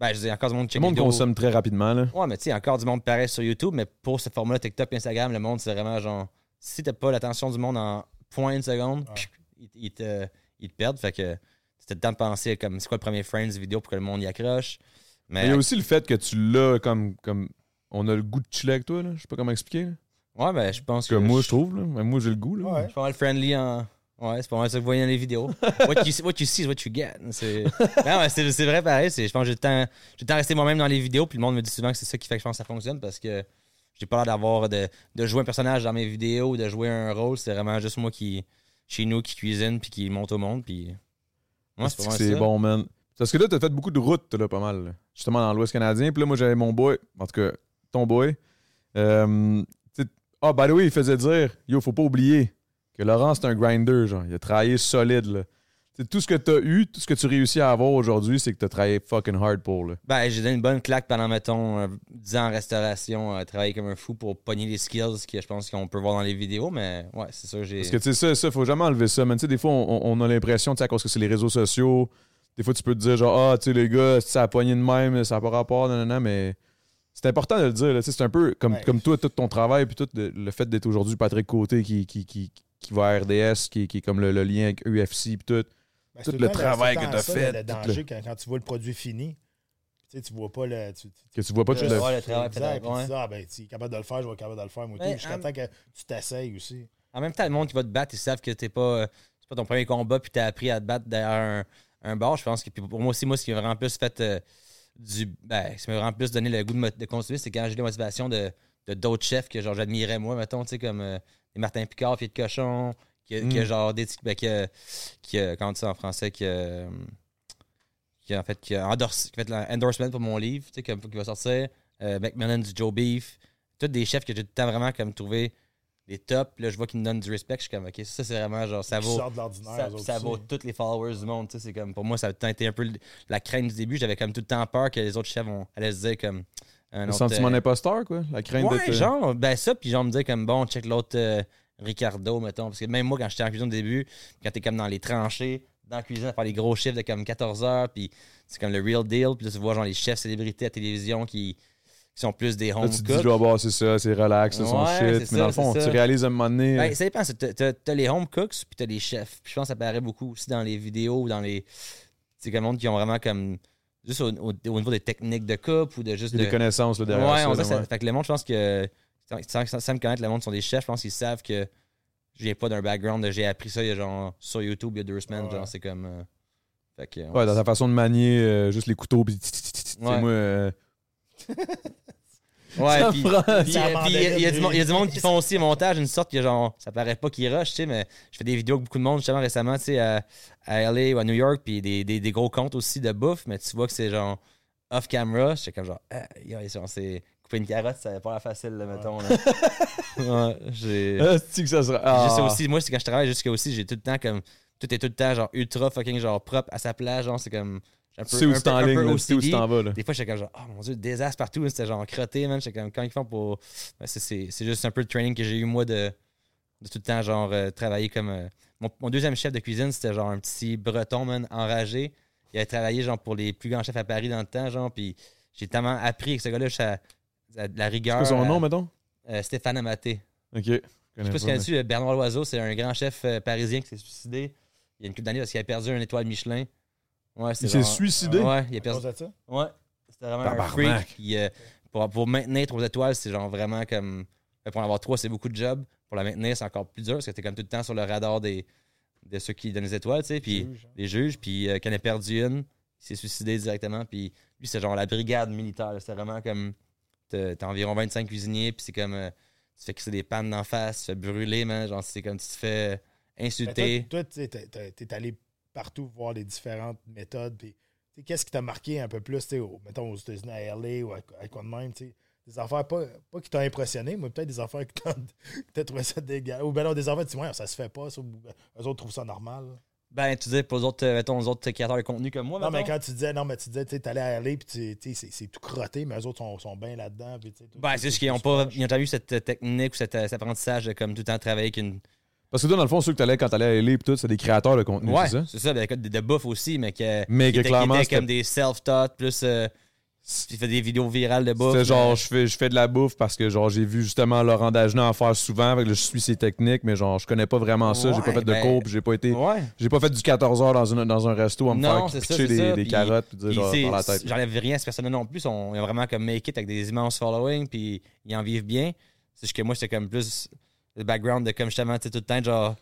Speaker 1: ben je dis encore du monde
Speaker 3: Tout
Speaker 1: check
Speaker 3: le monde
Speaker 1: vidéo.
Speaker 3: consomme très rapidement, là.
Speaker 1: Ouais, mais tu sais encore du monde pareil sur YouTube mais pour ce format TikTok et Instagram le monde c'est vraiment genre si t'as pas l'attention du monde en point une seconde
Speaker 2: Ouais.
Speaker 1: pfiou, ils, ils te ils te perdent fait que c'était le temps de penser comme c'est quoi le premier frame de vidéo pour que le monde y accroche
Speaker 3: Mais
Speaker 1: mais
Speaker 3: il y a aussi le fait que tu l'as comme, comme, on a le goût de chiller avec toi, là. Je sais pas comment expliquer, là.
Speaker 1: ouais ben je pense
Speaker 3: Parce que moi, je trouve, là. Mais Moi, j'ai le goût, là.
Speaker 2: Ouais.
Speaker 1: C'est pas mal friendly en. Ouais, c'est pas mal ça que vous voyez dans les
Speaker 3: <laughs>
Speaker 1: vidéos. What you, see- what you see is what you get. C'est Non, mais c'est- c'est vrai pareil. c'est- Je pense que j'ai le temps, j'ai le temps de rester moi-même dans les vidéos. Puis le monde me dit souvent que c'est ça qui fait que je pense que ça fonctionne parce que j'ai pas l'air d'avoir de, de jouer un personnage dans mes vidéos, de jouer un rôle. C'est vraiment juste moi qui, chez nous, qui cuisine puis qui monte au monde. Puis. Moi, c'est
Speaker 3: Est-ce
Speaker 1: pas
Speaker 3: Ah, que
Speaker 1: mal
Speaker 3: c'est
Speaker 1: ça.
Speaker 3: bon, man. Parce que là, t'as fait beaucoup de routes, là, pas mal. là. Justement, dans l'Ouest canadien. Puis là, moi, j'avais mon boy. En tout cas, ton boy. Euh, tu sais, Ah, by the way, il faisait dire Yo, faut pas oublier que Laurent, c'est un grinder, genre. Il a travaillé solide, là. Tu sais, tout ce que t'as eu, tout ce que tu réussis à avoir aujourd'hui, c'est que t'as travaillé fucking hard pour, là.
Speaker 1: Ben, j'ai donné une bonne claque pendant, mettons, euh, 10 ans en restauration, euh, travailler comme un fou pour pogner les skills que je pense qu'on peut voir dans les vidéos. Mais ouais, c'est sûr, j'ai.
Speaker 3: Parce que tu sais, ça, ça, faut jamais enlever ça. Mais tu sais, des fois, on, on a l'impression, tu sais, à cause que c'est les réseaux sociaux, des fois, tu peux te dire, genre, ah, tu sais, les gars, ça a poigné de même, ça n'a pas rapport, non, non, non, mais c'est important de le dire. là. Tu sais, C'est un peu comme,
Speaker 2: Ouais.
Speaker 3: comme toi, tout ton travail, puis tout le, le fait d'être aujourd'hui Patrick Côté qui, qui, qui, qui va à RDS, qui, qui est comme le, le lien avec UFC, puis tout.
Speaker 2: Ben,
Speaker 3: Tout
Speaker 2: c'est
Speaker 3: le
Speaker 2: temps-
Speaker 3: travail
Speaker 2: c'est
Speaker 3: que
Speaker 2: temps
Speaker 3: t'as
Speaker 2: ça,
Speaker 3: fait,
Speaker 2: Le
Speaker 3: tout
Speaker 2: danger quand, quand tu vois le produit fini, tu sais, tu vois pas le. Tu, tu-
Speaker 3: Que tu vois pas tout
Speaker 1: Ouais,
Speaker 3: le.
Speaker 1: ouais, le travail,
Speaker 2: exact,
Speaker 1: peut-être,
Speaker 2: puis tu
Speaker 1: ouais.
Speaker 2: dis, ah, ben, tu es capable de le faire, je vais être capable de le faire, moi,
Speaker 1: Ben,
Speaker 2: tout. Jusqu'à
Speaker 1: en-
Speaker 2: temps que tu t'essayes aussi.
Speaker 1: En même temps, le monde qui va te battre, ils savent que t'es pas, euh, c'est pas ton premier combat puis t'as appris à te battre derrière un, un bar. Je pense que puis pour moi aussi, moi, ce qui m'a vraiment plus fait euh, du. Ben, ce qui m'a vraiment plus donné le goût de, mo- de continuer, c'est quand j'ai eu la motivation de de d'autres chefs que genre j'admirais moi, mettons, tu sais, comme euh, les Martin Picard, Pied de Cochon, que,
Speaker 3: Mm.
Speaker 1: que genre des ben, que, que- comment on dit ça en français, que. euh, qui a en fait qui a endorse- qui a fait l'endorsement pour mon livre, tu sais, comme- qui va sortir. Euh, McMillan du Joe Beef. Tous des chefs que j'ai tout le temps vraiment comme trouvé les tops. Puis Là, je vois qu'ils me donnent du respect. Je suis comme, OK, ça, c'est vraiment genre, ça
Speaker 2: Qui
Speaker 1: vaut.
Speaker 2: sortent de l'ordinaire,
Speaker 1: Ça,
Speaker 2: eux autres
Speaker 1: ça
Speaker 2: aussi.
Speaker 1: vaut tous les followers du monde. tu sais, C'est comme, pour moi, ça a tout le temps été un peu le- la crainte du début. J'avais comme tout le temps peur que les autres chefs vont, allaient se dire comme. un
Speaker 3: Le
Speaker 1: autre,
Speaker 3: sentiment
Speaker 1: euh,
Speaker 3: d'imposteur, quoi. La crainte euh, de.
Speaker 1: Ouais, genre, ben ça, puis genre me dire comme bon, check l'autre euh, Ricardo, mettons. Parce que même moi, quand j'étais en cuisine au début, quand t'es comme dans les tranchées, dans la cuisine, à faire les gros chiffres de comme 14 heures, puis c'est comme le real deal, puis là, tu vois genre les chefs célébrités à télévision qui, qui sont plus des home
Speaker 3: Là, tu te dis,
Speaker 1: cooks.
Speaker 3: genre, bah, c'est ça, c'est relax, c'est son
Speaker 1: Ouais,
Speaker 3: shit.
Speaker 1: c'est
Speaker 3: Mais dans
Speaker 1: ça,
Speaker 3: le fond,
Speaker 1: c'est
Speaker 3: tu
Speaker 1: ça.
Speaker 3: réalises à un moment donné.
Speaker 1: Ben, ça dépend. c'est- t'as- T'as t'as les home cooks, puis t'as les chefs. Puis je pense que ça paraît beaucoup aussi dans les vidéos ou dans les. C'est comme le monde qui ont vraiment comme. Juste au, au- au niveau des techniques de coupe ou de juste.
Speaker 3: il y
Speaker 1: de-
Speaker 3: a des connaissances, là, derrière.
Speaker 1: ouais,
Speaker 3: ça,
Speaker 1: on
Speaker 3: là,
Speaker 1: dirait que ça-
Speaker 3: ouais.
Speaker 1: fait que le monde, je pense que sans, sans- sans me connaître, le monde sont des chefs, je pense qu'ils savent que je viens pas d'un background de j'ai appris ça il y a genre sur YouTube il y a deux semaines,
Speaker 2: Ouais.
Speaker 1: genre c'est comme euh, fait que,
Speaker 3: Ouais, dans ta façon de manier euh, juste les couteaux, puis tu sais,
Speaker 1: Ouais.
Speaker 3: moi, euh,
Speaker 1: Ouais,
Speaker 3: Ça
Speaker 1: puis
Speaker 3: prend-
Speaker 1: puis-
Speaker 2: Ça
Speaker 1: puis il y, a- il y a du
Speaker 2: mandaine,
Speaker 1: monde- il y a du monde qui
Speaker 2: lui.
Speaker 1: font aussi un montage d'une sorte que genre ça paraît pas qu'ils rushent, tu sais, mais je fais des vidéos avec beaucoup de monde justement récemment, tu sais, à, à LA ou à New York, puis des, des, des gros comptes aussi de bouffe, mais tu vois que c'est genre off camera, c'est comme genre ah, yo, ils sont- c'est couper une carotte, ça va pas l'air facile, là, mettons.
Speaker 3: <laughs>
Speaker 1: là. ouais, j'ai
Speaker 3: <laughs> Ah, c'est-tu que ça sera.
Speaker 1: Puis je sais
Speaker 3: Ah.
Speaker 1: aussi, moi, c'est quand je travaille jusqu'à aussi, j'ai tout le temps comme. Tout est tout le temps, genre, ultra fucking, genre, propre à sa plage. Genre, c'est comme. j'ai Un
Speaker 3: Tu sais où
Speaker 1: un
Speaker 3: tu t'en
Speaker 1: un peu
Speaker 3: ligne, là, tu sais où tu
Speaker 1: OCD.
Speaker 3: t'en vas. Là.
Speaker 1: Des fois, j'étais comme, genre, oh mon dieu, désastre partout. C'était genre crotté, man. J'étais comme, quand ils font pour. Ben, c'est- c'est c'est juste un peu le training que j'ai eu, moi, de, de tout le temps, genre, euh, travailler comme. euh, Mon, mon deuxième chef de cuisine, c'était genre un petit breton, man, enragé. Il avait travaillé, genre, pour les plus grands chefs à Paris dans le temps, genre, puis j'ai tellement appris avec ce gars-là, je suis à- à de la rigueur.
Speaker 3: C'est quoi son
Speaker 1: à-
Speaker 3: nom, mettons
Speaker 1: euh, Stéphane Amaté.
Speaker 3: Ok. Je
Speaker 1: Je sais
Speaker 3: connais
Speaker 1: pas si
Speaker 3: pas,
Speaker 1: tu connais dessus, euh, Bernard Loiseau, c'est un grand chef euh, parisien qui s'est suicidé il y a une couple d'années parce qu'il a perdu une étoile Michelin. Ouais,
Speaker 3: mais- Il
Speaker 1: c'est
Speaker 3: s'est
Speaker 1: genre-
Speaker 3: suicidé.
Speaker 1: Ouais, il a
Speaker 2: À cause
Speaker 1: perdu.
Speaker 2: de ça?
Speaker 1: Ouais, c'était vraiment un
Speaker 3: Tabarnak.
Speaker 1: freak. Il, euh, pour, pour maintenir trois étoiles, c'est genre vraiment comme. euh, Pour en avoir trois, c'est beaucoup de job. Pour la maintenir, c'est encore plus dur parce que t'es comme tout le temps sur le radar des, de ceux qui donnent les étoiles, tu sais. Puis
Speaker 2: Juge, hein.
Speaker 1: les juges, puis euh, quand il a perdu une, il s'est suicidé directement. Puis lui, c'est genre la brigade militaire. là. C'était vraiment comme T'as t'as environ 25 cuisiniers, puis c'est comme. euh, tu fais crisser des pannes d'en face, tu te fais brûler, man. Genre, c'est comme tu te fais euh,
Speaker 2: Ben, toi-
Speaker 1: insulter.
Speaker 2: Toi, tu sais, t'es- t'es t'es allé partout voir les différentes méthodes. puis, tu sais, Qu'est-ce qui t'a marqué un peu plus, tu sais, au- mettons aux États-Unis, à LA ou à, à quoi de même, tu sais, des affaires pas, pas qui t'ont impressionné, mais peut-être des affaires que t'as- que t'as trouvé ça dégueulasse. Ou ben non, des affaires, tu dis, ouais, ça se fait pas, ça, ou, ben, eux autres trouvent ça normal. là.
Speaker 1: Ben, tu dis pour les autres, euh, mettons, les autres créateurs de contenu comme moi,
Speaker 2: Non, mais
Speaker 1: mettons.
Speaker 2: quand tu disais, non, mais tu disais, tu sais, t'allais à LA, puis tu- tu sais, c'est- c'est tout crotté, mais eux autres sont, sont bien là-dedans. puis, tu sais, tout-
Speaker 1: Ben,
Speaker 2: tout-
Speaker 1: c'est juste
Speaker 2: tout
Speaker 1: qu'ils
Speaker 2: se
Speaker 1: n'ont pas,
Speaker 2: fâche.
Speaker 1: ils ont jamais eu cette euh, technique ou cet, euh, cet apprentissage de comme tout le temps travailler avec une.
Speaker 3: Parce que toi, dans le fond, ceux que t'allais quand t'allais à LA pis tout, c'est des créateurs de contenu,
Speaker 1: Ouais,
Speaker 3: c'est ça?
Speaker 1: c'est ça, ben, écoute, de, de bouffe aussi, mais que.
Speaker 3: Mais
Speaker 1: qui
Speaker 3: que
Speaker 1: étaient- qui
Speaker 3: clairement,
Speaker 1: étaient comme des self-taught, plus. euh, ils faisaient des vidéos virales de bouffe. euh,
Speaker 3: C'était genre,
Speaker 1: mais-
Speaker 3: je fais, je fais de la bouffe parce que genre j'ai vu justement Laurent Dagenet en faire souvent, fait que là, je suis ses techniques, mais genre je connais pas vraiment ça, j'ai pas
Speaker 1: Ouais,
Speaker 3: fait de
Speaker 1: ben-
Speaker 3: cours, pis j'ai pas été,
Speaker 1: Ouais.
Speaker 3: j'ai pas fait du 14 heures dans, une- dans un resto à me
Speaker 1: Non,
Speaker 3: faire
Speaker 1: c'est ça, c'est
Speaker 3: pitcher des,
Speaker 1: ça,
Speaker 3: des
Speaker 1: puis-
Speaker 3: carottes puis dire
Speaker 1: Puis
Speaker 3: genre
Speaker 1: c'est-
Speaker 3: euh, par la tête.
Speaker 1: J'enlève rien à cette personne-là non plus. On est vraiment comme make it avec des immenses following, puis ils en vivent bien. C'est juste que moi, j'étais comme plus le background de comme justement, tu sais, tout le temps, genre, tout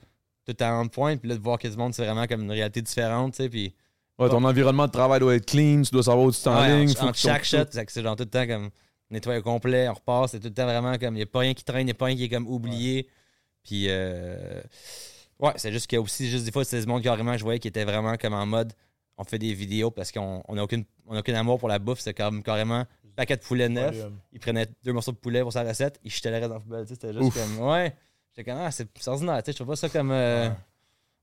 Speaker 1: le temps en pointe, puis là, de voir que tout le monde, c'est vraiment comme une réalité différente, tu sais, puis.
Speaker 3: Ouais, ton environnement de travail doit être clean, tu dois savoir où tu t'es en
Speaker 1: Ouais,
Speaker 3: ligne,
Speaker 1: en-
Speaker 3: faut
Speaker 1: en
Speaker 3: que tu-
Speaker 1: chaque shot, c'est que c'est genre tout le temps comme nettoyer au complet, on repart, c'est tout le temps vraiment comme il n'y a pas rien qui traîne, il n'y a pas rien qui est comme oublié. Puis euh, ouais, c'est juste que aussi juste des fois c'est du monde carrément que je voyais qui était vraiment comme en mode on fait des vidéos parce qu'on on a aucune on a aucun amour pour la bouffe, c'est comme carrément paquet de poulet neuf,
Speaker 2: Volume.
Speaker 1: il prenait deux morceaux de poulet pour sa recette, il jetait le reste dans le poubelle, tu sais, c'était juste
Speaker 3: Ouf.
Speaker 1: comme ouais, j'étais comme ah, c'est c'est ordinaire, tu sais, je trouve pas ça comme euh,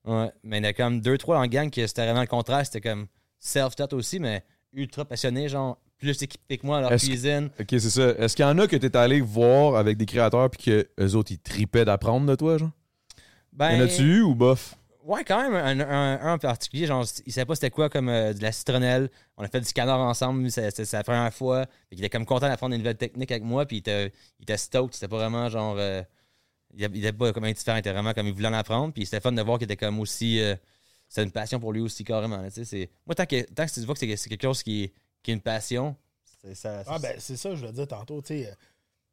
Speaker 1: ouais, mais il y en a comme deux trois en gang que c'était vraiment le contraire, c'était comme self-taught aussi mais ultra passionné, genre plus équipé que moi à leur
Speaker 3: Est-ce que-
Speaker 1: cuisine.
Speaker 3: Ok, c'est ça. Est-ce qu'il y en a que t'es allé voir avec des créateurs puis que eux autres ils tripaient d'apprendre de toi, genre?
Speaker 1: Ben,
Speaker 3: Y en a-tu eu ou bof?
Speaker 1: Ouais, quand même, un, un- un en particulier, genre, il savait pas c'était quoi comme euh, de la citronnelle. On a fait du canard ensemble, c'est- c'est c'est la première fois. Fait qu'il était comme content d'apprendre une nouvelle technique avec moi, puis il était, il était stoked, c'était pas vraiment genre. euh, il il était pas comme indifférent, il était vraiment comme il voulait en apprendre, puis c'était fun de voir qu'il était comme aussi. euh, c'est une passion pour lui aussi, carrément. là, tu sais, c'est- Moi, tant que, tant que tu vois que c'est c'est quelque chose qui, qui est une passion, c'est ça.
Speaker 2: Ah, ben, c'est ça, je voulais dire tantôt, tu sais. euh,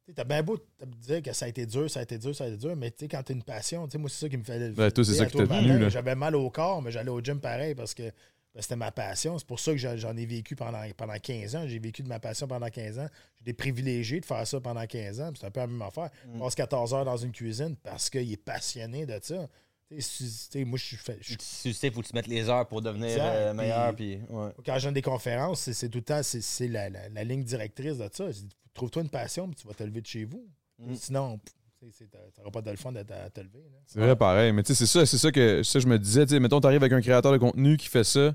Speaker 2: tu sais, T'as bien beau te dire que ça a été dur, ça a été dur, ça a été dur, mais tu sais, quand t'as une passion, tu sais, moi, c'est ça qui me fait.
Speaker 3: Ouais, Ben, toi, c'est ça qui t'a
Speaker 2: matin,
Speaker 3: tenu, là.
Speaker 2: Ben, J'avais mal au corps, mais j'allais au gym pareil parce que ben, c'était ma passion. C'est pour ça que j'en j'en ai vécu pendant, pendant 15 ans. J'ai vécu de ma passion pendant 15 ans. J'ai été privilégié de faire ça pendant 15 ans. puis C'est un peu la même affaire.
Speaker 1: Mm.
Speaker 2: Je passe 14 heures dans une cuisine parce qu'il est passionné de ça. Tu sais, si- tu sais, moi, je suis fait- je
Speaker 1: Tu tu sais, faut que tu mettes les heures pour devenir
Speaker 2: Exact,
Speaker 1: euh,
Speaker 2: puis-
Speaker 1: meilleur, puis. ouais.
Speaker 2: quand je donne des conférences, c'est- c'est tout le temps c'est- c'est la, la- la ligne directrice de ça. Je dis, Trouve-toi une passion, puis tu vas te lever de chez vous.
Speaker 1: Mm.
Speaker 2: Sinon, tu n'auras pas de le fun de, te- te lever. là.
Speaker 3: C'est vrai, pareil. Mais tu sais, c'est ça, c'est ça que ça, je me disais. Tu sais, mettons, t'arrives avec un créateur de contenu qui fait ça,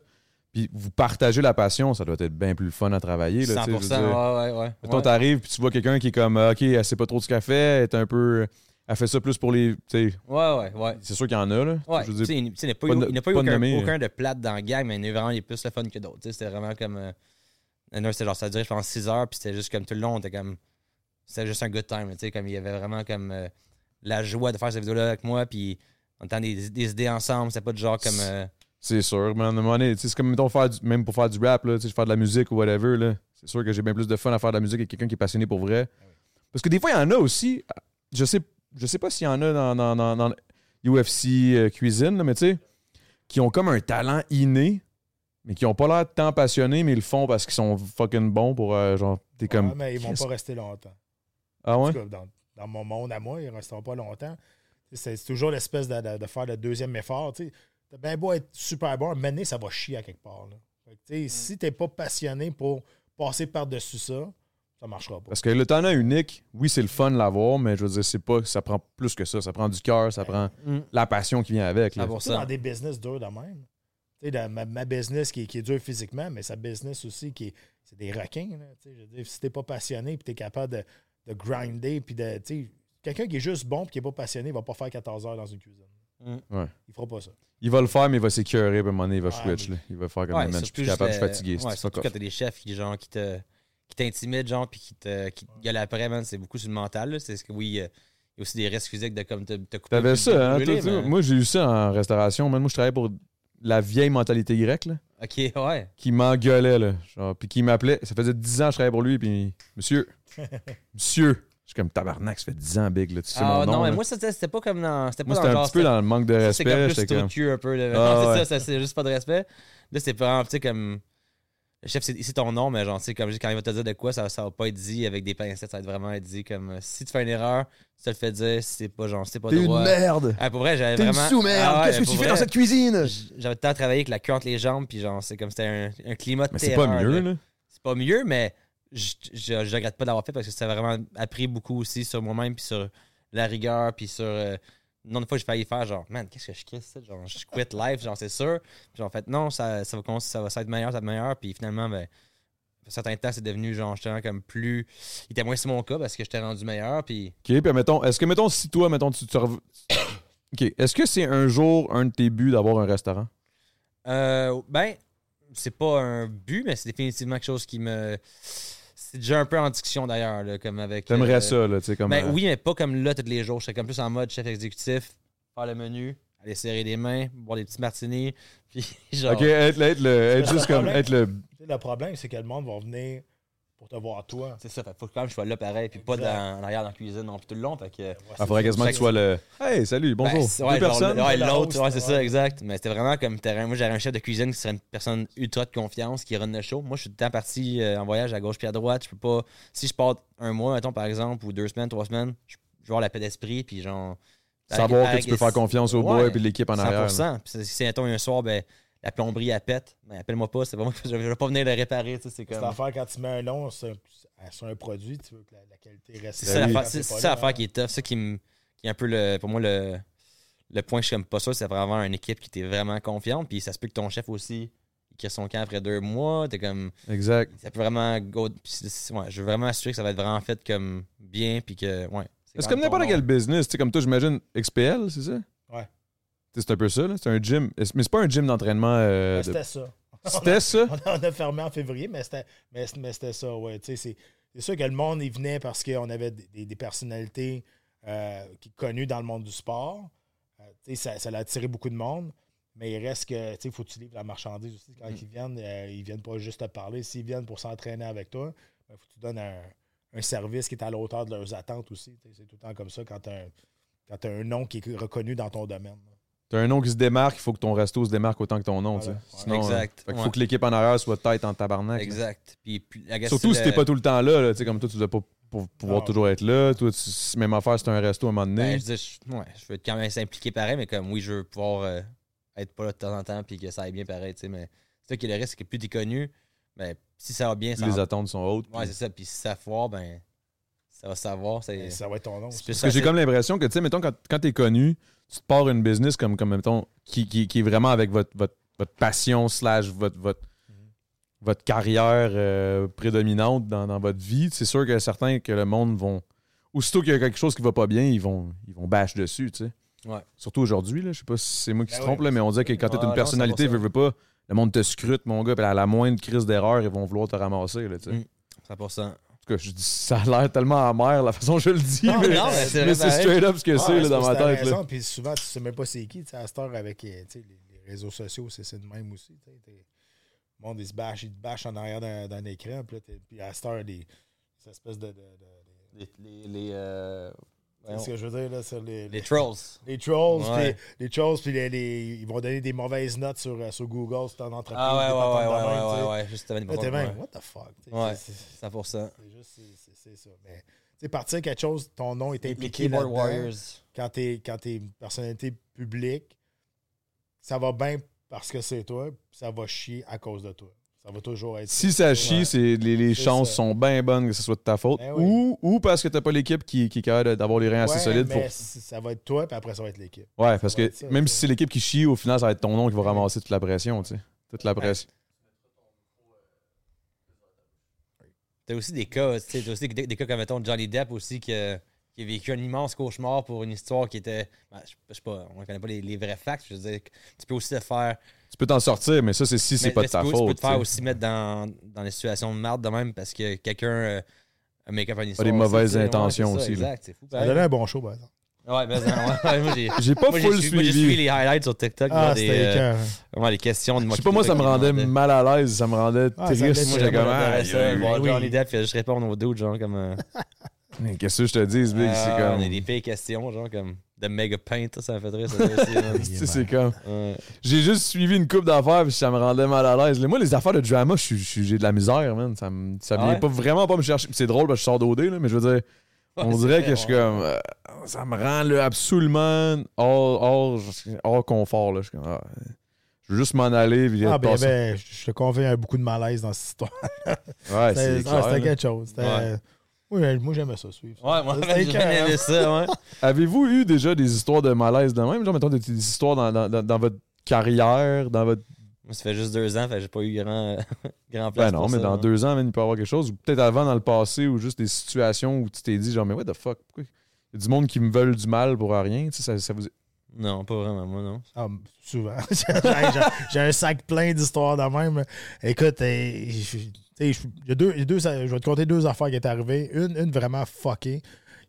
Speaker 3: puis vous partagez la passion, ça doit être bien plus le fun à travailler. Là, tu sais, je veux
Speaker 1: 100%,
Speaker 3: dire.
Speaker 1: ouais, ouais, ouais.
Speaker 3: Mettons,
Speaker 1: ouais.
Speaker 3: t'arrives, puis tu vois quelqu'un qui est comme, ah, OK, elle sait pas trop de ce qu'elle fait, elle est un peu. Elle fait ça plus pour les. Tu sais,
Speaker 1: Ouais, ouais, ouais.
Speaker 3: c'est sûr qu'il y en a, là.
Speaker 1: Ouais,
Speaker 3: je
Speaker 1: tu
Speaker 3: veux
Speaker 1: sais,
Speaker 3: dire,
Speaker 1: il tu sais, il n'y a pas,
Speaker 3: pas
Speaker 1: eu,
Speaker 3: de-
Speaker 1: il n'y a pas eu
Speaker 3: pas de hein.
Speaker 1: aucun,
Speaker 3: nommer,
Speaker 1: aucun de plate dans la gang, mais il y en a eu vraiment les plus le fun que d'autres. tu sais. C'était vraiment comme. Euh, il y en a un, c'était genre, ça a duré, je pense, 6 heures, puis c'était juste comme tout le long, on était comme. C'était juste un good time, tu sais, comme il y avait vraiment comme euh, la joie de faire cette vidéo-là avec moi, puis on entend des, des idées ensemble, c'était pas du genre comme. euh,
Speaker 3: c'est sûr. Mais à un moment donné, tu sais, c'est comme, mettons, faire du- même pour faire du rap, là, tu sais, faire de la musique ou whatever, là. C'est sûr que j'ai bien plus de fun à faire de la musique avec quelqu'un qui est passionné pour vrai.
Speaker 2: Ah
Speaker 3: Parce que des fois, il y en a aussi. Je sais, je sais pas s'il y en a dans, dans, dans, dans UFC euh, cuisine, là, mais tu sais, qui ont comme un talent inné, mais qui ont pas l'air tant passionnés, mais ils le font parce qu'ils sont fucking bons pour euh, genre. T'es comme.
Speaker 2: Ouais, Ah, mais ils vont
Speaker 3: Qu'est-ce-
Speaker 2: pas rester longtemps.
Speaker 3: Ah
Speaker 2: En
Speaker 3: ouais?
Speaker 2: tout cas, dans, dans mon monde à moi, ils ne resteront pas longtemps. C'est c'est toujours l'espèce de, de- de faire le deuxième effort. Tu as bien beau être super bon, maintenant, ça va chier à quelque part. là. Fait que, tu sais, Si tu n'es pas passionné pour passer par-dessus ça, ça ne marchera pas.
Speaker 3: Parce que le talent unique, oui, c'est le fun de l'avoir, mais je veux dire, c'est pas, ça prend plus que ça. Ça prend du cœur, ça prend
Speaker 1: Mm.
Speaker 3: la passion qui vient avec. là.
Speaker 1: Ah, pour
Speaker 2: Surtout
Speaker 1: ça.
Speaker 2: dans des business durs de même. Tu sais, dans ma, ma business qui, est- qui est dure physiquement, mais sa business aussi qui est. C'est des requins. là. Tu sais, je veux dire, si t'es pas passionné puis t'es capable de, de grinder, puis de. tu sais, Quelqu'un qui est juste bon puis qui est pas passionné, il va pas faire 14 heures dans une cuisine.
Speaker 1: Mm.
Speaker 3: Ouais.
Speaker 2: Il fera pas ça.
Speaker 3: Il va le faire, mais il va s'écurer, puis à un moment donné, il va
Speaker 2: Ouais,
Speaker 3: switch.
Speaker 2: mais-
Speaker 3: là. Il va faire comme
Speaker 1: Ouais,
Speaker 3: man, je suis
Speaker 1: surtout
Speaker 3: plus
Speaker 1: juste
Speaker 3: capable, je suis
Speaker 1: le-
Speaker 3: fatigué. c'est
Speaker 1: ouais,
Speaker 3: fuck
Speaker 1: surtout
Speaker 3: off.
Speaker 1: quand t'as des chefs qui, genre, qui te qui t'intimident, genre, puis qui te qui te gueulent après, man, c'est beaucoup sur le mental. là. C'est ce que, oui, euh, il y a aussi des risques physiques de comme te, te couper.
Speaker 3: T'avais
Speaker 1: puis te
Speaker 3: ça, hein?
Speaker 1: brûler,
Speaker 3: toi, tu vois.
Speaker 1: mais-
Speaker 3: Moi, j'ai eu ça en restauration. man. moi, je travaillais pour la vieille mentalité grecque, là,
Speaker 1: Ok, ouais.
Speaker 3: qui m'engueulait, là. Genre, puis qui m'appelait. Ça faisait 10 ans que je travaillais pour lui, puis
Speaker 1: <laughs>
Speaker 3: monsieur, monsieur. Je suis comme tabarnak, ça fait 10 ans, Big, là. Tu sais
Speaker 1: Ah,
Speaker 3: mon nom.
Speaker 1: non, mais
Speaker 3: là.
Speaker 1: moi, c'était c'était pas comme dans. C'était pas
Speaker 3: Moi,
Speaker 1: dans
Speaker 3: c'était
Speaker 1: le
Speaker 3: un
Speaker 1: genre.
Speaker 3: petit peu dans le manque de
Speaker 1: c'était- C'est
Speaker 3: respect. j'étais
Speaker 1: comme plus
Speaker 3: comme-
Speaker 1: trou de cul un peu. là.
Speaker 3: Ah,
Speaker 1: non, c'est
Speaker 3: ouais.
Speaker 1: ça, ça, c'est juste pas de respect. Là, c'est vraiment, tu sais, comme. Le chef, c'est c'est ton nom, mais genre, tu sais, comme je dis, quand il va te dire de quoi, ça, ça va pas être dit avec des pincettes, ça va être vraiment être dit comme euh, si tu fais une erreur, tu te le fais dire, c'est pas genre, c'est pas
Speaker 3: T'es une
Speaker 1: droit.
Speaker 3: merde.
Speaker 1: Ah, pour vrai, j'avais
Speaker 3: T'es une
Speaker 1: vraiment.
Speaker 3: sous-merde.
Speaker 1: Ah ouais,
Speaker 3: Qu'est-ce que
Speaker 1: pour
Speaker 3: tu fais
Speaker 1: vrai,
Speaker 3: dans cette cuisine?
Speaker 1: J'avais le temps de travailler avec la queue entre les jambes, puis genre, c'est comme c'était un, un climat de
Speaker 3: Mais c'est pas
Speaker 1: terreur,
Speaker 3: mieux,
Speaker 1: là.
Speaker 3: là.
Speaker 1: C'est pas mieux, mais je, je, je regrette pas d'avoir fait parce que ça a vraiment appris beaucoup aussi sur moi-même, puis sur la rigueur, puis sur. euh, nombre de fois, j'ai failli faire genre, man, qu'est-ce que je crisse, ça? genre, je quit life, genre, c'est sûr. Puis genre, en fait, non, ça, ça, va, con- ça va ça va être meilleur, ça va être meilleur, puis finalement, ben. Un certain temps, c'est devenu genre justement comme plus. Il était moins sur mon cas parce que j'étais rendu meilleur. Puis
Speaker 3: OK, puis mettons, est-ce que, mettons, si toi, mettons, tu te rev- OK, est-ce que c'est un jour un de tes buts d'avoir un restaurant?
Speaker 1: Euh, ben, c'est pas un but, mais c'est définitivement quelque chose qui me. C'est déjà un peu en discussion d'ailleurs, là, comme avec.
Speaker 3: T'aimerais
Speaker 1: euh,
Speaker 3: ça, là, tu sais, comme...
Speaker 1: Ben
Speaker 3: euh,
Speaker 1: oui, mais pas comme là tous les jours. Je suis comme plus en mode chef exécutif, faire le menu, aller serrer les mains, boire des petits martinis, <laughs> puis genre.
Speaker 3: OK, être, être le, être
Speaker 2: C'est
Speaker 3: juste
Speaker 2: le
Speaker 3: comme... Être le...
Speaker 2: Tu sais, Le problème, c'est que le monde va venir pour te voir toi.
Speaker 1: C'est ça, fait, faut quand même que je sois là pareil, puis pas
Speaker 2: Exact.
Speaker 1: dans, en arrière dans la cuisine non plus tout le long. Fait que.
Speaker 3: Il ah, faudrait quasiment que tu sois le... Hey, salut,
Speaker 1: Ben,
Speaker 3: bonjour.
Speaker 1: c'est- ouais,
Speaker 3: Deux
Speaker 1: genre,
Speaker 3: personnes?
Speaker 1: le- ouais,
Speaker 2: La
Speaker 1: l'autre,
Speaker 2: host,
Speaker 1: ouais, c'est
Speaker 2: ouais.
Speaker 1: ça, exact. Mais c'était vraiment comme terrain. Moi, j'avais un chef de cuisine qui serait une personne ultra de confiance, qui run le show. Moi, je suis tout le temps parti euh, en voyage à gauche puis à droite. Je peux pas. Si je pars un mois, mettons, par exemple, ou deux semaines, trois semaines, je je vais avoir la paix d'esprit, puis genre.
Speaker 3: Savoir
Speaker 1: avec-
Speaker 3: que tu peux faire confiance au
Speaker 1: Ouais.
Speaker 3: boy et l'équipe en arrière.
Speaker 1: 100%. Puis c'est- si, mettons, il y a un soir, ben, la plomberie, elle pète, ben, appelle-moi pas, c'est pas moi, <laughs> je vais pas venir la réparer, tu sais, c'est
Speaker 2: Cette
Speaker 1: comme...
Speaker 2: affaire, quand tu mets un nom sur, sur un produit, tu veux que la, la qualité reste.
Speaker 1: C'est
Speaker 3: Ben
Speaker 1: ça
Speaker 3: oui.
Speaker 1: l'affaire, c'est- c'est ça l'affaire qui est tough, ça qui, me- qui est un peu, le, pour moi, le, le point que je suis comme pas sûr, c'est vraiment une équipe qui t'es vraiment confiante, puis ça se peut que ton chef aussi, qui a son camp après deux mois, t'es comme...
Speaker 3: Exact.
Speaker 1: Ça peut vraiment go... puis c'est- c'est- ouais, je veux vraiment assurer que ça va être vraiment fait comme bien, puis que, ouais.
Speaker 3: C'est
Speaker 1: quand
Speaker 3: comme
Speaker 1: même ton
Speaker 3: n'importe
Speaker 1: nom.
Speaker 3: quel business. Tu sais, comme toi, j'imagine XPL, c'est ça?
Speaker 2: Ouais.
Speaker 3: Tu sais, C'est un peu ça, là. C'est un gym. Mais c'est pas un gym d'entraînement. euh, de-
Speaker 2: Ah, C'était ça.
Speaker 3: <laughs> C'était ça?
Speaker 2: <laughs> On a, on a fermé en février, mais c'était, mais, mais c'était ça, ouais. Tu sais, C'est, c'est sûr que le monde, il venait parce qu'on avait des, des- des personnalités euh, qui- connues dans le monde du sport. Euh, tu sais, ça, ça l'a attiré beaucoup de monde. Mais il reste que, tu sais, faut que tu livres la marchandise aussi. Quand
Speaker 1: Mm.
Speaker 2: ils viennent, euh, ils viennent pas juste te parler. S'ils viennent pour s'entraîner avec toi, il faut que tu donnes un, un service qui est à la hauteur de leurs attentes aussi. Tu sais, C'est tout le temps comme ça quand tu as un nom qui est reconnu dans ton domaine.
Speaker 3: T'as un nom qui se démarque, il faut que ton resto se démarque autant que ton nom, tu sais.
Speaker 2: Voilà.
Speaker 3: Sinon,
Speaker 1: Exact.
Speaker 3: euh, fait qu'il faut
Speaker 1: Ouais.
Speaker 3: que l'équipe en arrière soit tête en tabarnak. là.
Speaker 1: Exact. Puis, puis, la
Speaker 3: Surtout si
Speaker 1: le-
Speaker 3: t'es pas tout le temps là, là, tu sais, comme toi, tu dois pas pour pouvoir
Speaker 2: Ah.
Speaker 3: toujours être là. Toi, tu- même affaire, c'est un resto à un moment donné.
Speaker 1: Ben, je, veux dire, je- ouais, je veux quand même s'impliquer pareil, mais comme oui, je veux pouvoir euh, être pas là de temps en temps puis que ça aille bien pareil, tu sais, mais c'est ça qui est le risque, c'est que plus t'es connu, ben, si ça va bien, ça
Speaker 3: les
Speaker 1: va-
Speaker 3: attentes sont hautes.
Speaker 1: Ouais, c'est ça, puis si ça foire, ben, ça va savoir, c'est...
Speaker 2: Ça va être ton nom.
Speaker 1: c'est
Speaker 2: ça.
Speaker 1: plus
Speaker 3: Parce que j'ai
Speaker 1: facile.
Speaker 3: comme l'impression que, tu sais, mettons, quand, quand t'es connu, tu te pars une business comme, comme mettons, qui, qui, qui est vraiment avec votre, votre, votre passion slash votre, votre,
Speaker 1: Mm-hmm.
Speaker 3: votre carrière euh, prédominante dans, dans votre vie. C'est sûr que certains que le monde vont... Aussitôt qu'il y a quelque chose qui va pas bien, ils vont, ils vont bâche dessus, tu sais.
Speaker 1: Ouais.
Speaker 3: Surtout aujourd'hui, là, je sais pas si c'est moi qui
Speaker 2: Ben
Speaker 3: se
Speaker 2: oui,
Speaker 3: trompe, là, mais on dirait que quand
Speaker 1: Ah,
Speaker 3: t'es
Speaker 1: non,
Speaker 3: une
Speaker 1: c'est
Speaker 3: personnalité,
Speaker 1: pour
Speaker 3: veux,
Speaker 1: ça.
Speaker 3: veux pas, le monde te scrute, mon gars, puis à la moindre crise d'erreur, ils vont vouloir te ramasser, là, tu sais.
Speaker 1: Mm. 100%.
Speaker 3: En tout cas, je dis, ça a l'air tellement amer la façon dont je le dis.
Speaker 2: Non,
Speaker 3: mais
Speaker 2: non, mais
Speaker 1: c'est
Speaker 3: mais
Speaker 1: vrai
Speaker 3: c'est
Speaker 1: pareil.
Speaker 3: straight up ce que c'est
Speaker 2: Ouais,
Speaker 3: là, dans
Speaker 2: parce
Speaker 3: ma
Speaker 2: Ah, que t'as
Speaker 3: tête. là.
Speaker 2: raison, Puis souvent, tu sais même pas c'est qui. tu sais, À cette heure, avec euh, tu sais, les, les réseaux sociaux, c'est c'est de même aussi. tu sais, t'es- Le monde, il se bâche, il te bâche en arrière d'un d'un écran. Puis, là, t'es- puis à cette heure, les, ces espèces de. de- de- de-
Speaker 1: Les, les, les, euh,
Speaker 2: tu sais ce que je veux dire, là, sur les,
Speaker 1: les
Speaker 2: les,
Speaker 1: trolls.
Speaker 2: les trolls.
Speaker 1: Ouais.
Speaker 2: Puis, les trolls, puis les, les- ils vont donner des mauvaises notes sur, euh, sur Google, sur ton entreprise.
Speaker 1: Ah ouais,
Speaker 2: des
Speaker 1: ouais, ouais,
Speaker 2: patentes
Speaker 1: ouais, ouais,
Speaker 2: de même, tu sais.
Speaker 1: Ah, ouais, ouais, juste avant de
Speaker 2: Là, t'es
Speaker 1: ouais.
Speaker 2: même, what the fuck? tu sais,
Speaker 1: Ouais.
Speaker 2: c'est- c'est-
Speaker 1: 100%.
Speaker 2: C'est juste, c'est- c'est- c'est ça. Mais, tu sais, partir quelque chose, ton nom est
Speaker 1: Les,
Speaker 2: impliqué.
Speaker 1: keyboard
Speaker 2: là-dedans.
Speaker 1: warriors.
Speaker 2: quand tu es, une personnalité publique, ça va bien parce que c'est toi, puis ça va chier à cause de toi. Ça va toujours être.
Speaker 3: Si ça chie,
Speaker 2: Ouais.
Speaker 3: c'est- les, les
Speaker 2: C'est
Speaker 3: chances
Speaker 2: ça.
Speaker 3: sont bien bonnes que ce soit de ta faute.
Speaker 2: Ben oui.
Speaker 3: ou, ou parce que t'as pas l'équipe qui, qui est capable d'avoir les reins assez
Speaker 2: Ouais,
Speaker 3: solides.
Speaker 2: mais
Speaker 3: Pour...
Speaker 2: si- ça va être toi, puis après, ça va être l'équipe.
Speaker 3: Ouais,
Speaker 2: va
Speaker 3: parce que
Speaker 2: être ça,
Speaker 3: même
Speaker 2: ouais.
Speaker 3: si c'est l'équipe qui chie, au final, ça va être ton nom qui va ramasser toute la pression. tu sais. Toute la
Speaker 1: Ouais.
Speaker 3: pression.
Speaker 1: T'as aussi des cas, tu sais, t'as aussi des, des cas comme, mettons, Johnny Depp aussi, que- qui a vécu un immense cauchemar pour une histoire qui était. ben, je, je sais pas, on ne connaît pas les, les vrais facts. Je veux dire, tu peux aussi te faire.
Speaker 3: Tu peux t'en sortir, mais ça, c'est si c'est
Speaker 1: mais-
Speaker 3: pas
Speaker 1: mais
Speaker 3: de ta
Speaker 1: tu peux, Tu peux
Speaker 3: faute.
Speaker 1: te faire
Speaker 3: tu sais.
Speaker 1: aussi mettre dans, dans les situations de marde de même parce que quelqu'un euh, a make-up une histoire.
Speaker 3: des
Speaker 1: tu sais,
Speaker 3: mauvaises
Speaker 1: tu sais, ouais, c'est
Speaker 3: intentions
Speaker 1: ça,
Speaker 3: aussi, là.
Speaker 1: Exact, c'est fou.
Speaker 2: Ça a
Speaker 1: pareil.
Speaker 2: donné un bon show, par exemple.
Speaker 1: Ouais, mais ouais, ouais,
Speaker 3: <laughs>
Speaker 1: moi, j'ai.
Speaker 3: J'ai pas
Speaker 1: moi, j'ai
Speaker 3: full
Speaker 1: suivi, moi, j'ai suivi
Speaker 3: suivi.
Speaker 1: les highlights sur TikTok.
Speaker 2: Ah,
Speaker 1: genre, des,
Speaker 2: c'était
Speaker 1: euh,
Speaker 2: écœurant.
Speaker 1: ouais, les questions de
Speaker 3: Je sais pas, moi, ça me rendait mal à l'aise. Ça me rendait
Speaker 2: Ah, ça
Speaker 3: triste.
Speaker 2: me laisse-
Speaker 1: Moi,
Speaker 3: J'étais
Speaker 1: j'avais
Speaker 3: comme,
Speaker 1: adoré
Speaker 3: ah, il y a
Speaker 1: ça.
Speaker 3: eu-
Speaker 1: Voir
Speaker 2: oui.
Speaker 1: Johnny Depp, puis je réponds aux dudes, genre, comme. euh,
Speaker 3: Mais Qu'est-ce que je te dis, Big? C'est
Speaker 1: Ah, On a
Speaker 3: comme.
Speaker 1: des pires questions, genre, comme. de méga paint, ça, ça me fait rire. ça, ça aussi,
Speaker 3: <laughs>
Speaker 1: man.
Speaker 3: Tu sais, <laughs> c'est comme.
Speaker 1: Ouais.
Speaker 3: J'ai juste suivi une coupe d'affaires puis ça me rendait mal à l'aise. Moi, les affaires de drama, je suis- je suis- j'ai de la misère, man. Ça, me, ça
Speaker 1: Ah
Speaker 3: vient
Speaker 1: ouais?
Speaker 3: pas vraiment pas me chercher. Puis C'est drôle parce que je sors d'OD, là, mais je veux dire, on
Speaker 1: Ouais, c'est
Speaker 3: dirait
Speaker 1: vrai,
Speaker 3: que je suis
Speaker 1: ouais.
Speaker 3: comme. euh, ça me rend là, absolument hors, hors, hors confort. Là. Je suis comme. ah, je veux juste m'en aller. Puis
Speaker 2: Ah,
Speaker 3: être
Speaker 2: ben,
Speaker 3: passé.
Speaker 2: ben, je te conviens, il y a beaucoup de malaise dans cette histoire.
Speaker 3: Ouais,
Speaker 2: C'était
Speaker 3: c'est
Speaker 2: ah,
Speaker 3: clair,
Speaker 2: c'était
Speaker 3: là.
Speaker 2: quelque chose. C'était-
Speaker 1: Ouais.
Speaker 2: Oui, moi, j'aimais ça, suivre. ça.
Speaker 1: Ouais, moi,
Speaker 2: C'était
Speaker 1: j'ai bien
Speaker 2: écœurant.
Speaker 1: aimé ça, ouais.
Speaker 3: Avez-vous eu déjà des histoires de malaise de même? Genre, mettons, des, des histoires dans, dans, dans- dans votre carrière, dans votre.
Speaker 1: Moi, ça fait juste deux ans, fait que j'ai pas eu grand, <laughs> grand place.
Speaker 3: Ben non,
Speaker 1: pour
Speaker 3: mais
Speaker 1: ça,
Speaker 3: dans
Speaker 1: hein.
Speaker 3: deux ans, man, il peut y avoir quelque chose. Ou peut-être avant, dans le passé, ou juste des situations où tu t'es dit, genre, mais what the fuck? Pourquoi? Il y a du monde qui me veulent du mal pour rien. Tu sais, ça, ça vous.
Speaker 1: Non, pas vraiment, moi, non.
Speaker 2: Ah, souvent. <laughs> J'ai- j'ai- J'ai un sac plein d'histoires de même. Écoute, eh, je- tu sais, je- il y a deux, il y a deux- je vais te conter deux affaires qui est arrivées. Une, une vraiment fuckée.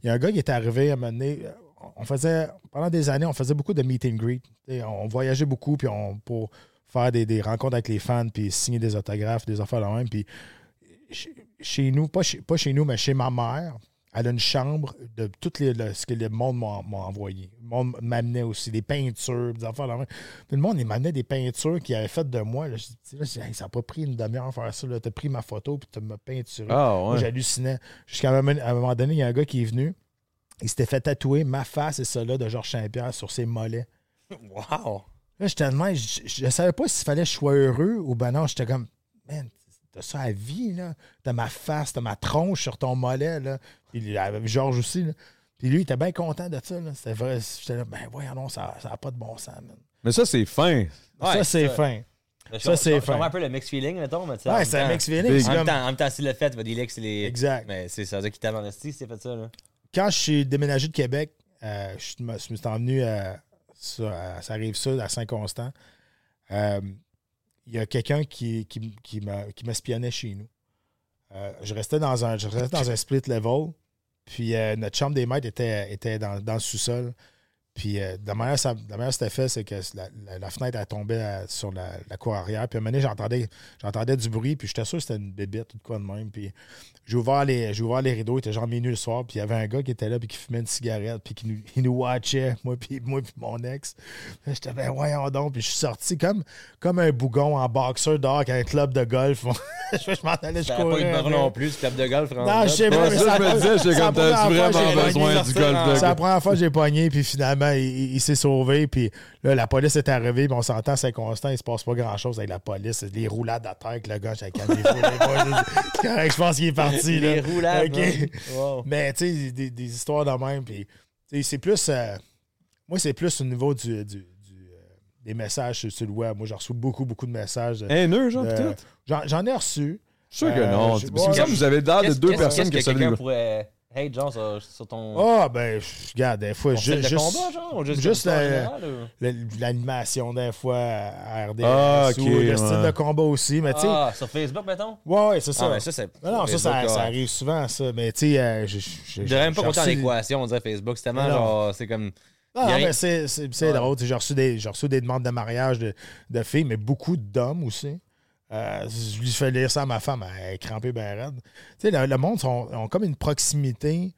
Speaker 2: Il y a un gars qui est arrivé à un moment donné. euh, On faisait, pendant des années, on faisait beaucoup de meet and greet. Tu sais, on voyageait beaucoup puis on, pour faire des, des rencontres avec les fans puis signer des autographes, des affaires de même. Puis chez- chez nous, pas chez, pas chez nous, mais chez ma mère, elle a une chambre de tout les, le- ce que le monde m'a m'a envoyé. Le monde m'amenait aussi des peintures, des affaires. de même. Puis le monde, il m'amenait des peintures qu'il avait faites de moi. Là, je dis, là, j'ai- hey, ça n'a pas pris une demi-heure à faire ça. Tu as pris ma photo puis tu m'as peinturé.
Speaker 3: Ah,
Speaker 2: Moi,
Speaker 3: ouais.
Speaker 2: j'hallucinais. Jusqu'à un moment- à un moment donné, il y a un gars qui est venu. Il s'était fait tatouer ma face et cela de Georges Saint-Pierre sur ses mollets.
Speaker 1: Wow!
Speaker 2: Là, j'étais de même, je, je- je savais pas s'il fallait que je sois heureux ou ben non, j'étais comme, man, t'as ça à vie, là. T'as ma face, t'as ma tronche sur ton mollet, là. Puis il y avait Georges aussi, là. Puis lui, il était bien content de ça, là. C'était vrai. J'étais là, ben voyons, non, ça n'a pas de bon sens, man.
Speaker 3: Mais ça, c'est fin.
Speaker 1: Ouais,
Speaker 2: ça, c'est
Speaker 1: ça.
Speaker 2: fin.
Speaker 1: Je
Speaker 2: Ça, c'est
Speaker 1: je- je comprends
Speaker 2: fin.
Speaker 1: un peu le mixed feeling, mettons, mais tu sais, en
Speaker 2: Ouais,
Speaker 1: même
Speaker 2: c'est un
Speaker 1: temps-
Speaker 2: mix feeling.
Speaker 3: Big.
Speaker 2: c'est
Speaker 1: En même
Speaker 2: comme-
Speaker 1: temps, en même temps, s'il l'a fait, va dire que c'est les.
Speaker 2: Exact.
Speaker 1: Mais c'est ça, ça veut dire qu'il tape en esti, s'il a fait ça, là.
Speaker 2: Quand je suis déménagé de Québec, euh, je me je me suis envenu à, sur- à- ça arrive sud à Saint-Constant. Euh, Il y a quelqu'un qui, qui, m- qui m'a- qui m'espionnait chez nous. Euh, je restais dans un je restais dans un split level. Puis euh, notre chambre des maîtres était, était dans, dans le sous-sol. Puis euh, de la manière ça- de la manière que c'était fait, c'est que la, la- la fenêtre elle tombait à- sur la, la cour arrière. Puis à un moment donné, j'entendais, j'entendais du bruit, puis j'étais sûr que c'était une bébête ou de quoi de même. Puis j'ai ouvert les, j'ai ouvert les rideaux, il était genre minuit le soir, puis il y avait un gars qui était là, puis qui fumait une cigarette, puis qui nous, il nous watchait, moi, puis moi, puis mon ex. Là, J'étais, ben voyons donc, puis je suis sorti comme, comme un bougon en boxeur dehors avec un club de golf. <laughs> je je m'en allais, je
Speaker 1: T'as pas eu
Speaker 2: courais,
Speaker 1: de beurre
Speaker 2: là.
Speaker 1: non plus, tu tapes de golf,
Speaker 2: Non, je sais pas,
Speaker 3: Ouais,
Speaker 2: mais
Speaker 3: ça,
Speaker 2: ça-
Speaker 3: je me disais, j'étais
Speaker 2: ça
Speaker 3: comme, t'as
Speaker 2: la première fois que
Speaker 3: vraiment
Speaker 2: j'ai
Speaker 3: besoin
Speaker 1: gagné
Speaker 3: du
Speaker 1: ça,
Speaker 3: golf
Speaker 2: C'est la
Speaker 3: de
Speaker 2: première fois que j'ai pogné, puis finalement, il, il- il s'est sauvé, puis là, la police est arrivée, puis on s'entend, c'est constant, il se passe pas grand-chose avec la police, c'est des roulades à terre avec le gars,
Speaker 1: <laughs>
Speaker 2: j'ai calmé C'est correct, je pense qu'il est parti, là.
Speaker 1: Les roulades. <laughs>
Speaker 2: Ok.
Speaker 1: man. Wow.
Speaker 2: Mais, tu sais, des, des histoires de même, puis, tu sais, c'est plus... euh, moi, c'est plus au niveau du, du- du, euh, des messages sur, sur le web. Moi, j'en reçois beaucoup, beaucoup de messages. de-
Speaker 3: Haineux, genre,
Speaker 2: de-
Speaker 3: peut-être.
Speaker 2: j'en, j'en ai reçu.
Speaker 3: Je suis sûr que
Speaker 2: Euh,
Speaker 3: non.
Speaker 2: je-
Speaker 3: Mais c'est comme ça que vous avez l'air de
Speaker 1: Qu'est-ce-
Speaker 3: deux
Speaker 1: qu'est-ce-
Speaker 3: personnes qui
Speaker 1: qu'est-ce
Speaker 3: se
Speaker 1: que quelqu'un pourrait. Hey, John, sur, sur ton.
Speaker 2: Ah, ben, je- regarde, des fois,
Speaker 1: ton
Speaker 2: ju-
Speaker 1: style de
Speaker 2: juste...
Speaker 1: combat, genre, ou juste,
Speaker 2: juste
Speaker 1: comme ça, en
Speaker 2: la-
Speaker 1: général, ou-
Speaker 2: le- l'animation des fois à RDS
Speaker 3: Ah, ok,
Speaker 2: ou le style
Speaker 3: ouais.
Speaker 2: de combat aussi. Mais tu sais,
Speaker 1: Ah, sur Facebook, mettons.
Speaker 2: ouais, ouais, c'est
Speaker 1: Ah,
Speaker 2: ça.
Speaker 1: ben, ça, c'est.
Speaker 2: non, non, ça,
Speaker 1: Facebook,
Speaker 2: ça, ça
Speaker 1: ouais.
Speaker 2: arrive souvent, ça. Mais tu sais, euh, je- je-
Speaker 1: Je
Speaker 2: je-
Speaker 1: dirais même pas
Speaker 2: j'ai
Speaker 1: compter en
Speaker 2: reçu-
Speaker 1: équation, on dirait Facebook. C'est tellement
Speaker 2: Non.
Speaker 1: genre. C'est comme.
Speaker 2: Non,
Speaker 1: Y a
Speaker 2: non,
Speaker 1: rien-
Speaker 2: mais c'est- c'est c'est
Speaker 1: Ouais.
Speaker 2: drôle. tu sais, J'ai reçu, des- j'ai reçu des demandes de mariage de, de filles, mais beaucoup d'hommes aussi. Euh, je lui fais lire ça à ma femme, elle est crampée bien raide. Tu sais, le, le monde sont- ont comme une proximité.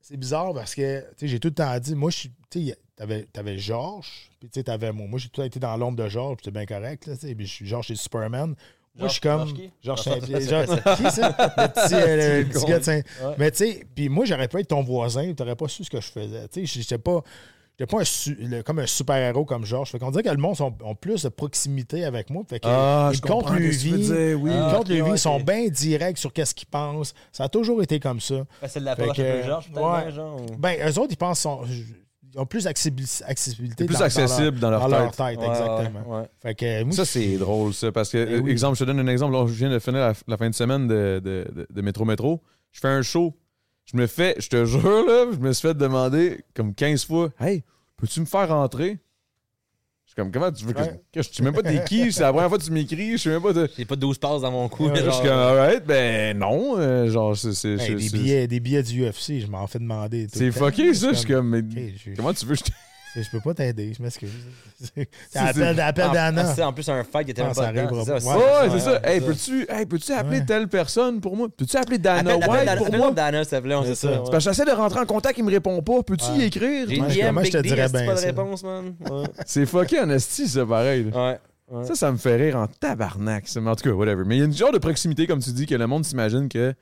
Speaker 2: C'est bizarre parce que tu sais, j'ai tout le temps dit, moi, je suis- tu sais, t'avais, t'avais Georges, puis tu sais, t'avais moi. Moi, j'ai tout le temps été dans l'ombre de Georges, puis c'est bien correct. Là, tu sais, puis je suis- Georges, c'est Superman. Moi, je suis
Speaker 1: Georges-
Speaker 2: comme.
Speaker 1: Georges qui?
Speaker 2: Georges
Speaker 1: Georges-
Speaker 2: Saint-Pierre. Georges- Qui, ça?
Speaker 1: <laughs>
Speaker 2: Le petit, euh, le
Speaker 1: Petit
Speaker 2: petit
Speaker 1: con.
Speaker 2: gars de Saint-
Speaker 1: Ouais.
Speaker 2: mais tu sais, puis moi, j'aurais pu être ton voisin, t'aurais pas su ce que je faisais. Tu sais, j'étais pas, j'étais pas un su- le- comme un super-héros comme Georges. Fait qu'on dirait que le monde sont- ont plus de proximité avec moi. Fait que
Speaker 3: Ah,
Speaker 2: ils
Speaker 3: je
Speaker 2: comptent
Speaker 3: comprends
Speaker 2: le
Speaker 3: ce que tu veux
Speaker 2: vie.
Speaker 3: dire, oui.
Speaker 2: Ils
Speaker 1: Ah,
Speaker 2: comptent
Speaker 1: ok,
Speaker 2: le vie,
Speaker 1: ouais,
Speaker 2: ils sont
Speaker 1: ok.
Speaker 2: bien directs sur qu'est-ce qu'ils pensent. Ça a toujours été comme ça.
Speaker 1: Ben, C'est de la poche
Speaker 2: Fait que,
Speaker 1: de Georges, peut-être,
Speaker 2: ouais.
Speaker 1: ben, genre. ou-
Speaker 2: Ben, eux autres, ils pensent sont- ils ont plus accessibil- accessibilité.
Speaker 3: C'est plus
Speaker 2: dans- dans
Speaker 3: accessible dans leur
Speaker 2: dans leur
Speaker 3: tête.
Speaker 2: tête,
Speaker 1: Ouais,
Speaker 2: exactement.
Speaker 1: ouais, ouais.
Speaker 2: Fait que euh, moi, Ben
Speaker 3: Ça, c'est drôle, ça. Parce que, euh,
Speaker 2: oui.
Speaker 3: exemple, je te donne un exemple. Là, je viens de finir la, la fin de semaine de, de, de- de Métro Métro. Je fais un show. Je me fais, je te jure, là, je me suis fait demander comme 15 fois Hey, peux-tu me faire rentrer Je suis comme, comment tu veux que,
Speaker 2: Ouais.
Speaker 3: que je. Je sais même pas t'es qui, c'est la première fois que tu m'écris, je sais même pas. de-
Speaker 1: J'ai pas 12 passes dans mon cou.
Speaker 2: <laughs> Ouais,
Speaker 1: mais
Speaker 3: Je
Speaker 1: genre-
Speaker 3: suis comme, alright, ben non. euh, genre, c'est. C'est
Speaker 2: hey,
Speaker 3: c'est-
Speaker 2: des,
Speaker 3: c'est-
Speaker 2: billets, des billets du UFC, je m'en fais demander. tout
Speaker 3: c'est
Speaker 2: le temps.
Speaker 3: fucké, ça.
Speaker 2: comme,
Speaker 3: Je suis comme, mais
Speaker 2: Ok, je-
Speaker 3: comment tu veux que je. te-
Speaker 2: Je peux pas t'aider, je m'excuse. <laughs> C'est
Speaker 3: <laughs> Si,
Speaker 2: appel,
Speaker 3: c'est-
Speaker 2: appel d'Anna.
Speaker 1: Ah, c'est en plus un fight qui était
Speaker 2: Ah,
Speaker 1: même
Speaker 2: ça
Speaker 1: pas dedans,
Speaker 2: arrivera
Speaker 1: c'est
Speaker 2: pas.
Speaker 1: ça,
Speaker 3: Ouais,
Speaker 2: Ouais,
Speaker 3: c'est
Speaker 2: ouais,
Speaker 3: ça.
Speaker 2: c'est
Speaker 3: Hey,
Speaker 2: ça.
Speaker 3: peux-tu hey, peux-tu appeler
Speaker 2: Ouais.
Speaker 3: telle personne pour moi? Peux-tu appeler Dana
Speaker 1: Appelle- appelle-
Speaker 3: White pour
Speaker 1: appelle-
Speaker 3: moi?
Speaker 1: appelle Dana, s'il te plaît, on
Speaker 2: C'est
Speaker 1: sait
Speaker 2: ça,
Speaker 1: ça.
Speaker 2: ouais.
Speaker 3: C'est parce que j'essaie de rentrer en contact, il me répond pas. Peux-tu y
Speaker 2: Ouais.
Speaker 3: écrire?
Speaker 1: J'ai
Speaker 2: Ouais,
Speaker 1: une DM,
Speaker 2: comment je
Speaker 1: Big
Speaker 2: te
Speaker 1: D,
Speaker 2: dirais
Speaker 1: est-ce que
Speaker 2: bien
Speaker 1: pas de
Speaker 2: ça?
Speaker 1: réponse, man. Ouais.
Speaker 3: C'est fucké en esti, ça, pareil. là.
Speaker 1: Ouais. ouais.
Speaker 3: Ça, ça me fait rire en tabarnak. ça. Mais en tout cas, whatever. Mais il y a une genre de proximité, comme tu dis, que le monde s'imagine que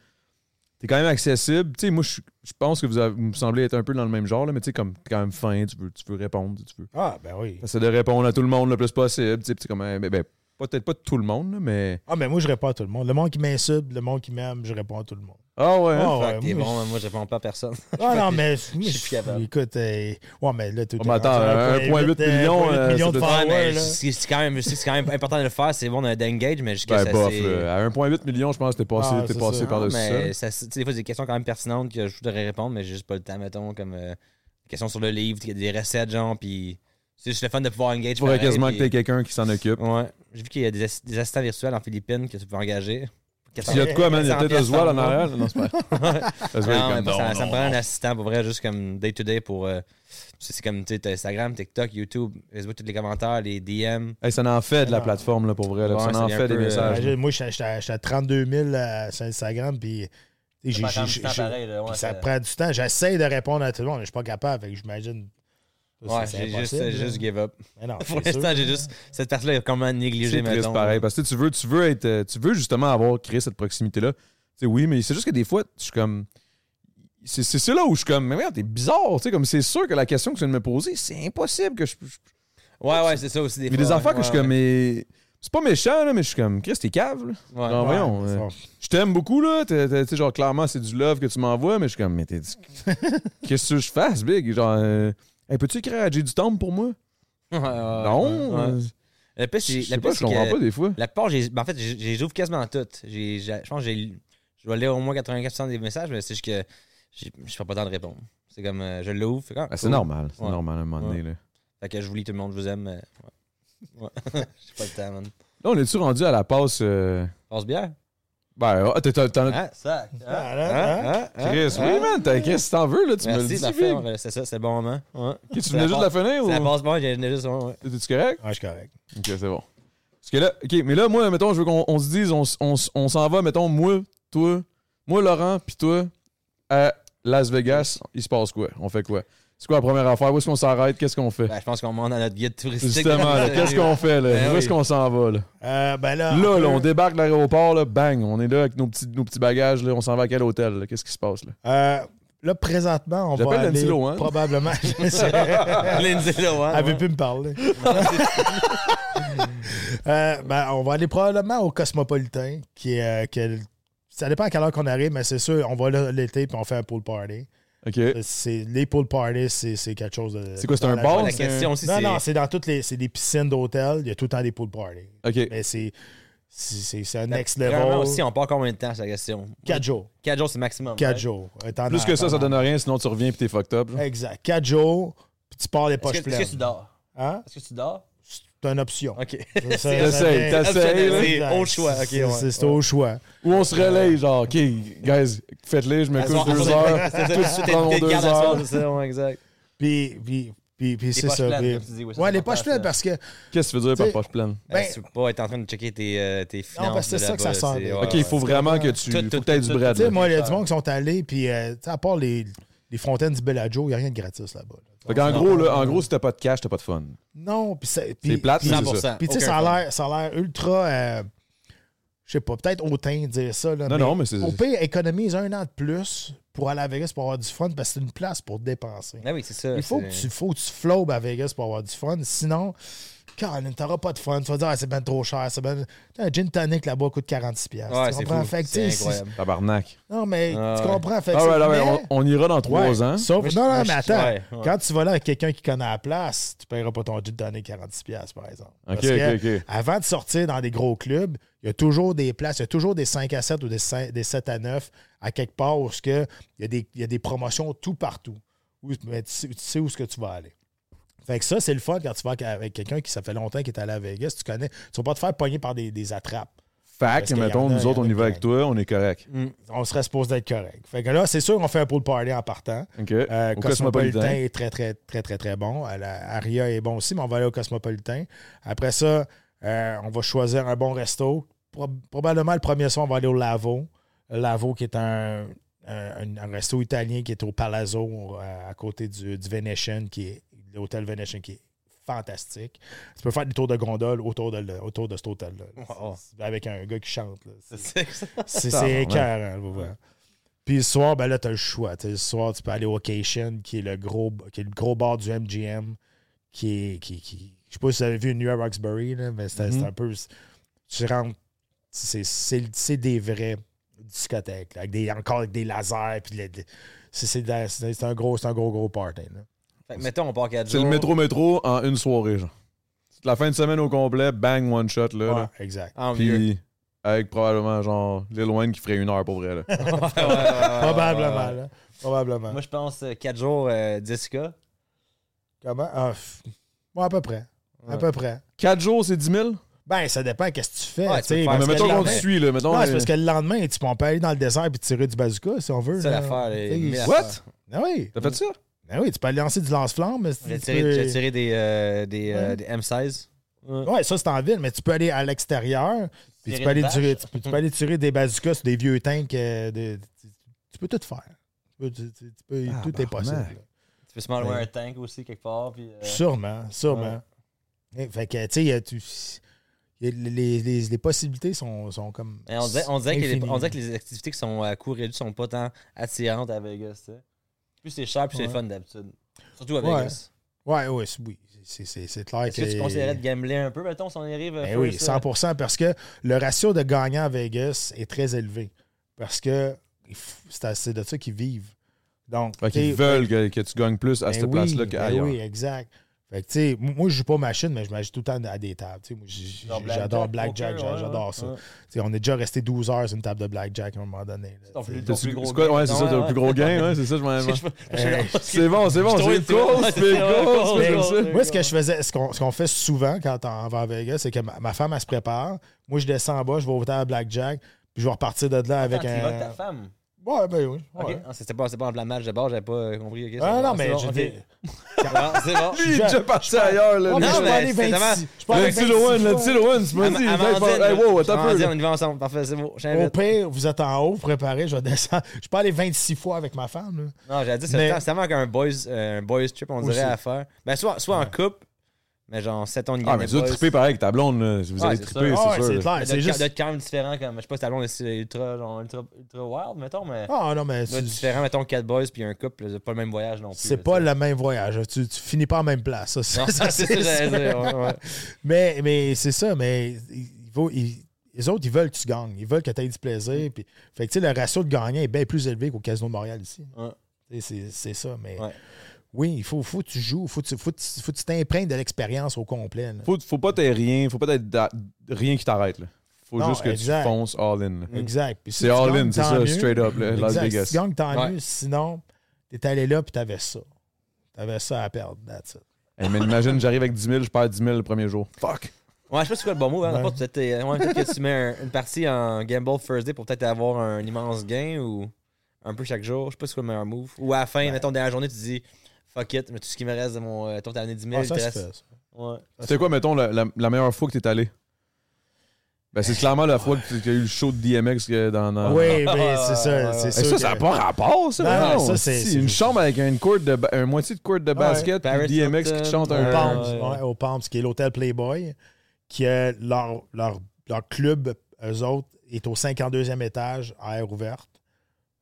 Speaker 3: t'es quand même accessible. Tu sais, moi, je suis- je pense que vous, avez- vous me semblez être un peu dans le même genre, là, mais tu sais, comme t'es quand même fin, tu veux, tu veux répondre, tu veux.
Speaker 2: Ah, ben oui.
Speaker 3: T'essaies de répondre à tout le monde le plus possible. Tu sais, puis c'est comme, eh, ben, ben, peut-être pas tout le monde, là, mais.
Speaker 2: Ah, mais moi, je réponds à tout le monde. Le monde qui m'insulte, le monde qui m'aime, je réponds à tout le monde.
Speaker 3: Ah ouais. hein?
Speaker 2: Ah, ouais,
Speaker 1: Fuck, t'es
Speaker 2: moi,
Speaker 1: bon, moi, je réponds pas à personne.
Speaker 2: Ah non, mais
Speaker 1: je suis plus capable.
Speaker 2: Écoute, euh, ouais, mais là, tout
Speaker 3: Oh, mais attends, 1,8 million, euh, ça
Speaker 2: de
Speaker 3: doit-
Speaker 1: Ouais, mais
Speaker 2: followers. là.
Speaker 1: c'est c'est quand, même- c'est quand même important de le faire, c'est bon d'un engage, mais jusqu'à
Speaker 3: Ben,
Speaker 1: ça,
Speaker 3: bof,
Speaker 1: c'est-
Speaker 3: là. À 1,8 million, je pense que t'es passé,
Speaker 2: Ah,
Speaker 3: t'es
Speaker 2: c'est
Speaker 3: passé
Speaker 2: ça.
Speaker 3: par-dessus
Speaker 1: Non,
Speaker 3: ça.
Speaker 1: mais ça, c'est- tu sais, des fois, c'est des questions quand même pertinentes que je voudrais répondre, mais j'ai juste pas le temps, mettons, comme euh, des questions sur le livre, des- des recettes, genre, puis c'est juste le fun de pouvoir engage.
Speaker 3: Tu faudrait
Speaker 1: pareil,
Speaker 3: quasiment que
Speaker 1: puis-
Speaker 3: t'aies quelqu'un qui s'en occupe.
Speaker 1: Ouais. J'ai vu qu'il y a des, ass- des assistants virtuels en Philippines que tu peux engager.
Speaker 3: S'il y a de quoi, man, il y a
Speaker 1: 400
Speaker 3: peut-être Oswald
Speaker 1: par
Speaker 3: en
Speaker 1: mois.
Speaker 3: arrière. là. Non, c'est pas. Oswald est
Speaker 1: Non, mais
Speaker 3: comme,
Speaker 1: pas, ça,
Speaker 3: non,
Speaker 1: ça me
Speaker 3: non,
Speaker 1: prend
Speaker 3: non.
Speaker 1: un assistant pour vrai, juste comme day to day pour. euh, c'est c'est comme tu sais, t'as Instagram, TikTok, YouTube, Facebook, tous les commentaires, les DM.
Speaker 3: Hey, ça en fait de la
Speaker 2: Alors.
Speaker 3: plateforme là, pour vrai. là.
Speaker 1: Ah. Ouais,
Speaker 3: ça
Speaker 1: ça
Speaker 3: en
Speaker 1: devient
Speaker 3: fait
Speaker 1: un
Speaker 3: des
Speaker 1: peu, euh,
Speaker 3: messages.
Speaker 2: Imagine, Ben, Moi, j'étais à j'étais à 32 000 à- sur Instagram, puis tu sais, j'ai- j'ai- j'ai- j'ai- puis ça prend du temps. J'essaie de répondre à tout le monde, mais je suis pas capable. Fait que j'imagine.
Speaker 1: Ouais, j'ai juste,
Speaker 2: impossible,
Speaker 1: euh,
Speaker 2: là.
Speaker 1: juste give up. <laughs>
Speaker 2: Mais non,
Speaker 1: Pour
Speaker 2: c'est sûr.
Speaker 1: l'instant, j'ai juste. Cette partie-là est complètement négligée,
Speaker 3: C'est triste
Speaker 1: mettons.
Speaker 3: pareil. Parce que tu veux, tu veux être. euh, Tu veux justement avoir créé cette proximité-là. Tu sais, oui, mais c'est juste que des fois, je suis comme. C'est c'est c'est là où je suis comme. Mais merde, t'es bizarre. Tu sais, comme c'est sûr que la question que tu viens de me poser, c'est impossible que je. je-
Speaker 1: Ouais, ouais, c'est ça aussi. Des
Speaker 3: Il y a des
Speaker 1: fois,
Speaker 3: affaires que
Speaker 1: ouais,
Speaker 3: je suis comme. mais- C'est pas méchant, là, mais je suis comme. Chris, t'es cave, là.
Speaker 1: ouais. Ouais.
Speaker 3: Non,
Speaker 2: Ouais,
Speaker 3: voyons,
Speaker 2: mais
Speaker 3: euh,
Speaker 2: bon.
Speaker 3: Je t'aime beaucoup, là. T'es- t'es- Tu sais, genre, clairement, c'est du love que tu m'envoies, mais je suis comme, mais t'es. <laughs> Qu'est-ce que je fasse, Big? Genre, euh, hey, peux-tu écrire à J du Temple pour moi?
Speaker 1: Ouais, ouais, ouais, ouais.
Speaker 3: non! euh,
Speaker 1: La piste,
Speaker 3: Je
Speaker 1: c'est
Speaker 3: sais
Speaker 1: la
Speaker 3: pas,
Speaker 1: piste,
Speaker 3: je
Speaker 1: c'est
Speaker 3: comprends
Speaker 1: que
Speaker 3: pas des fois.
Speaker 1: la plupart, j'ai- ben, en fait, j'ai- j'ai- j'ouvre quasiment toutes. J'ai- j'ai- Je pense que j'ai- je dois lire au moins 95% des messages, mais c'est juste que j'ai- je prends pas le temps de répondre. C'est comme, euh, je l'ouvre. fait comme,
Speaker 3: Ah, c'est
Speaker 1: cool.
Speaker 3: normal, c'est
Speaker 1: Ouais.
Speaker 3: normal à un moment donné. Là.
Speaker 1: Fait que je vous lis tout le monde, je vous aime. euh, ouais. Ouais. <laughs> J'ai pas le temps, man.
Speaker 3: Là, on est-tu rendu à la passe. euh,
Speaker 1: Passe bien.
Speaker 3: Ben, ah, t'es- t'en- t'en-
Speaker 1: Hein? Ça. Hein?
Speaker 2: Ah,
Speaker 1: Hein?
Speaker 2: là, hein?
Speaker 1: Hein? Hein?
Speaker 3: Chris, oui,
Speaker 1: Hein?
Speaker 3: man, t'as- qu'est-ce que t'en veux, là? Tu me le
Speaker 1: Merci,
Speaker 3: dis,
Speaker 1: ça
Speaker 3: Vic.
Speaker 1: fait. on va- euh, C'est ça, c'est le bon moment. Ouais.
Speaker 3: Ok, Tu
Speaker 1: C'est
Speaker 3: venais
Speaker 1: la
Speaker 3: juste de la finir
Speaker 1: Ça
Speaker 3: ou.
Speaker 1: passe bien, j'ai j'ai juste. ouais, ouais.
Speaker 3: T'es-tu correct?
Speaker 2: Ouais, Ah, je suis correct.
Speaker 3: Ok, c'est bon. Parce que là, ok, mais là, moi, mettons, je veux qu'on on se dise, on, s- on s- on s'en va, mettons, moi, toi, moi, Laurent, puis toi, à Las Vegas, il se passe quoi? On fait quoi? C'est quoi la première affaire? Où est-ce qu'on s'arrête? Qu'est-ce qu'on fait?
Speaker 1: Ben, je pense qu'on demande à notre guide touristique.
Speaker 3: Justement, là,
Speaker 1: <laughs>
Speaker 3: qu'est-ce qu'on fait, là?
Speaker 1: Ben
Speaker 3: Où
Speaker 1: oui. Ah,
Speaker 3: est-ce qu'on s'en va, là?
Speaker 2: Euh, ben là, un
Speaker 3: Là,
Speaker 2: peu,
Speaker 3: là, on débarque de l'aéroport, là, bang, on est là avec nos petits, nos petits bagages, là, on s'en va à quel hôtel? là? Qu'est-ce qui se passe là?
Speaker 2: euh, là, présentement, on va
Speaker 3: J'appelle hein.
Speaker 2: aller
Speaker 3: Nancy Lohan.
Speaker 2: probablement. <laughs>
Speaker 1: Lindsay Lohan.
Speaker 2: Elle veut
Speaker 1: ouais.
Speaker 2: plus me parler. Euh, ben, on va aller probablement au Cosmopolitain, qui est. euh, qui est- ça dépend à quelle heure qu'on arrive, mais c'est sûr, on va là l'été puis on fait un pool party. Euh,
Speaker 3: OK.
Speaker 2: C'est, les pool parties, c'est, c'est quelque chose de.
Speaker 3: C'est quoi, c'est
Speaker 2: dans
Speaker 3: un
Speaker 2: la
Speaker 3: bar?
Speaker 1: La
Speaker 2: journée.
Speaker 1: question aussi,
Speaker 2: Non,
Speaker 1: c'est.
Speaker 2: non, c'est dans toutes les. C'est des piscines d'hôtel, il y a tout le temps des pool parties.
Speaker 3: OK.
Speaker 1: Ben,
Speaker 2: Mais c'est. C'est, c'est, c'est un next
Speaker 1: Vraiment
Speaker 2: level.
Speaker 1: aussi, on part combien de temps, c'est la question?
Speaker 2: 4 jours.
Speaker 1: 4 jours, c'est maximum.
Speaker 2: 4
Speaker 1: right?
Speaker 2: jours. Euh, t'en
Speaker 3: Plus
Speaker 2: as-
Speaker 3: que ça,
Speaker 2: t'en
Speaker 3: ça
Speaker 2: as-
Speaker 3: donne rien, sinon tu reviens et t'es fucked up. genre.
Speaker 2: Exact. 4 jours, puis tu pars les poches
Speaker 1: Est-ce que, est-ce que tu
Speaker 2: pleines.
Speaker 1: dors?
Speaker 2: Hein?
Speaker 1: Est-ce que tu dors?
Speaker 2: C'est une option.
Speaker 1: OK.
Speaker 2: Ça- ça-
Speaker 3: T'essayes,
Speaker 2: ça-
Speaker 3: t'essayes,
Speaker 1: Optionnel,
Speaker 3: là.
Speaker 1: c'est au choix. OK,
Speaker 2: C'est,
Speaker 1: ouais.
Speaker 2: c'est- c'est au choix.
Speaker 3: Ou on se relaye, genre, OK, guys, faites-les, je me couche deux
Speaker 1: <laughs> C'est
Speaker 3: heures.
Speaker 1: ça,
Speaker 3: Tout de
Speaker 1: c'est
Speaker 3: suite,
Speaker 1: t'es-
Speaker 3: prendre
Speaker 1: t'es
Speaker 3: deux
Speaker 1: de garde à
Speaker 3: heures.
Speaker 1: soir, c'est ça, ouais, exact.
Speaker 2: Puis, puis, puis, puis c'est
Speaker 1: poches
Speaker 2: ça.
Speaker 1: pleines,
Speaker 2: puis-
Speaker 1: comme tu dis, oui, ça,
Speaker 2: ouais,
Speaker 1: c'est
Speaker 2: les poches
Speaker 1: important,
Speaker 2: pleines
Speaker 1: ça.
Speaker 2: parce que.
Speaker 3: Qu'est-ce que tu veux dire par
Speaker 2: T'sais-
Speaker 3: poche pleine?
Speaker 2: Ben,
Speaker 1: Ben, tu peux pas être en train de checker tes, euh, tes finances.
Speaker 2: Non, parce que c'est
Speaker 1: de
Speaker 2: ça que
Speaker 1: là-bas,
Speaker 2: ça sent,
Speaker 1: Ah, c'est-
Speaker 2: des-
Speaker 1: ouais,
Speaker 3: OK,
Speaker 1: ouais.
Speaker 3: il faut vraiment que tu.
Speaker 1: Tout,
Speaker 3: faut
Speaker 1: tout,
Speaker 3: que t'aies
Speaker 1: tout,
Speaker 3: du
Speaker 1: tout,
Speaker 3: bread.
Speaker 2: tu sais,
Speaker 3: là.
Speaker 2: moi, il y a du monde qui sont allés, puis, euh, tu sais, à part les, les fontaines du Bellagio, il n'y a rien de gratis là-bas.
Speaker 3: Fait qu'en gros, là, en gros, si t'as pas de cash, t'as pas de fun.
Speaker 2: Non, puis c'est.
Speaker 3: C'est plate, mais c'est
Speaker 1: 100%.
Speaker 3: ça.
Speaker 2: Puis, tu sais,
Speaker 1: aucun
Speaker 2: ça a
Speaker 1: problème.
Speaker 2: l'air- ça a l'air ultra. euh, je sais pas, peut-être hautain de dire ça. Là,
Speaker 3: Non, non, mais c'est.
Speaker 2: Au pire, économise un an de plus pour aller à Vegas pour avoir du fun parce que c'est une place pour dépenser.
Speaker 1: Ah oui, c'est ça.
Speaker 2: Il faut que
Speaker 1: c'est-
Speaker 2: tu, faut que tu flobes à Vegas pour avoir du fun. Sinon, Caroline, t'auras pas de fun. Tu vas dire, Ah, c'est bien trop cher. C'est ben... T'as Un gin tonic là-bas coûte 46$. piastres.
Speaker 1: Ouais,
Speaker 2: tu
Speaker 1: c'est
Speaker 2: comprends?
Speaker 1: fou.
Speaker 2: Fait que,
Speaker 1: C'est
Speaker 2: tu sais, c'est-
Speaker 1: incroyable.
Speaker 3: Tabarnak.
Speaker 2: Non, mais
Speaker 1: Ah,
Speaker 2: tu
Speaker 1: ouais.
Speaker 2: comprends? Fait que
Speaker 3: Ah
Speaker 2: c'est-
Speaker 3: ouais, là, ouais,
Speaker 2: mais-
Speaker 3: on, on ira dans
Speaker 2: Ouais,
Speaker 3: trois ans.
Speaker 2: Sauf,
Speaker 1: Moi, je-
Speaker 2: non, non,
Speaker 1: moi,
Speaker 2: mais
Speaker 1: je-
Speaker 2: attends.
Speaker 1: ouais, ouais.
Speaker 2: Quand tu vas là avec quelqu'un qui connaît la place, tu paieras pas ton gin tonic 46$, piastres, par exemple.
Speaker 3: OK,
Speaker 2: Parce que
Speaker 3: OK, OK.
Speaker 2: Avant de sortir dans des gros clubs, il y a toujours des places, il y a toujours des 5 à 7 ou des, 5 des 7 à 9 à quelque part où ce que il, y a des, il y a des promotions tout partout. Où- mais tu, sais- tu sais où ce que tu vas aller. Fait que ça, c'est le fun quand tu vas avec quelqu'un qui ça fait longtemps qu'il est allé à Vegas, tu connais. Tu vas pas te faire pogner par des, des attrapes.
Speaker 3: Fait
Speaker 2: Parce
Speaker 3: que,
Speaker 2: qu'il y en
Speaker 3: mettons,
Speaker 2: a-
Speaker 3: nous
Speaker 2: il y
Speaker 3: autres,
Speaker 2: en
Speaker 3: on
Speaker 2: a
Speaker 3: y va
Speaker 2: qui-
Speaker 3: avec toi, on est correct.
Speaker 1: Mm.
Speaker 2: On serait supposé d'être correct. Fait que là, c'est sûr qu'on fait un pool party en partant.
Speaker 3: OK.
Speaker 2: Euh,
Speaker 3: Au
Speaker 2: Cosmopolitain
Speaker 3: Cosmopolitain.
Speaker 2: est très, très, très, très, très bon. Euh, la- Aria est bon aussi, mais on va aller au Cosmopolitain. Après ça, euh, on va choisir un bon resto. Pro- probablement le premier soir, on va aller au Lavo. Lavo, qui est un, euh, un- un resto italien qui est au Palazzo, euh, à côté du, du Venetian, qui est l'hôtel Venetian, qui est fantastique. Tu peux faire des tours de gondole autour de, le- autour de cet hôtel-là.
Speaker 1: Wow.
Speaker 2: C'est- Avec un gars qui chante. là. C'est-
Speaker 1: C'est ça.
Speaker 2: c'est
Speaker 3: Ah, ouais.
Speaker 2: c'est écœurant, là, pour vrai. Puis le soir, ben là, t'as le choix. Tu sais, le soir, tu peux aller au Occasion, qui est le gros, qui est le gros bar du MGM, qui est. Qui, qui- je sais pas si vous avez vu New à Roxbury, là, mais c'est
Speaker 1: Mm-hmm.
Speaker 2: c'est un peu. Tu rentres. C'est, c'est, c'est des vraies discothèques, là, avec des, encore avec des lasers. Puis le- le- c'est, c'est, de la- c'est un gros, c'est un gros, gros party. là.
Speaker 1: Fait que, mettons, on part 4
Speaker 3: C'est
Speaker 1: jours.
Speaker 3: le métro-métro en une soirée, genre. C'est La fin de semaine au complet, bang, one shot, là.
Speaker 2: Ouais,
Speaker 3: là.
Speaker 2: exact.
Speaker 1: En vieux.
Speaker 3: Puis, avec probablement, genre, Lil Wayne qui ferait une heure pour vrai, là.
Speaker 1: Ouais, ouais, ouais,
Speaker 2: <laughs>
Speaker 1: ouais, ouais.
Speaker 2: Probablement, là. Probablement.
Speaker 1: Moi, je pense 4 jours, euh, 10K.
Speaker 2: Comment? Ah, pff. Ouais, à peu près. À
Speaker 1: Ouais.
Speaker 2: peu près.
Speaker 3: 4 jours, c'est 10 000?
Speaker 2: Ben, ça dépend qu'est-ce que tu fais.
Speaker 1: Ouais, tu
Speaker 2: tu
Speaker 1: peux
Speaker 2: sais,
Speaker 1: faire-
Speaker 2: parce
Speaker 3: mais
Speaker 2: que
Speaker 3: mettons
Speaker 2: le
Speaker 3: qu'on te
Speaker 2: lendemain-
Speaker 3: suit, là. Mettons,
Speaker 2: Ouais,
Speaker 3: euh,
Speaker 2: c'est parce que le lendemain, tu peux- on peut aller dans le désert et tirer du bazooka si on veut.
Speaker 1: C'est
Speaker 2: là.
Speaker 1: l'affaire, les
Speaker 2: Tu sais,
Speaker 1: mille
Speaker 3: What?
Speaker 1: affaires.
Speaker 2: Ah oui.
Speaker 3: T'as fait ça?
Speaker 2: Ah oui, tu peux aller lancer du lance-flamme. mais
Speaker 1: J'ai
Speaker 2: tu
Speaker 1: tiré,
Speaker 2: peux-
Speaker 1: j'ai tiré des, euh, des, euh,
Speaker 2: Ouais.
Speaker 1: des M16. Ouais.
Speaker 2: Ouais, ça c'est en ville, mais tu peux aller à l'extérieur. Puis
Speaker 1: Tirer
Speaker 2: tu peux, aller
Speaker 1: une
Speaker 2: tirer,
Speaker 1: vache.
Speaker 2: tu, peux, tu peux aller tirer des bazookas sur des vieux tanks. euh, de- tu, tu peux tout faire. Tu peux- tu- tu- tu peux-
Speaker 3: Ah,
Speaker 2: tout est possible.
Speaker 3: barnac.
Speaker 2: là.
Speaker 1: Tu peux se m'enlever
Speaker 2: Ouais.
Speaker 1: un tank aussi quelque part. Puis, euh,
Speaker 2: Sûrement, sûrement. Eh, Fait que, tu sais, il y a- tu- il y a- les, les- les possibilités sont, sont comme.
Speaker 1: et on dirait, on dirait que les,
Speaker 2: infinies.
Speaker 1: on dirait que les activités qui sont euh, à coût réduit sont pas tant attirantes à Vegas. tu sais. Plus c'est cher, plus
Speaker 2: Ouais.
Speaker 1: c'est fun d'habitude. Surtout à
Speaker 2: Ouais.
Speaker 1: Vegas.
Speaker 2: Ouais, ouais, c'est- oui. C'est- C'est c'est clair
Speaker 1: Est-ce que tu
Speaker 2: que-
Speaker 1: conseillerais de gambler un peu, mettons, si on arrive
Speaker 2: Ben
Speaker 1: first,
Speaker 2: oui,
Speaker 1: euh,
Speaker 2: 100 parce que le ratio de gagnants à Vegas est très élevé. Parce que il f- c'est à- c'est de ça qu'ils vivent. Donc,
Speaker 3: Fait qu'ils
Speaker 2: t'sais,
Speaker 3: veulent que, que tu gagnes plus à
Speaker 2: ben
Speaker 3: cette
Speaker 2: oui,
Speaker 3: place-là
Speaker 2: ben
Speaker 3: qu'ailleurs.
Speaker 2: oui, exact. Fait que, tu sais, m- moi, je joue pas machine, mais je m'agis tout le temps à des tables. Tu sais, moi, j-
Speaker 1: euh, genre
Speaker 2: j- J'adore Blackjack,
Speaker 1: poker,
Speaker 2: j'a-
Speaker 1: ouais,
Speaker 2: j'adore
Speaker 1: ouais.
Speaker 2: ça.
Speaker 1: Ouais.
Speaker 2: Tu sais, on est déjà resté 12 heures sur une table de Blackjack à un moment donné. là,
Speaker 1: ton
Speaker 2: tu sais.
Speaker 1: plus-
Speaker 3: T'as-
Speaker 1: Ton
Speaker 3: c'est
Speaker 1: gros
Speaker 3: quoi-
Speaker 1: gain.
Speaker 3: Ouais, c'est ça,
Speaker 1: Ouais,
Speaker 3: t'as le
Speaker 1: ouais.
Speaker 3: plus gros gain, ouais, c'est ça, je
Speaker 1: <laughs>
Speaker 3: m'en
Speaker 1: Je- je- je-
Speaker 2: Hey,
Speaker 1: je-
Speaker 3: C'est bon, c'est bon,
Speaker 1: Je trouvais-
Speaker 3: c'est cool,
Speaker 1: Ouais,
Speaker 3: c'est
Speaker 1: c'est ça,
Speaker 3: cool,
Speaker 1: ouais,
Speaker 3: c'est
Speaker 1: ouais,
Speaker 3: ça.
Speaker 1: ouais.
Speaker 2: Moi, ce que je faisais, ce qu'on ce qu'on fait souvent quand on va à Vegas, c'est que ma, ma femme, elle se prépare. Moi, je descends en bas, je vais au table à Blackjack, puis je vais repartir de là avec
Speaker 1: Attends, tu vas avec ta
Speaker 2: un.
Speaker 1: femme.
Speaker 2: Ouais, ben oui.
Speaker 1: Ok.
Speaker 2: ouais.
Speaker 1: Ah, C'était pas, c'était pas en plein match de base, j'avais pas euh, compris. ok, c'est
Speaker 2: Ah,
Speaker 1: bon,
Speaker 2: non, mais
Speaker 1: c'est bon,
Speaker 2: je
Speaker 1: ok.
Speaker 2: dis-
Speaker 1: Bon, C'est
Speaker 2: <laughs>
Speaker 1: bon.
Speaker 3: Lui, il est déjà parti ailleurs, là.
Speaker 2: Ouais, mais
Speaker 1: Non,
Speaker 2: je
Speaker 3: lui.
Speaker 2: peux
Speaker 1: mais
Speaker 2: aller
Speaker 1: c'est
Speaker 2: 26.
Speaker 1: tellement-
Speaker 2: Je peux aller
Speaker 3: Le petit
Speaker 2: 26
Speaker 3: Lowen, le
Speaker 2: fois.
Speaker 3: petit Lowen, tu m'as dit.
Speaker 1: Am-
Speaker 3: hey, faut- Hey,
Speaker 1: Amandine,
Speaker 3: wow, attends un peu.
Speaker 1: Amandine,
Speaker 3: là. Ah,
Speaker 1: on y va ensemble. Parfait, c'est bon.
Speaker 2: Au
Speaker 1: j'invite.
Speaker 2: pire, vous êtes en haut, vous préparez, je vais descendre. <laughs> Je peux aller 26 fois avec ma femme. là.
Speaker 1: Non, j'allais dire, c'est
Speaker 2: Oh, Mais-
Speaker 1: le temps- c'est vraiment qu'un boys, euh, un boys trip, on dirait,
Speaker 2: Aussi.
Speaker 1: à faire. Ben, soit, soit en couple, mais genre 7 ans de
Speaker 3: Ah,
Speaker 1: gang
Speaker 3: mais
Speaker 1: de
Speaker 3: tu dois
Speaker 1: boys.
Speaker 3: triper pareil avec ta blonde, là. Si vous
Speaker 1: Ouais,
Speaker 3: allez
Speaker 1: c'est
Speaker 3: triper,
Speaker 1: sûr.
Speaker 2: Ah, ouais,
Speaker 3: c'est sûr.
Speaker 2: c'est
Speaker 3: là.
Speaker 1: Mais
Speaker 2: clair.
Speaker 1: de-
Speaker 2: C'est juste.
Speaker 1: de quand même différent, comme, je sais pas si ta blonde est ultra, genre, ultra, ultra wild, mettons, mais
Speaker 2: Ah non, mais
Speaker 1: doit
Speaker 2: c'est-
Speaker 1: être différent, mettons, 4 boys puis un couple, c'est pas le même voyage non plus.
Speaker 2: c'est
Speaker 1: là,
Speaker 2: pas <laughs>
Speaker 1: tu
Speaker 2: le même voyage. Tu, tu finis pas en même place. ça,
Speaker 1: sais.
Speaker 2: c'est-
Speaker 1: Non, <laughs>
Speaker 2: ça,
Speaker 1: c'est
Speaker 2: c'est
Speaker 1: ça, j'allais
Speaker 2: sûr.
Speaker 1: dire, ouais, ouais.
Speaker 2: Mais, mais c'est ça, mais il faut- il- les autres, ils veulent que tu gagnes. Ils veulent que tu aies du plaisir. puis- fait que, tu sais, le ratio de gagnants est bien plus élevé qu'au Casino de Montréal ici.
Speaker 1: Ouais.
Speaker 2: Tu sais, C'est c'est ça, mais
Speaker 1: Ouais.
Speaker 2: oui, il faut, faut que tu joues. Il faut, que tu- faut, que tu- faut que tu t'imprègnes de l'expérience au complet. là.
Speaker 3: Faut, faut pas t'aies rien, faut pas t'aies da- rien qui t'arrête, là. Faut
Speaker 2: Non,
Speaker 3: juste que
Speaker 2: exact.
Speaker 3: tu fonces all-in.
Speaker 2: Exact. Puis si
Speaker 3: Mm. C'est
Speaker 2: tu
Speaker 3: all-in,
Speaker 2: gagnes,
Speaker 3: c'est
Speaker 2: tant
Speaker 3: ça,
Speaker 2: mieux.
Speaker 3: straight up, là, Las
Speaker 2: Exact. Si tu
Speaker 3: Vegas.
Speaker 2: gagnes, tant
Speaker 1: Ouais.
Speaker 2: mieux. Sinon, t'es allé là puis t'avais ça. T'avais ça à perdre. That's it.
Speaker 3: Hey, mais imagine, j'arrive avec 10 000, je perds 10 000 le premier jour. Fuck!
Speaker 1: Ouais, je sais pas c'est quoi le bon mot. Hein,
Speaker 2: Ouais.
Speaker 1: n'importe, peut-être, euh, ouais, peut-être que tu mets un- une partie en Gamble Thursday pour peut-être avoir un immense gain ou un peu chaque jour. Je sais pas c'est quoi le meilleur move. Ou à la fin, mettons, dernière journée, tu dis fuck it, mais tout ce qui me reste de mon. Euh, ton année 10 000,
Speaker 2: Ah,
Speaker 1: il
Speaker 2: ça,
Speaker 1: te
Speaker 2: se
Speaker 1: reste.
Speaker 2: fait, ça.
Speaker 1: Ouais.
Speaker 3: C'était quoi, mettons, la, la- la meilleure fois que t'es allé? Ben, c'est clairement la fois que tu as eu le show de DMX que dans. dans-
Speaker 2: Oui, mais c'est
Speaker 1: ouais,
Speaker 2: ça.
Speaker 1: ouais.
Speaker 2: C'est
Speaker 3: Eh,
Speaker 2: sûr
Speaker 3: ça, ça n'a
Speaker 2: que-
Speaker 3: pas rapport, ça.
Speaker 2: Non,
Speaker 3: voyons.
Speaker 2: non, ça, c'est-
Speaker 3: Si,
Speaker 2: c'est-
Speaker 3: une chambre avec une courte de ba- un moitié de courte de basket, puis
Speaker 1: Paris
Speaker 3: DMX qui
Speaker 1: Hilton,
Speaker 3: chante
Speaker 2: Au
Speaker 1: Euh,
Speaker 3: un
Speaker 2: Palms,
Speaker 1: ouais.
Speaker 2: ouais, au Palms, qui est l'hôtel Playboy, qui est leur, leur, leur club, eux autres, est au 52e étage, à air ouverte.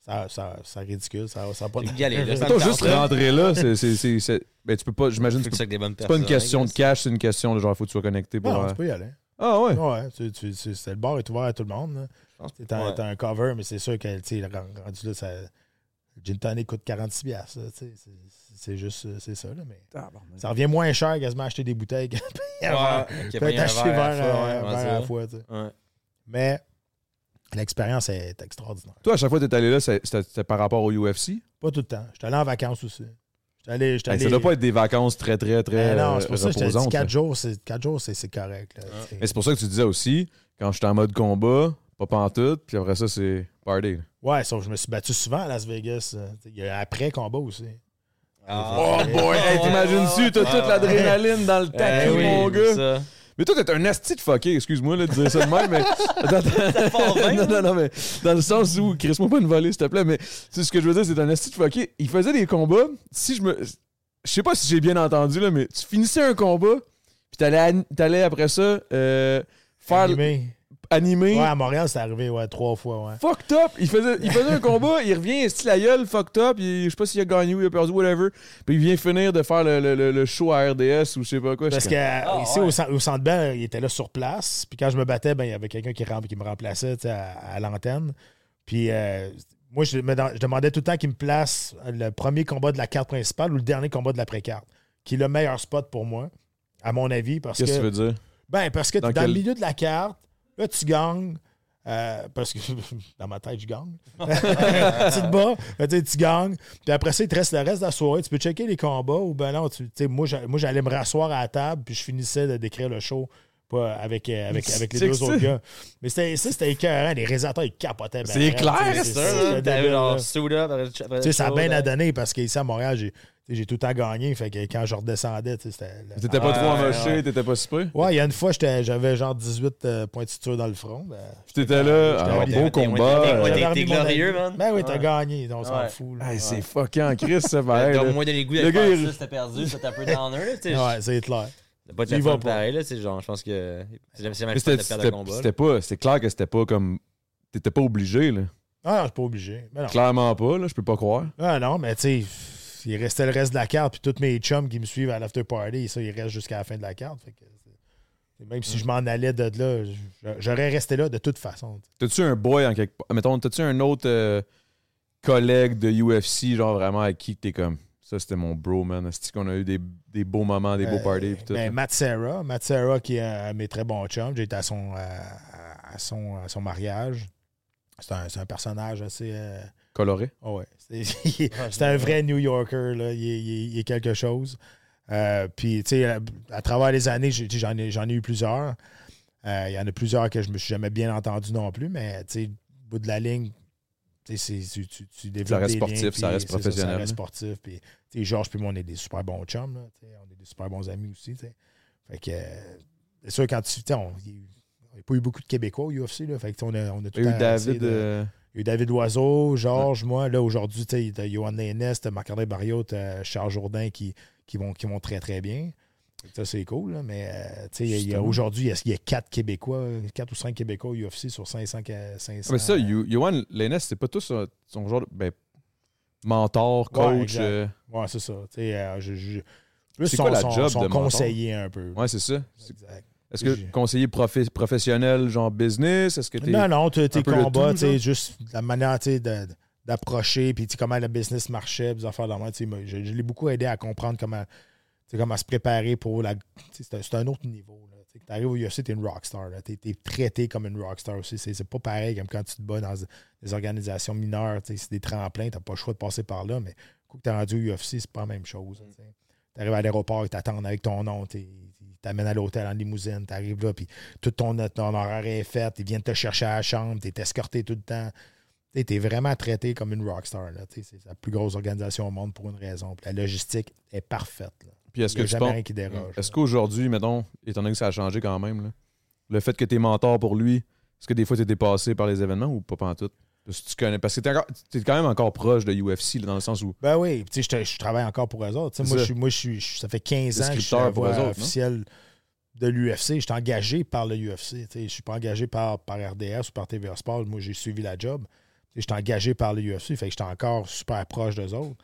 Speaker 2: Ça, ça, ça ridicule, ça ça a pas de-
Speaker 1: Y aller,
Speaker 2: <laughs>
Speaker 1: là, ça me
Speaker 3: Attends,
Speaker 1: tente,
Speaker 3: juste
Speaker 1: là.
Speaker 3: rentrer là, c'est. c'est- c'est- c'est- Ben, tu peux pas, j'imagine,
Speaker 1: Faut que
Speaker 3: tu peux-
Speaker 1: ça avec des bonnes
Speaker 3: c'est
Speaker 1: personnes. hein,
Speaker 3: pas une question
Speaker 1: I
Speaker 3: de
Speaker 1: guess.
Speaker 3: cash, c'est une question de genre, faut que tu sois connecté
Speaker 2: Non,
Speaker 3: pour.
Speaker 2: non,
Speaker 3: euh,
Speaker 2: tu peux y aller.
Speaker 3: Ah ouais.
Speaker 2: Ouais, tu- tu- tu- c'est- le bar est ouvert à tout le monde. là.
Speaker 1: Je pense-
Speaker 2: C'est un,
Speaker 1: ouais.
Speaker 2: t'as un cover, mais c'est sûr que tu sais, le ren- rendu là, ça. le Gin Tonic coûte 46$. piastres, là, tu sais, C'est c'est juste euh, c'est ça, là, mais ça revient moins cher quasiment acheter des bouteilles que payer un verre.
Speaker 1: Ouais, qu'il y a
Speaker 2: Peut-être
Speaker 1: pas un
Speaker 2: acheter
Speaker 1: verre à
Speaker 2: verre
Speaker 1: la
Speaker 2: à- Oh,
Speaker 1: fois, ouais,
Speaker 2: verre à
Speaker 1: ouais,
Speaker 2: euh, la fois. tu sais.
Speaker 1: c'est vrai. Ouais.
Speaker 2: Mais l'expérience est extraordinaire.
Speaker 3: Toi, à chaque fois que t'es allé là, c'est- c'était c'était par rapport au UFC.
Speaker 2: Pas tout le temps. J'étais allé en vacances aussi. J'étais J'étais allé- j'étais
Speaker 3: Hey, ça
Speaker 2: allé-
Speaker 3: doit pas être des vacances très, très, très
Speaker 2: Ben non,
Speaker 3: euh,
Speaker 2: c'est pour ça que je t'ai dit
Speaker 3: reposantes,
Speaker 2: 4
Speaker 3: là.
Speaker 2: jours, c'est, quatre jours, c'est, c'est correct. là, tu sais.
Speaker 3: Mais c'est pour ça que tu disais aussi, quand j'étais en mode combat, pas pantoute, puis après ça, c'est party. là.
Speaker 2: Ouais, sauf que je me suis battu souvent à Las Vegas. euh, tu sais, Il y a après combat aussi.
Speaker 1: Ah.
Speaker 2: Oh
Speaker 3: boy! Hey, T'imagines-tu, t'as toute l'adrénaline dans le
Speaker 1: Eh
Speaker 3: taquet,
Speaker 1: oui,
Speaker 3: mon gars!
Speaker 1: ça.
Speaker 3: Mais toi, t'es un asti de fucké, excuse-moi là, de dire ça
Speaker 1: <laughs>
Speaker 3: de même, mais. Dans-
Speaker 1: fort bien,
Speaker 3: <laughs> non, non, non, mais dans le sens où, crisse-moi pas une volée, s'il te plaît, mais c'est ce que je veux dire, c'est un asti de fucké. Il faisait des combats, si je me. Je sais pas si j'ai bien entendu, là, mais tu finissais un combat, puis t'allais, an- t'allais après ça euh, faire animer.
Speaker 2: Animé. Ouais, à Montréal, c'est arrivé ouais, trois fois. Ouais.
Speaker 3: Fucked up! Il faisait, il faisait un combat, il revient, il se tire la gueule, fucked up, il- je sais pas s'il a gagné ou il a perdu, whatever. Puis il vient finir de faire le, le- le- le show à RDS ou je sais pas quoi.
Speaker 2: Parce
Speaker 3: J'étais
Speaker 2: que
Speaker 1: Ah,
Speaker 2: euh, ici,
Speaker 1: ouais.
Speaker 2: au, cen- au centre Bell, il était là sur place. Puis quand je me battais, ben, il y avait quelqu'un qui, rem- qui me remplaçait tu sais, à, à l'antenne. Puis euh, moi, je, me dem- je demandais tout le temps qu'il me place le premier combat de la carte principale ou le dernier combat de l'après-carte, qui est le meilleur spot pour moi, à mon avis. Parce
Speaker 3: comme, Qu'est-ce que
Speaker 2: que
Speaker 3: tu veux dire?
Speaker 2: Ben, parce que
Speaker 3: Dans
Speaker 2: dans, dans
Speaker 3: quel-
Speaker 2: le milieu de la carte, là, tu gagnes. euh, parce que <laughs> dans ma tête, je gagne. <laughs> tu te bats, ben, tu sais, tu gagnes. Puis après ça, il te reste le reste de la soirée. Tu peux checker les combats ou ben non, tu tu sais, moi, j'a- moi, j'allais me rasseoir à la table puis je finissais de décrire le show pas avec, euh, avec, avec les
Speaker 3: C'est
Speaker 2: deux
Speaker 3: que
Speaker 2: autres
Speaker 3: c'est-
Speaker 2: gars. Mais c'était ça, c'était écœurant. Les réalisateurs, ils capotaient. ben,
Speaker 3: C'est
Speaker 2: raide,
Speaker 3: clair,
Speaker 2: tu sais,
Speaker 3: ça,
Speaker 2: c'est-
Speaker 1: Ça,
Speaker 2: c'est
Speaker 1: T'avais
Speaker 2: débile,
Speaker 1: genre
Speaker 2: là.
Speaker 1: suit up après- après
Speaker 2: Tu sais,
Speaker 1: le
Speaker 2: ça a
Speaker 1: show,
Speaker 2: bien
Speaker 1: là.
Speaker 2: à donner parce qu'ici à Montréal, j'ai tu sais, j'ai tout le temps gagné. Fait que quand je redescendais, tu sais, c'était. le-
Speaker 3: T'étais pas
Speaker 1: Ouais,
Speaker 3: trop
Speaker 1: ouais,
Speaker 3: embauché,
Speaker 1: ouais.
Speaker 3: t'étais pas si près?
Speaker 2: Ouais, il y a une fois, j'étais- j'avais genre 18 euh, points de suture dans le front. Ben,
Speaker 3: Puis t'étais là,
Speaker 2: J'étais
Speaker 3: ah,
Speaker 2: allé-
Speaker 3: bon
Speaker 1: Ouais,
Speaker 3: combat.
Speaker 1: ouais, ouais,
Speaker 3: euh,
Speaker 1: Eh t'es-
Speaker 2: j'avais remis mon
Speaker 1: glorieux,
Speaker 2: habit.
Speaker 1: man.
Speaker 2: Ben oui, t'as
Speaker 1: Hein? Ouais.
Speaker 2: gagné, on s'en
Speaker 1: Ouais.
Speaker 2: fout. là.
Speaker 3: Hey, c'est
Speaker 2: ouais,
Speaker 3: fucking Chris, ça pareil.
Speaker 1: T'as
Speaker 3: là.
Speaker 1: moins donné le goût
Speaker 3: Le
Speaker 1: Euh, de
Speaker 3: gars,
Speaker 1: faire
Speaker 3: il-
Speaker 1: ça, c'était perdu, c'était un peu downer, là, tu sais.
Speaker 2: <laughs> Ouais, c'est clair.
Speaker 1: C'est pas de
Speaker 2: Il
Speaker 1: la
Speaker 2: va
Speaker 1: fun
Speaker 2: pas.
Speaker 1: pareil, là, c'est genre, je pense que. C'est jamais- c'est jamais
Speaker 3: Mais
Speaker 1: le fun de
Speaker 3: C'était
Speaker 1: perdre le
Speaker 3: c'était-
Speaker 1: combat. là.
Speaker 3: c'était pas, c'est clair que c'était pas comme. T'étais pas obligé, là.
Speaker 2: Ah non, je suis pas obligé. Mais non.
Speaker 3: Clairement pas, là, je peux pas croire.
Speaker 2: Ah non, mais tu sais, pff, il restait le reste de la carte, puis tous mes chums qui me suivent à l'after party, ça, ils restent jusqu'à la fin de la carte. Fait que c'est- même
Speaker 3: Hein?
Speaker 2: si je m'en allais de là, je- j'aurais resté là de toute façon.
Speaker 3: T'as-tu un boy en quelque part? Mettons, t'as-tu un autre euh, collègue de UFC, genre vraiment à qui t'es comme. Ça, c'était mon bro, man. cest qu'on a eu des, des beaux moments, des beaux
Speaker 2: Euh,
Speaker 3: parties, pis tout. hein.
Speaker 2: Ben,
Speaker 3: là?
Speaker 2: Matt Serra, Matt Serra qui est un de mes très bons chums. J'ai été à son, euh, à, à son, à son mariage. C'est un, c'est un personnage assez. euh,
Speaker 3: Coloré.
Speaker 2: Ah ouais. <laughs> C'est
Speaker 1: Ah,
Speaker 2: c'est un vrai New Yorker, là. Il, est- il est- il est quelque chose. Euh, puis, tu sais, à, à travers les années, j'ai- tu sais, j'en ai, j'en ai eu plusieurs. Euh, Il y en a plusieurs que je me suis jamais bien entendu non plus, mais, tu sais, au bout de la ligne, tu sais, c'est- tu, tu- tu développes
Speaker 3: reste
Speaker 2: des
Speaker 3: sportif,
Speaker 2: liens,
Speaker 3: ça
Speaker 2: puis
Speaker 3: reste
Speaker 2: c'est ça,
Speaker 3: professionnel. hein.
Speaker 2: Ça reste sportif. Puis, tu sais, Georges puis moi, on est des super bons chums, là, tu sais, On est des super bons amis aussi, tu sais. Fait que, euh, c'est sûr, quand tu... tu sais, on n'a pas eu beaucoup de Québécois au UFC, là. Fait que, tu sais, on a, on a tout
Speaker 3: T'as
Speaker 2: le
Speaker 3: eu
Speaker 2: temps essayé
Speaker 3: David.
Speaker 2: de-
Speaker 3: euh,
Speaker 2: il y a eu David Loiseau, Georges, moi. Là, aujourd'hui, tu sais, t'as Johan Lénès, t'as Marc-André Barriot, t'as Charles Jourdain qui, qui, vont, qui vont très, très bien. Ça, c'est cool, là, mais euh, tu sais, il y a- il y a-
Speaker 3: Justement.
Speaker 2: aujourd'hui, il y a- il y, a quatre Québécois, euh, quatre ou cinq Québécois au UFC sur 500. que- 500
Speaker 3: Ah, mais ça,
Speaker 2: euh,
Speaker 3: Yo- Yoann Lennes, c'est pas tout son, son genre de ben, mentor, coach.
Speaker 2: exact.
Speaker 3: euh,
Speaker 2: Ouais, c'est ça. Tu sais, euh, je- je- plus
Speaker 3: C'est
Speaker 2: son,
Speaker 3: quoi la
Speaker 2: son-
Speaker 3: job
Speaker 2: son
Speaker 3: de mentor?
Speaker 2: conseiller un peu.
Speaker 3: ouais, c'est ça. C'est-
Speaker 2: Exact.
Speaker 3: Est-ce que
Speaker 2: J'ai-
Speaker 3: conseiller profi- professionnel, genre business? Est-ce que t'es.
Speaker 2: Non, non, t'es
Speaker 3: un
Speaker 2: tes
Speaker 3: peu le
Speaker 2: combats,
Speaker 3: tout,
Speaker 2: tu sais,
Speaker 3: là.
Speaker 2: juste la manière tu sais, de- d'approcher, puis tu sais, comment le business marchait, puis des affaires de même, tu sais, moi, Je, je l'ai beaucoup aidé à comprendre comment, tu sais, comment se préparer pour la. tu sais, C'est un, c'est un autre niveau. là. Tu sais, quand t'arrives au UFC, t'es une rockstar. là. T'es t'es traité comme une rockstar aussi. C'est c'est pas pareil comme quand tu te bats dans des organisations mineures. tu sais, C'est des tremplins, t'as pas le choix de passer par là, mais le coup que t'es rendu au UFC, c'est pas la même chose.
Speaker 3: Mm.
Speaker 2: là, tu sais. T'arrives à l'aéroport, ils t'attendent avec ton nom, t'es- ils t'amènent à l'hôtel en limousine, t'arrives là, puis tout ton, ton horaire est fait, ils viennent te chercher à la chambre, t'es escorté tout le temps. T'sais, T'es vraiment traité comme une rockstar. là. T'sais, C'est la plus grosse organisation au monde pour une raison. Puis la logistique est parfaite. là.
Speaker 3: Puis est-ce
Speaker 2: Il y
Speaker 3: que
Speaker 2: a
Speaker 3: tu
Speaker 2: jamais
Speaker 3: penses.
Speaker 2: rien qui déroge.
Speaker 3: Est-ce qu'aujourd'hui, mettons, étant donné que ça a changé quand même, là, le fait que t'es mentor pour lui, est-ce que des fois t'es dépassé par les événements ou pas pantoute? Parce que tu connais. Parce que t'es, encore- t'es quand même encore proche de UFC, là, dans le sens où.
Speaker 2: Ben oui, puis tu sais, je, te- je travaille encore pour eux autres. Tu sais,
Speaker 3: C'est
Speaker 2: Moi,
Speaker 3: ça.
Speaker 2: je, suis- moi je, suis- je- ça fait 15 ans que je suis
Speaker 3: Descripteur
Speaker 2: la
Speaker 3: pour
Speaker 2: voix
Speaker 3: eux autres, non?
Speaker 2: officielle de l'UFC. Je suis engagé par le UFC. tu sais. Je ne suis pas engagé par, par RDS ou par TVA Sport. Moi, j'ai suivi la job. Tu sais, Je suis engagé par le UFC, fait que je suis encore super proche d'eux autres.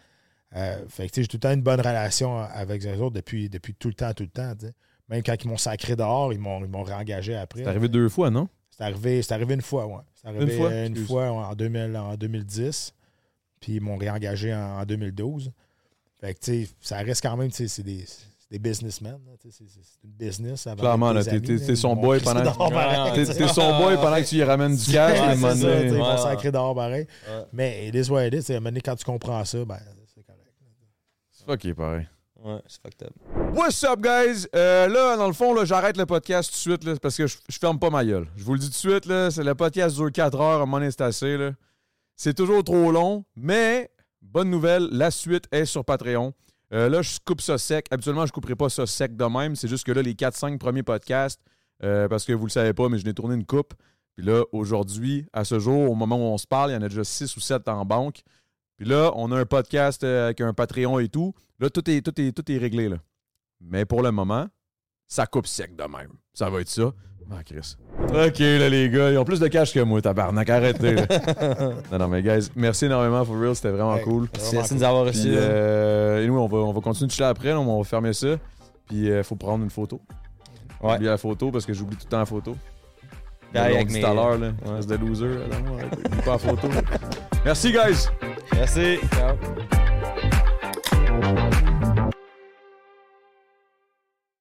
Speaker 2: Euh, fait que tu sais, j'ai tout le temps une bonne relation avec eux autres depuis, depuis tout le temps, tout le temps. tu sais. Même quand ils m'ont sacré dehors, ils m'ont ils m'ont réengagé après.
Speaker 3: T'es arrivé deux fois, non?
Speaker 2: C'est arrivé, c'est arrivé une fois, ouais. C'est arrivé
Speaker 3: Une fois,
Speaker 2: euh, une
Speaker 3: excuse.
Speaker 2: fois, ouais, en, 2000 en 2010. Puis ils m'ont réengagé en, en 2012. Fait que, tu sais, ça reste quand même, tu sais, c'est des, c'est des businessmen. là, tu sais, C'est c'est une business. avant
Speaker 3: Clairement,
Speaker 2: d'être
Speaker 3: là,
Speaker 2: des
Speaker 3: t'es-
Speaker 2: amis,
Speaker 3: t'es- t'es
Speaker 2: ils
Speaker 3: son
Speaker 2: m'ont
Speaker 3: boy
Speaker 2: crissé
Speaker 3: pendant-
Speaker 2: dehors
Speaker 1: Ouais,
Speaker 2: pareil,
Speaker 3: T'es,
Speaker 2: tu sais.
Speaker 3: t'es son boy pendant que tu y ramènes du cash. à un
Speaker 2: Ouais,
Speaker 3: moment
Speaker 2: c'est ça,
Speaker 3: donné.
Speaker 2: tu sais, ils
Speaker 1: Ouais,
Speaker 2: vont
Speaker 1: ouais.
Speaker 2: sacrer dehors pareil.
Speaker 1: Ouais.
Speaker 2: Mais les is what it is, tu sais, à un moment donné, quand tu comprends ça, ben, c'est correct.
Speaker 3: C'est fucké pareil.
Speaker 1: Ouais, c'est fucked up.
Speaker 3: What's up, guys? Euh, là, dans le fond, là, j'arrête le podcast tout de suite là, parce que je, je ferme pas ma gueule. Je vous le dis tout de suite, là, c'est le podcast dure 4 heures, à mon moment donné, c'est assez, là. C'est toujours trop long, mais bonne nouvelle, la suite est sur Patreon. Euh, là, je coupe ça sec. Habituellement, je couperai pas ça sec de même. C'est juste que là, les 4-5 premiers podcasts, euh, parce que vous le savez pas, mais je n'ai tourné une coupe. Puis là, aujourd'hui, à ce jour, au moment où on se parle, il y en a déjà 6 ou 7 en banque. Puis là, on a un podcast euh, avec un Patreon et tout. Là, tout est, tout est, tout est réglé, là. Mais pour le moment, ça coupe sec de même. Ça va être ça. Ah, Chris. OK, là, les gars, ils ont plus de cash que moi, tabarnak. Arrêtez. là. <laughs> non, non, mais guys, merci énormément, for real. C'était vraiment
Speaker 2: Hey.
Speaker 3: cool.
Speaker 1: Merci, merci de nous avoir
Speaker 3: Puis,
Speaker 1: reçus. là.
Speaker 3: euh, et nous, on va, on va continuer de chiller après. là, on va fermer ça. Puis, il faut prendre une photo.
Speaker 1: Ouais.
Speaker 3: J'ai oublié la photo parce que j'oublie tout le temps la photo.
Speaker 1: Puis,
Speaker 3: Là, on
Speaker 1: avec
Speaker 3: dit
Speaker 1: mes-
Speaker 3: tout à l'heure, là. <laughs> C'est des losers. là, non, arrêtez, oublie pas la photo. Merci, guys!
Speaker 1: Merci. Ciao.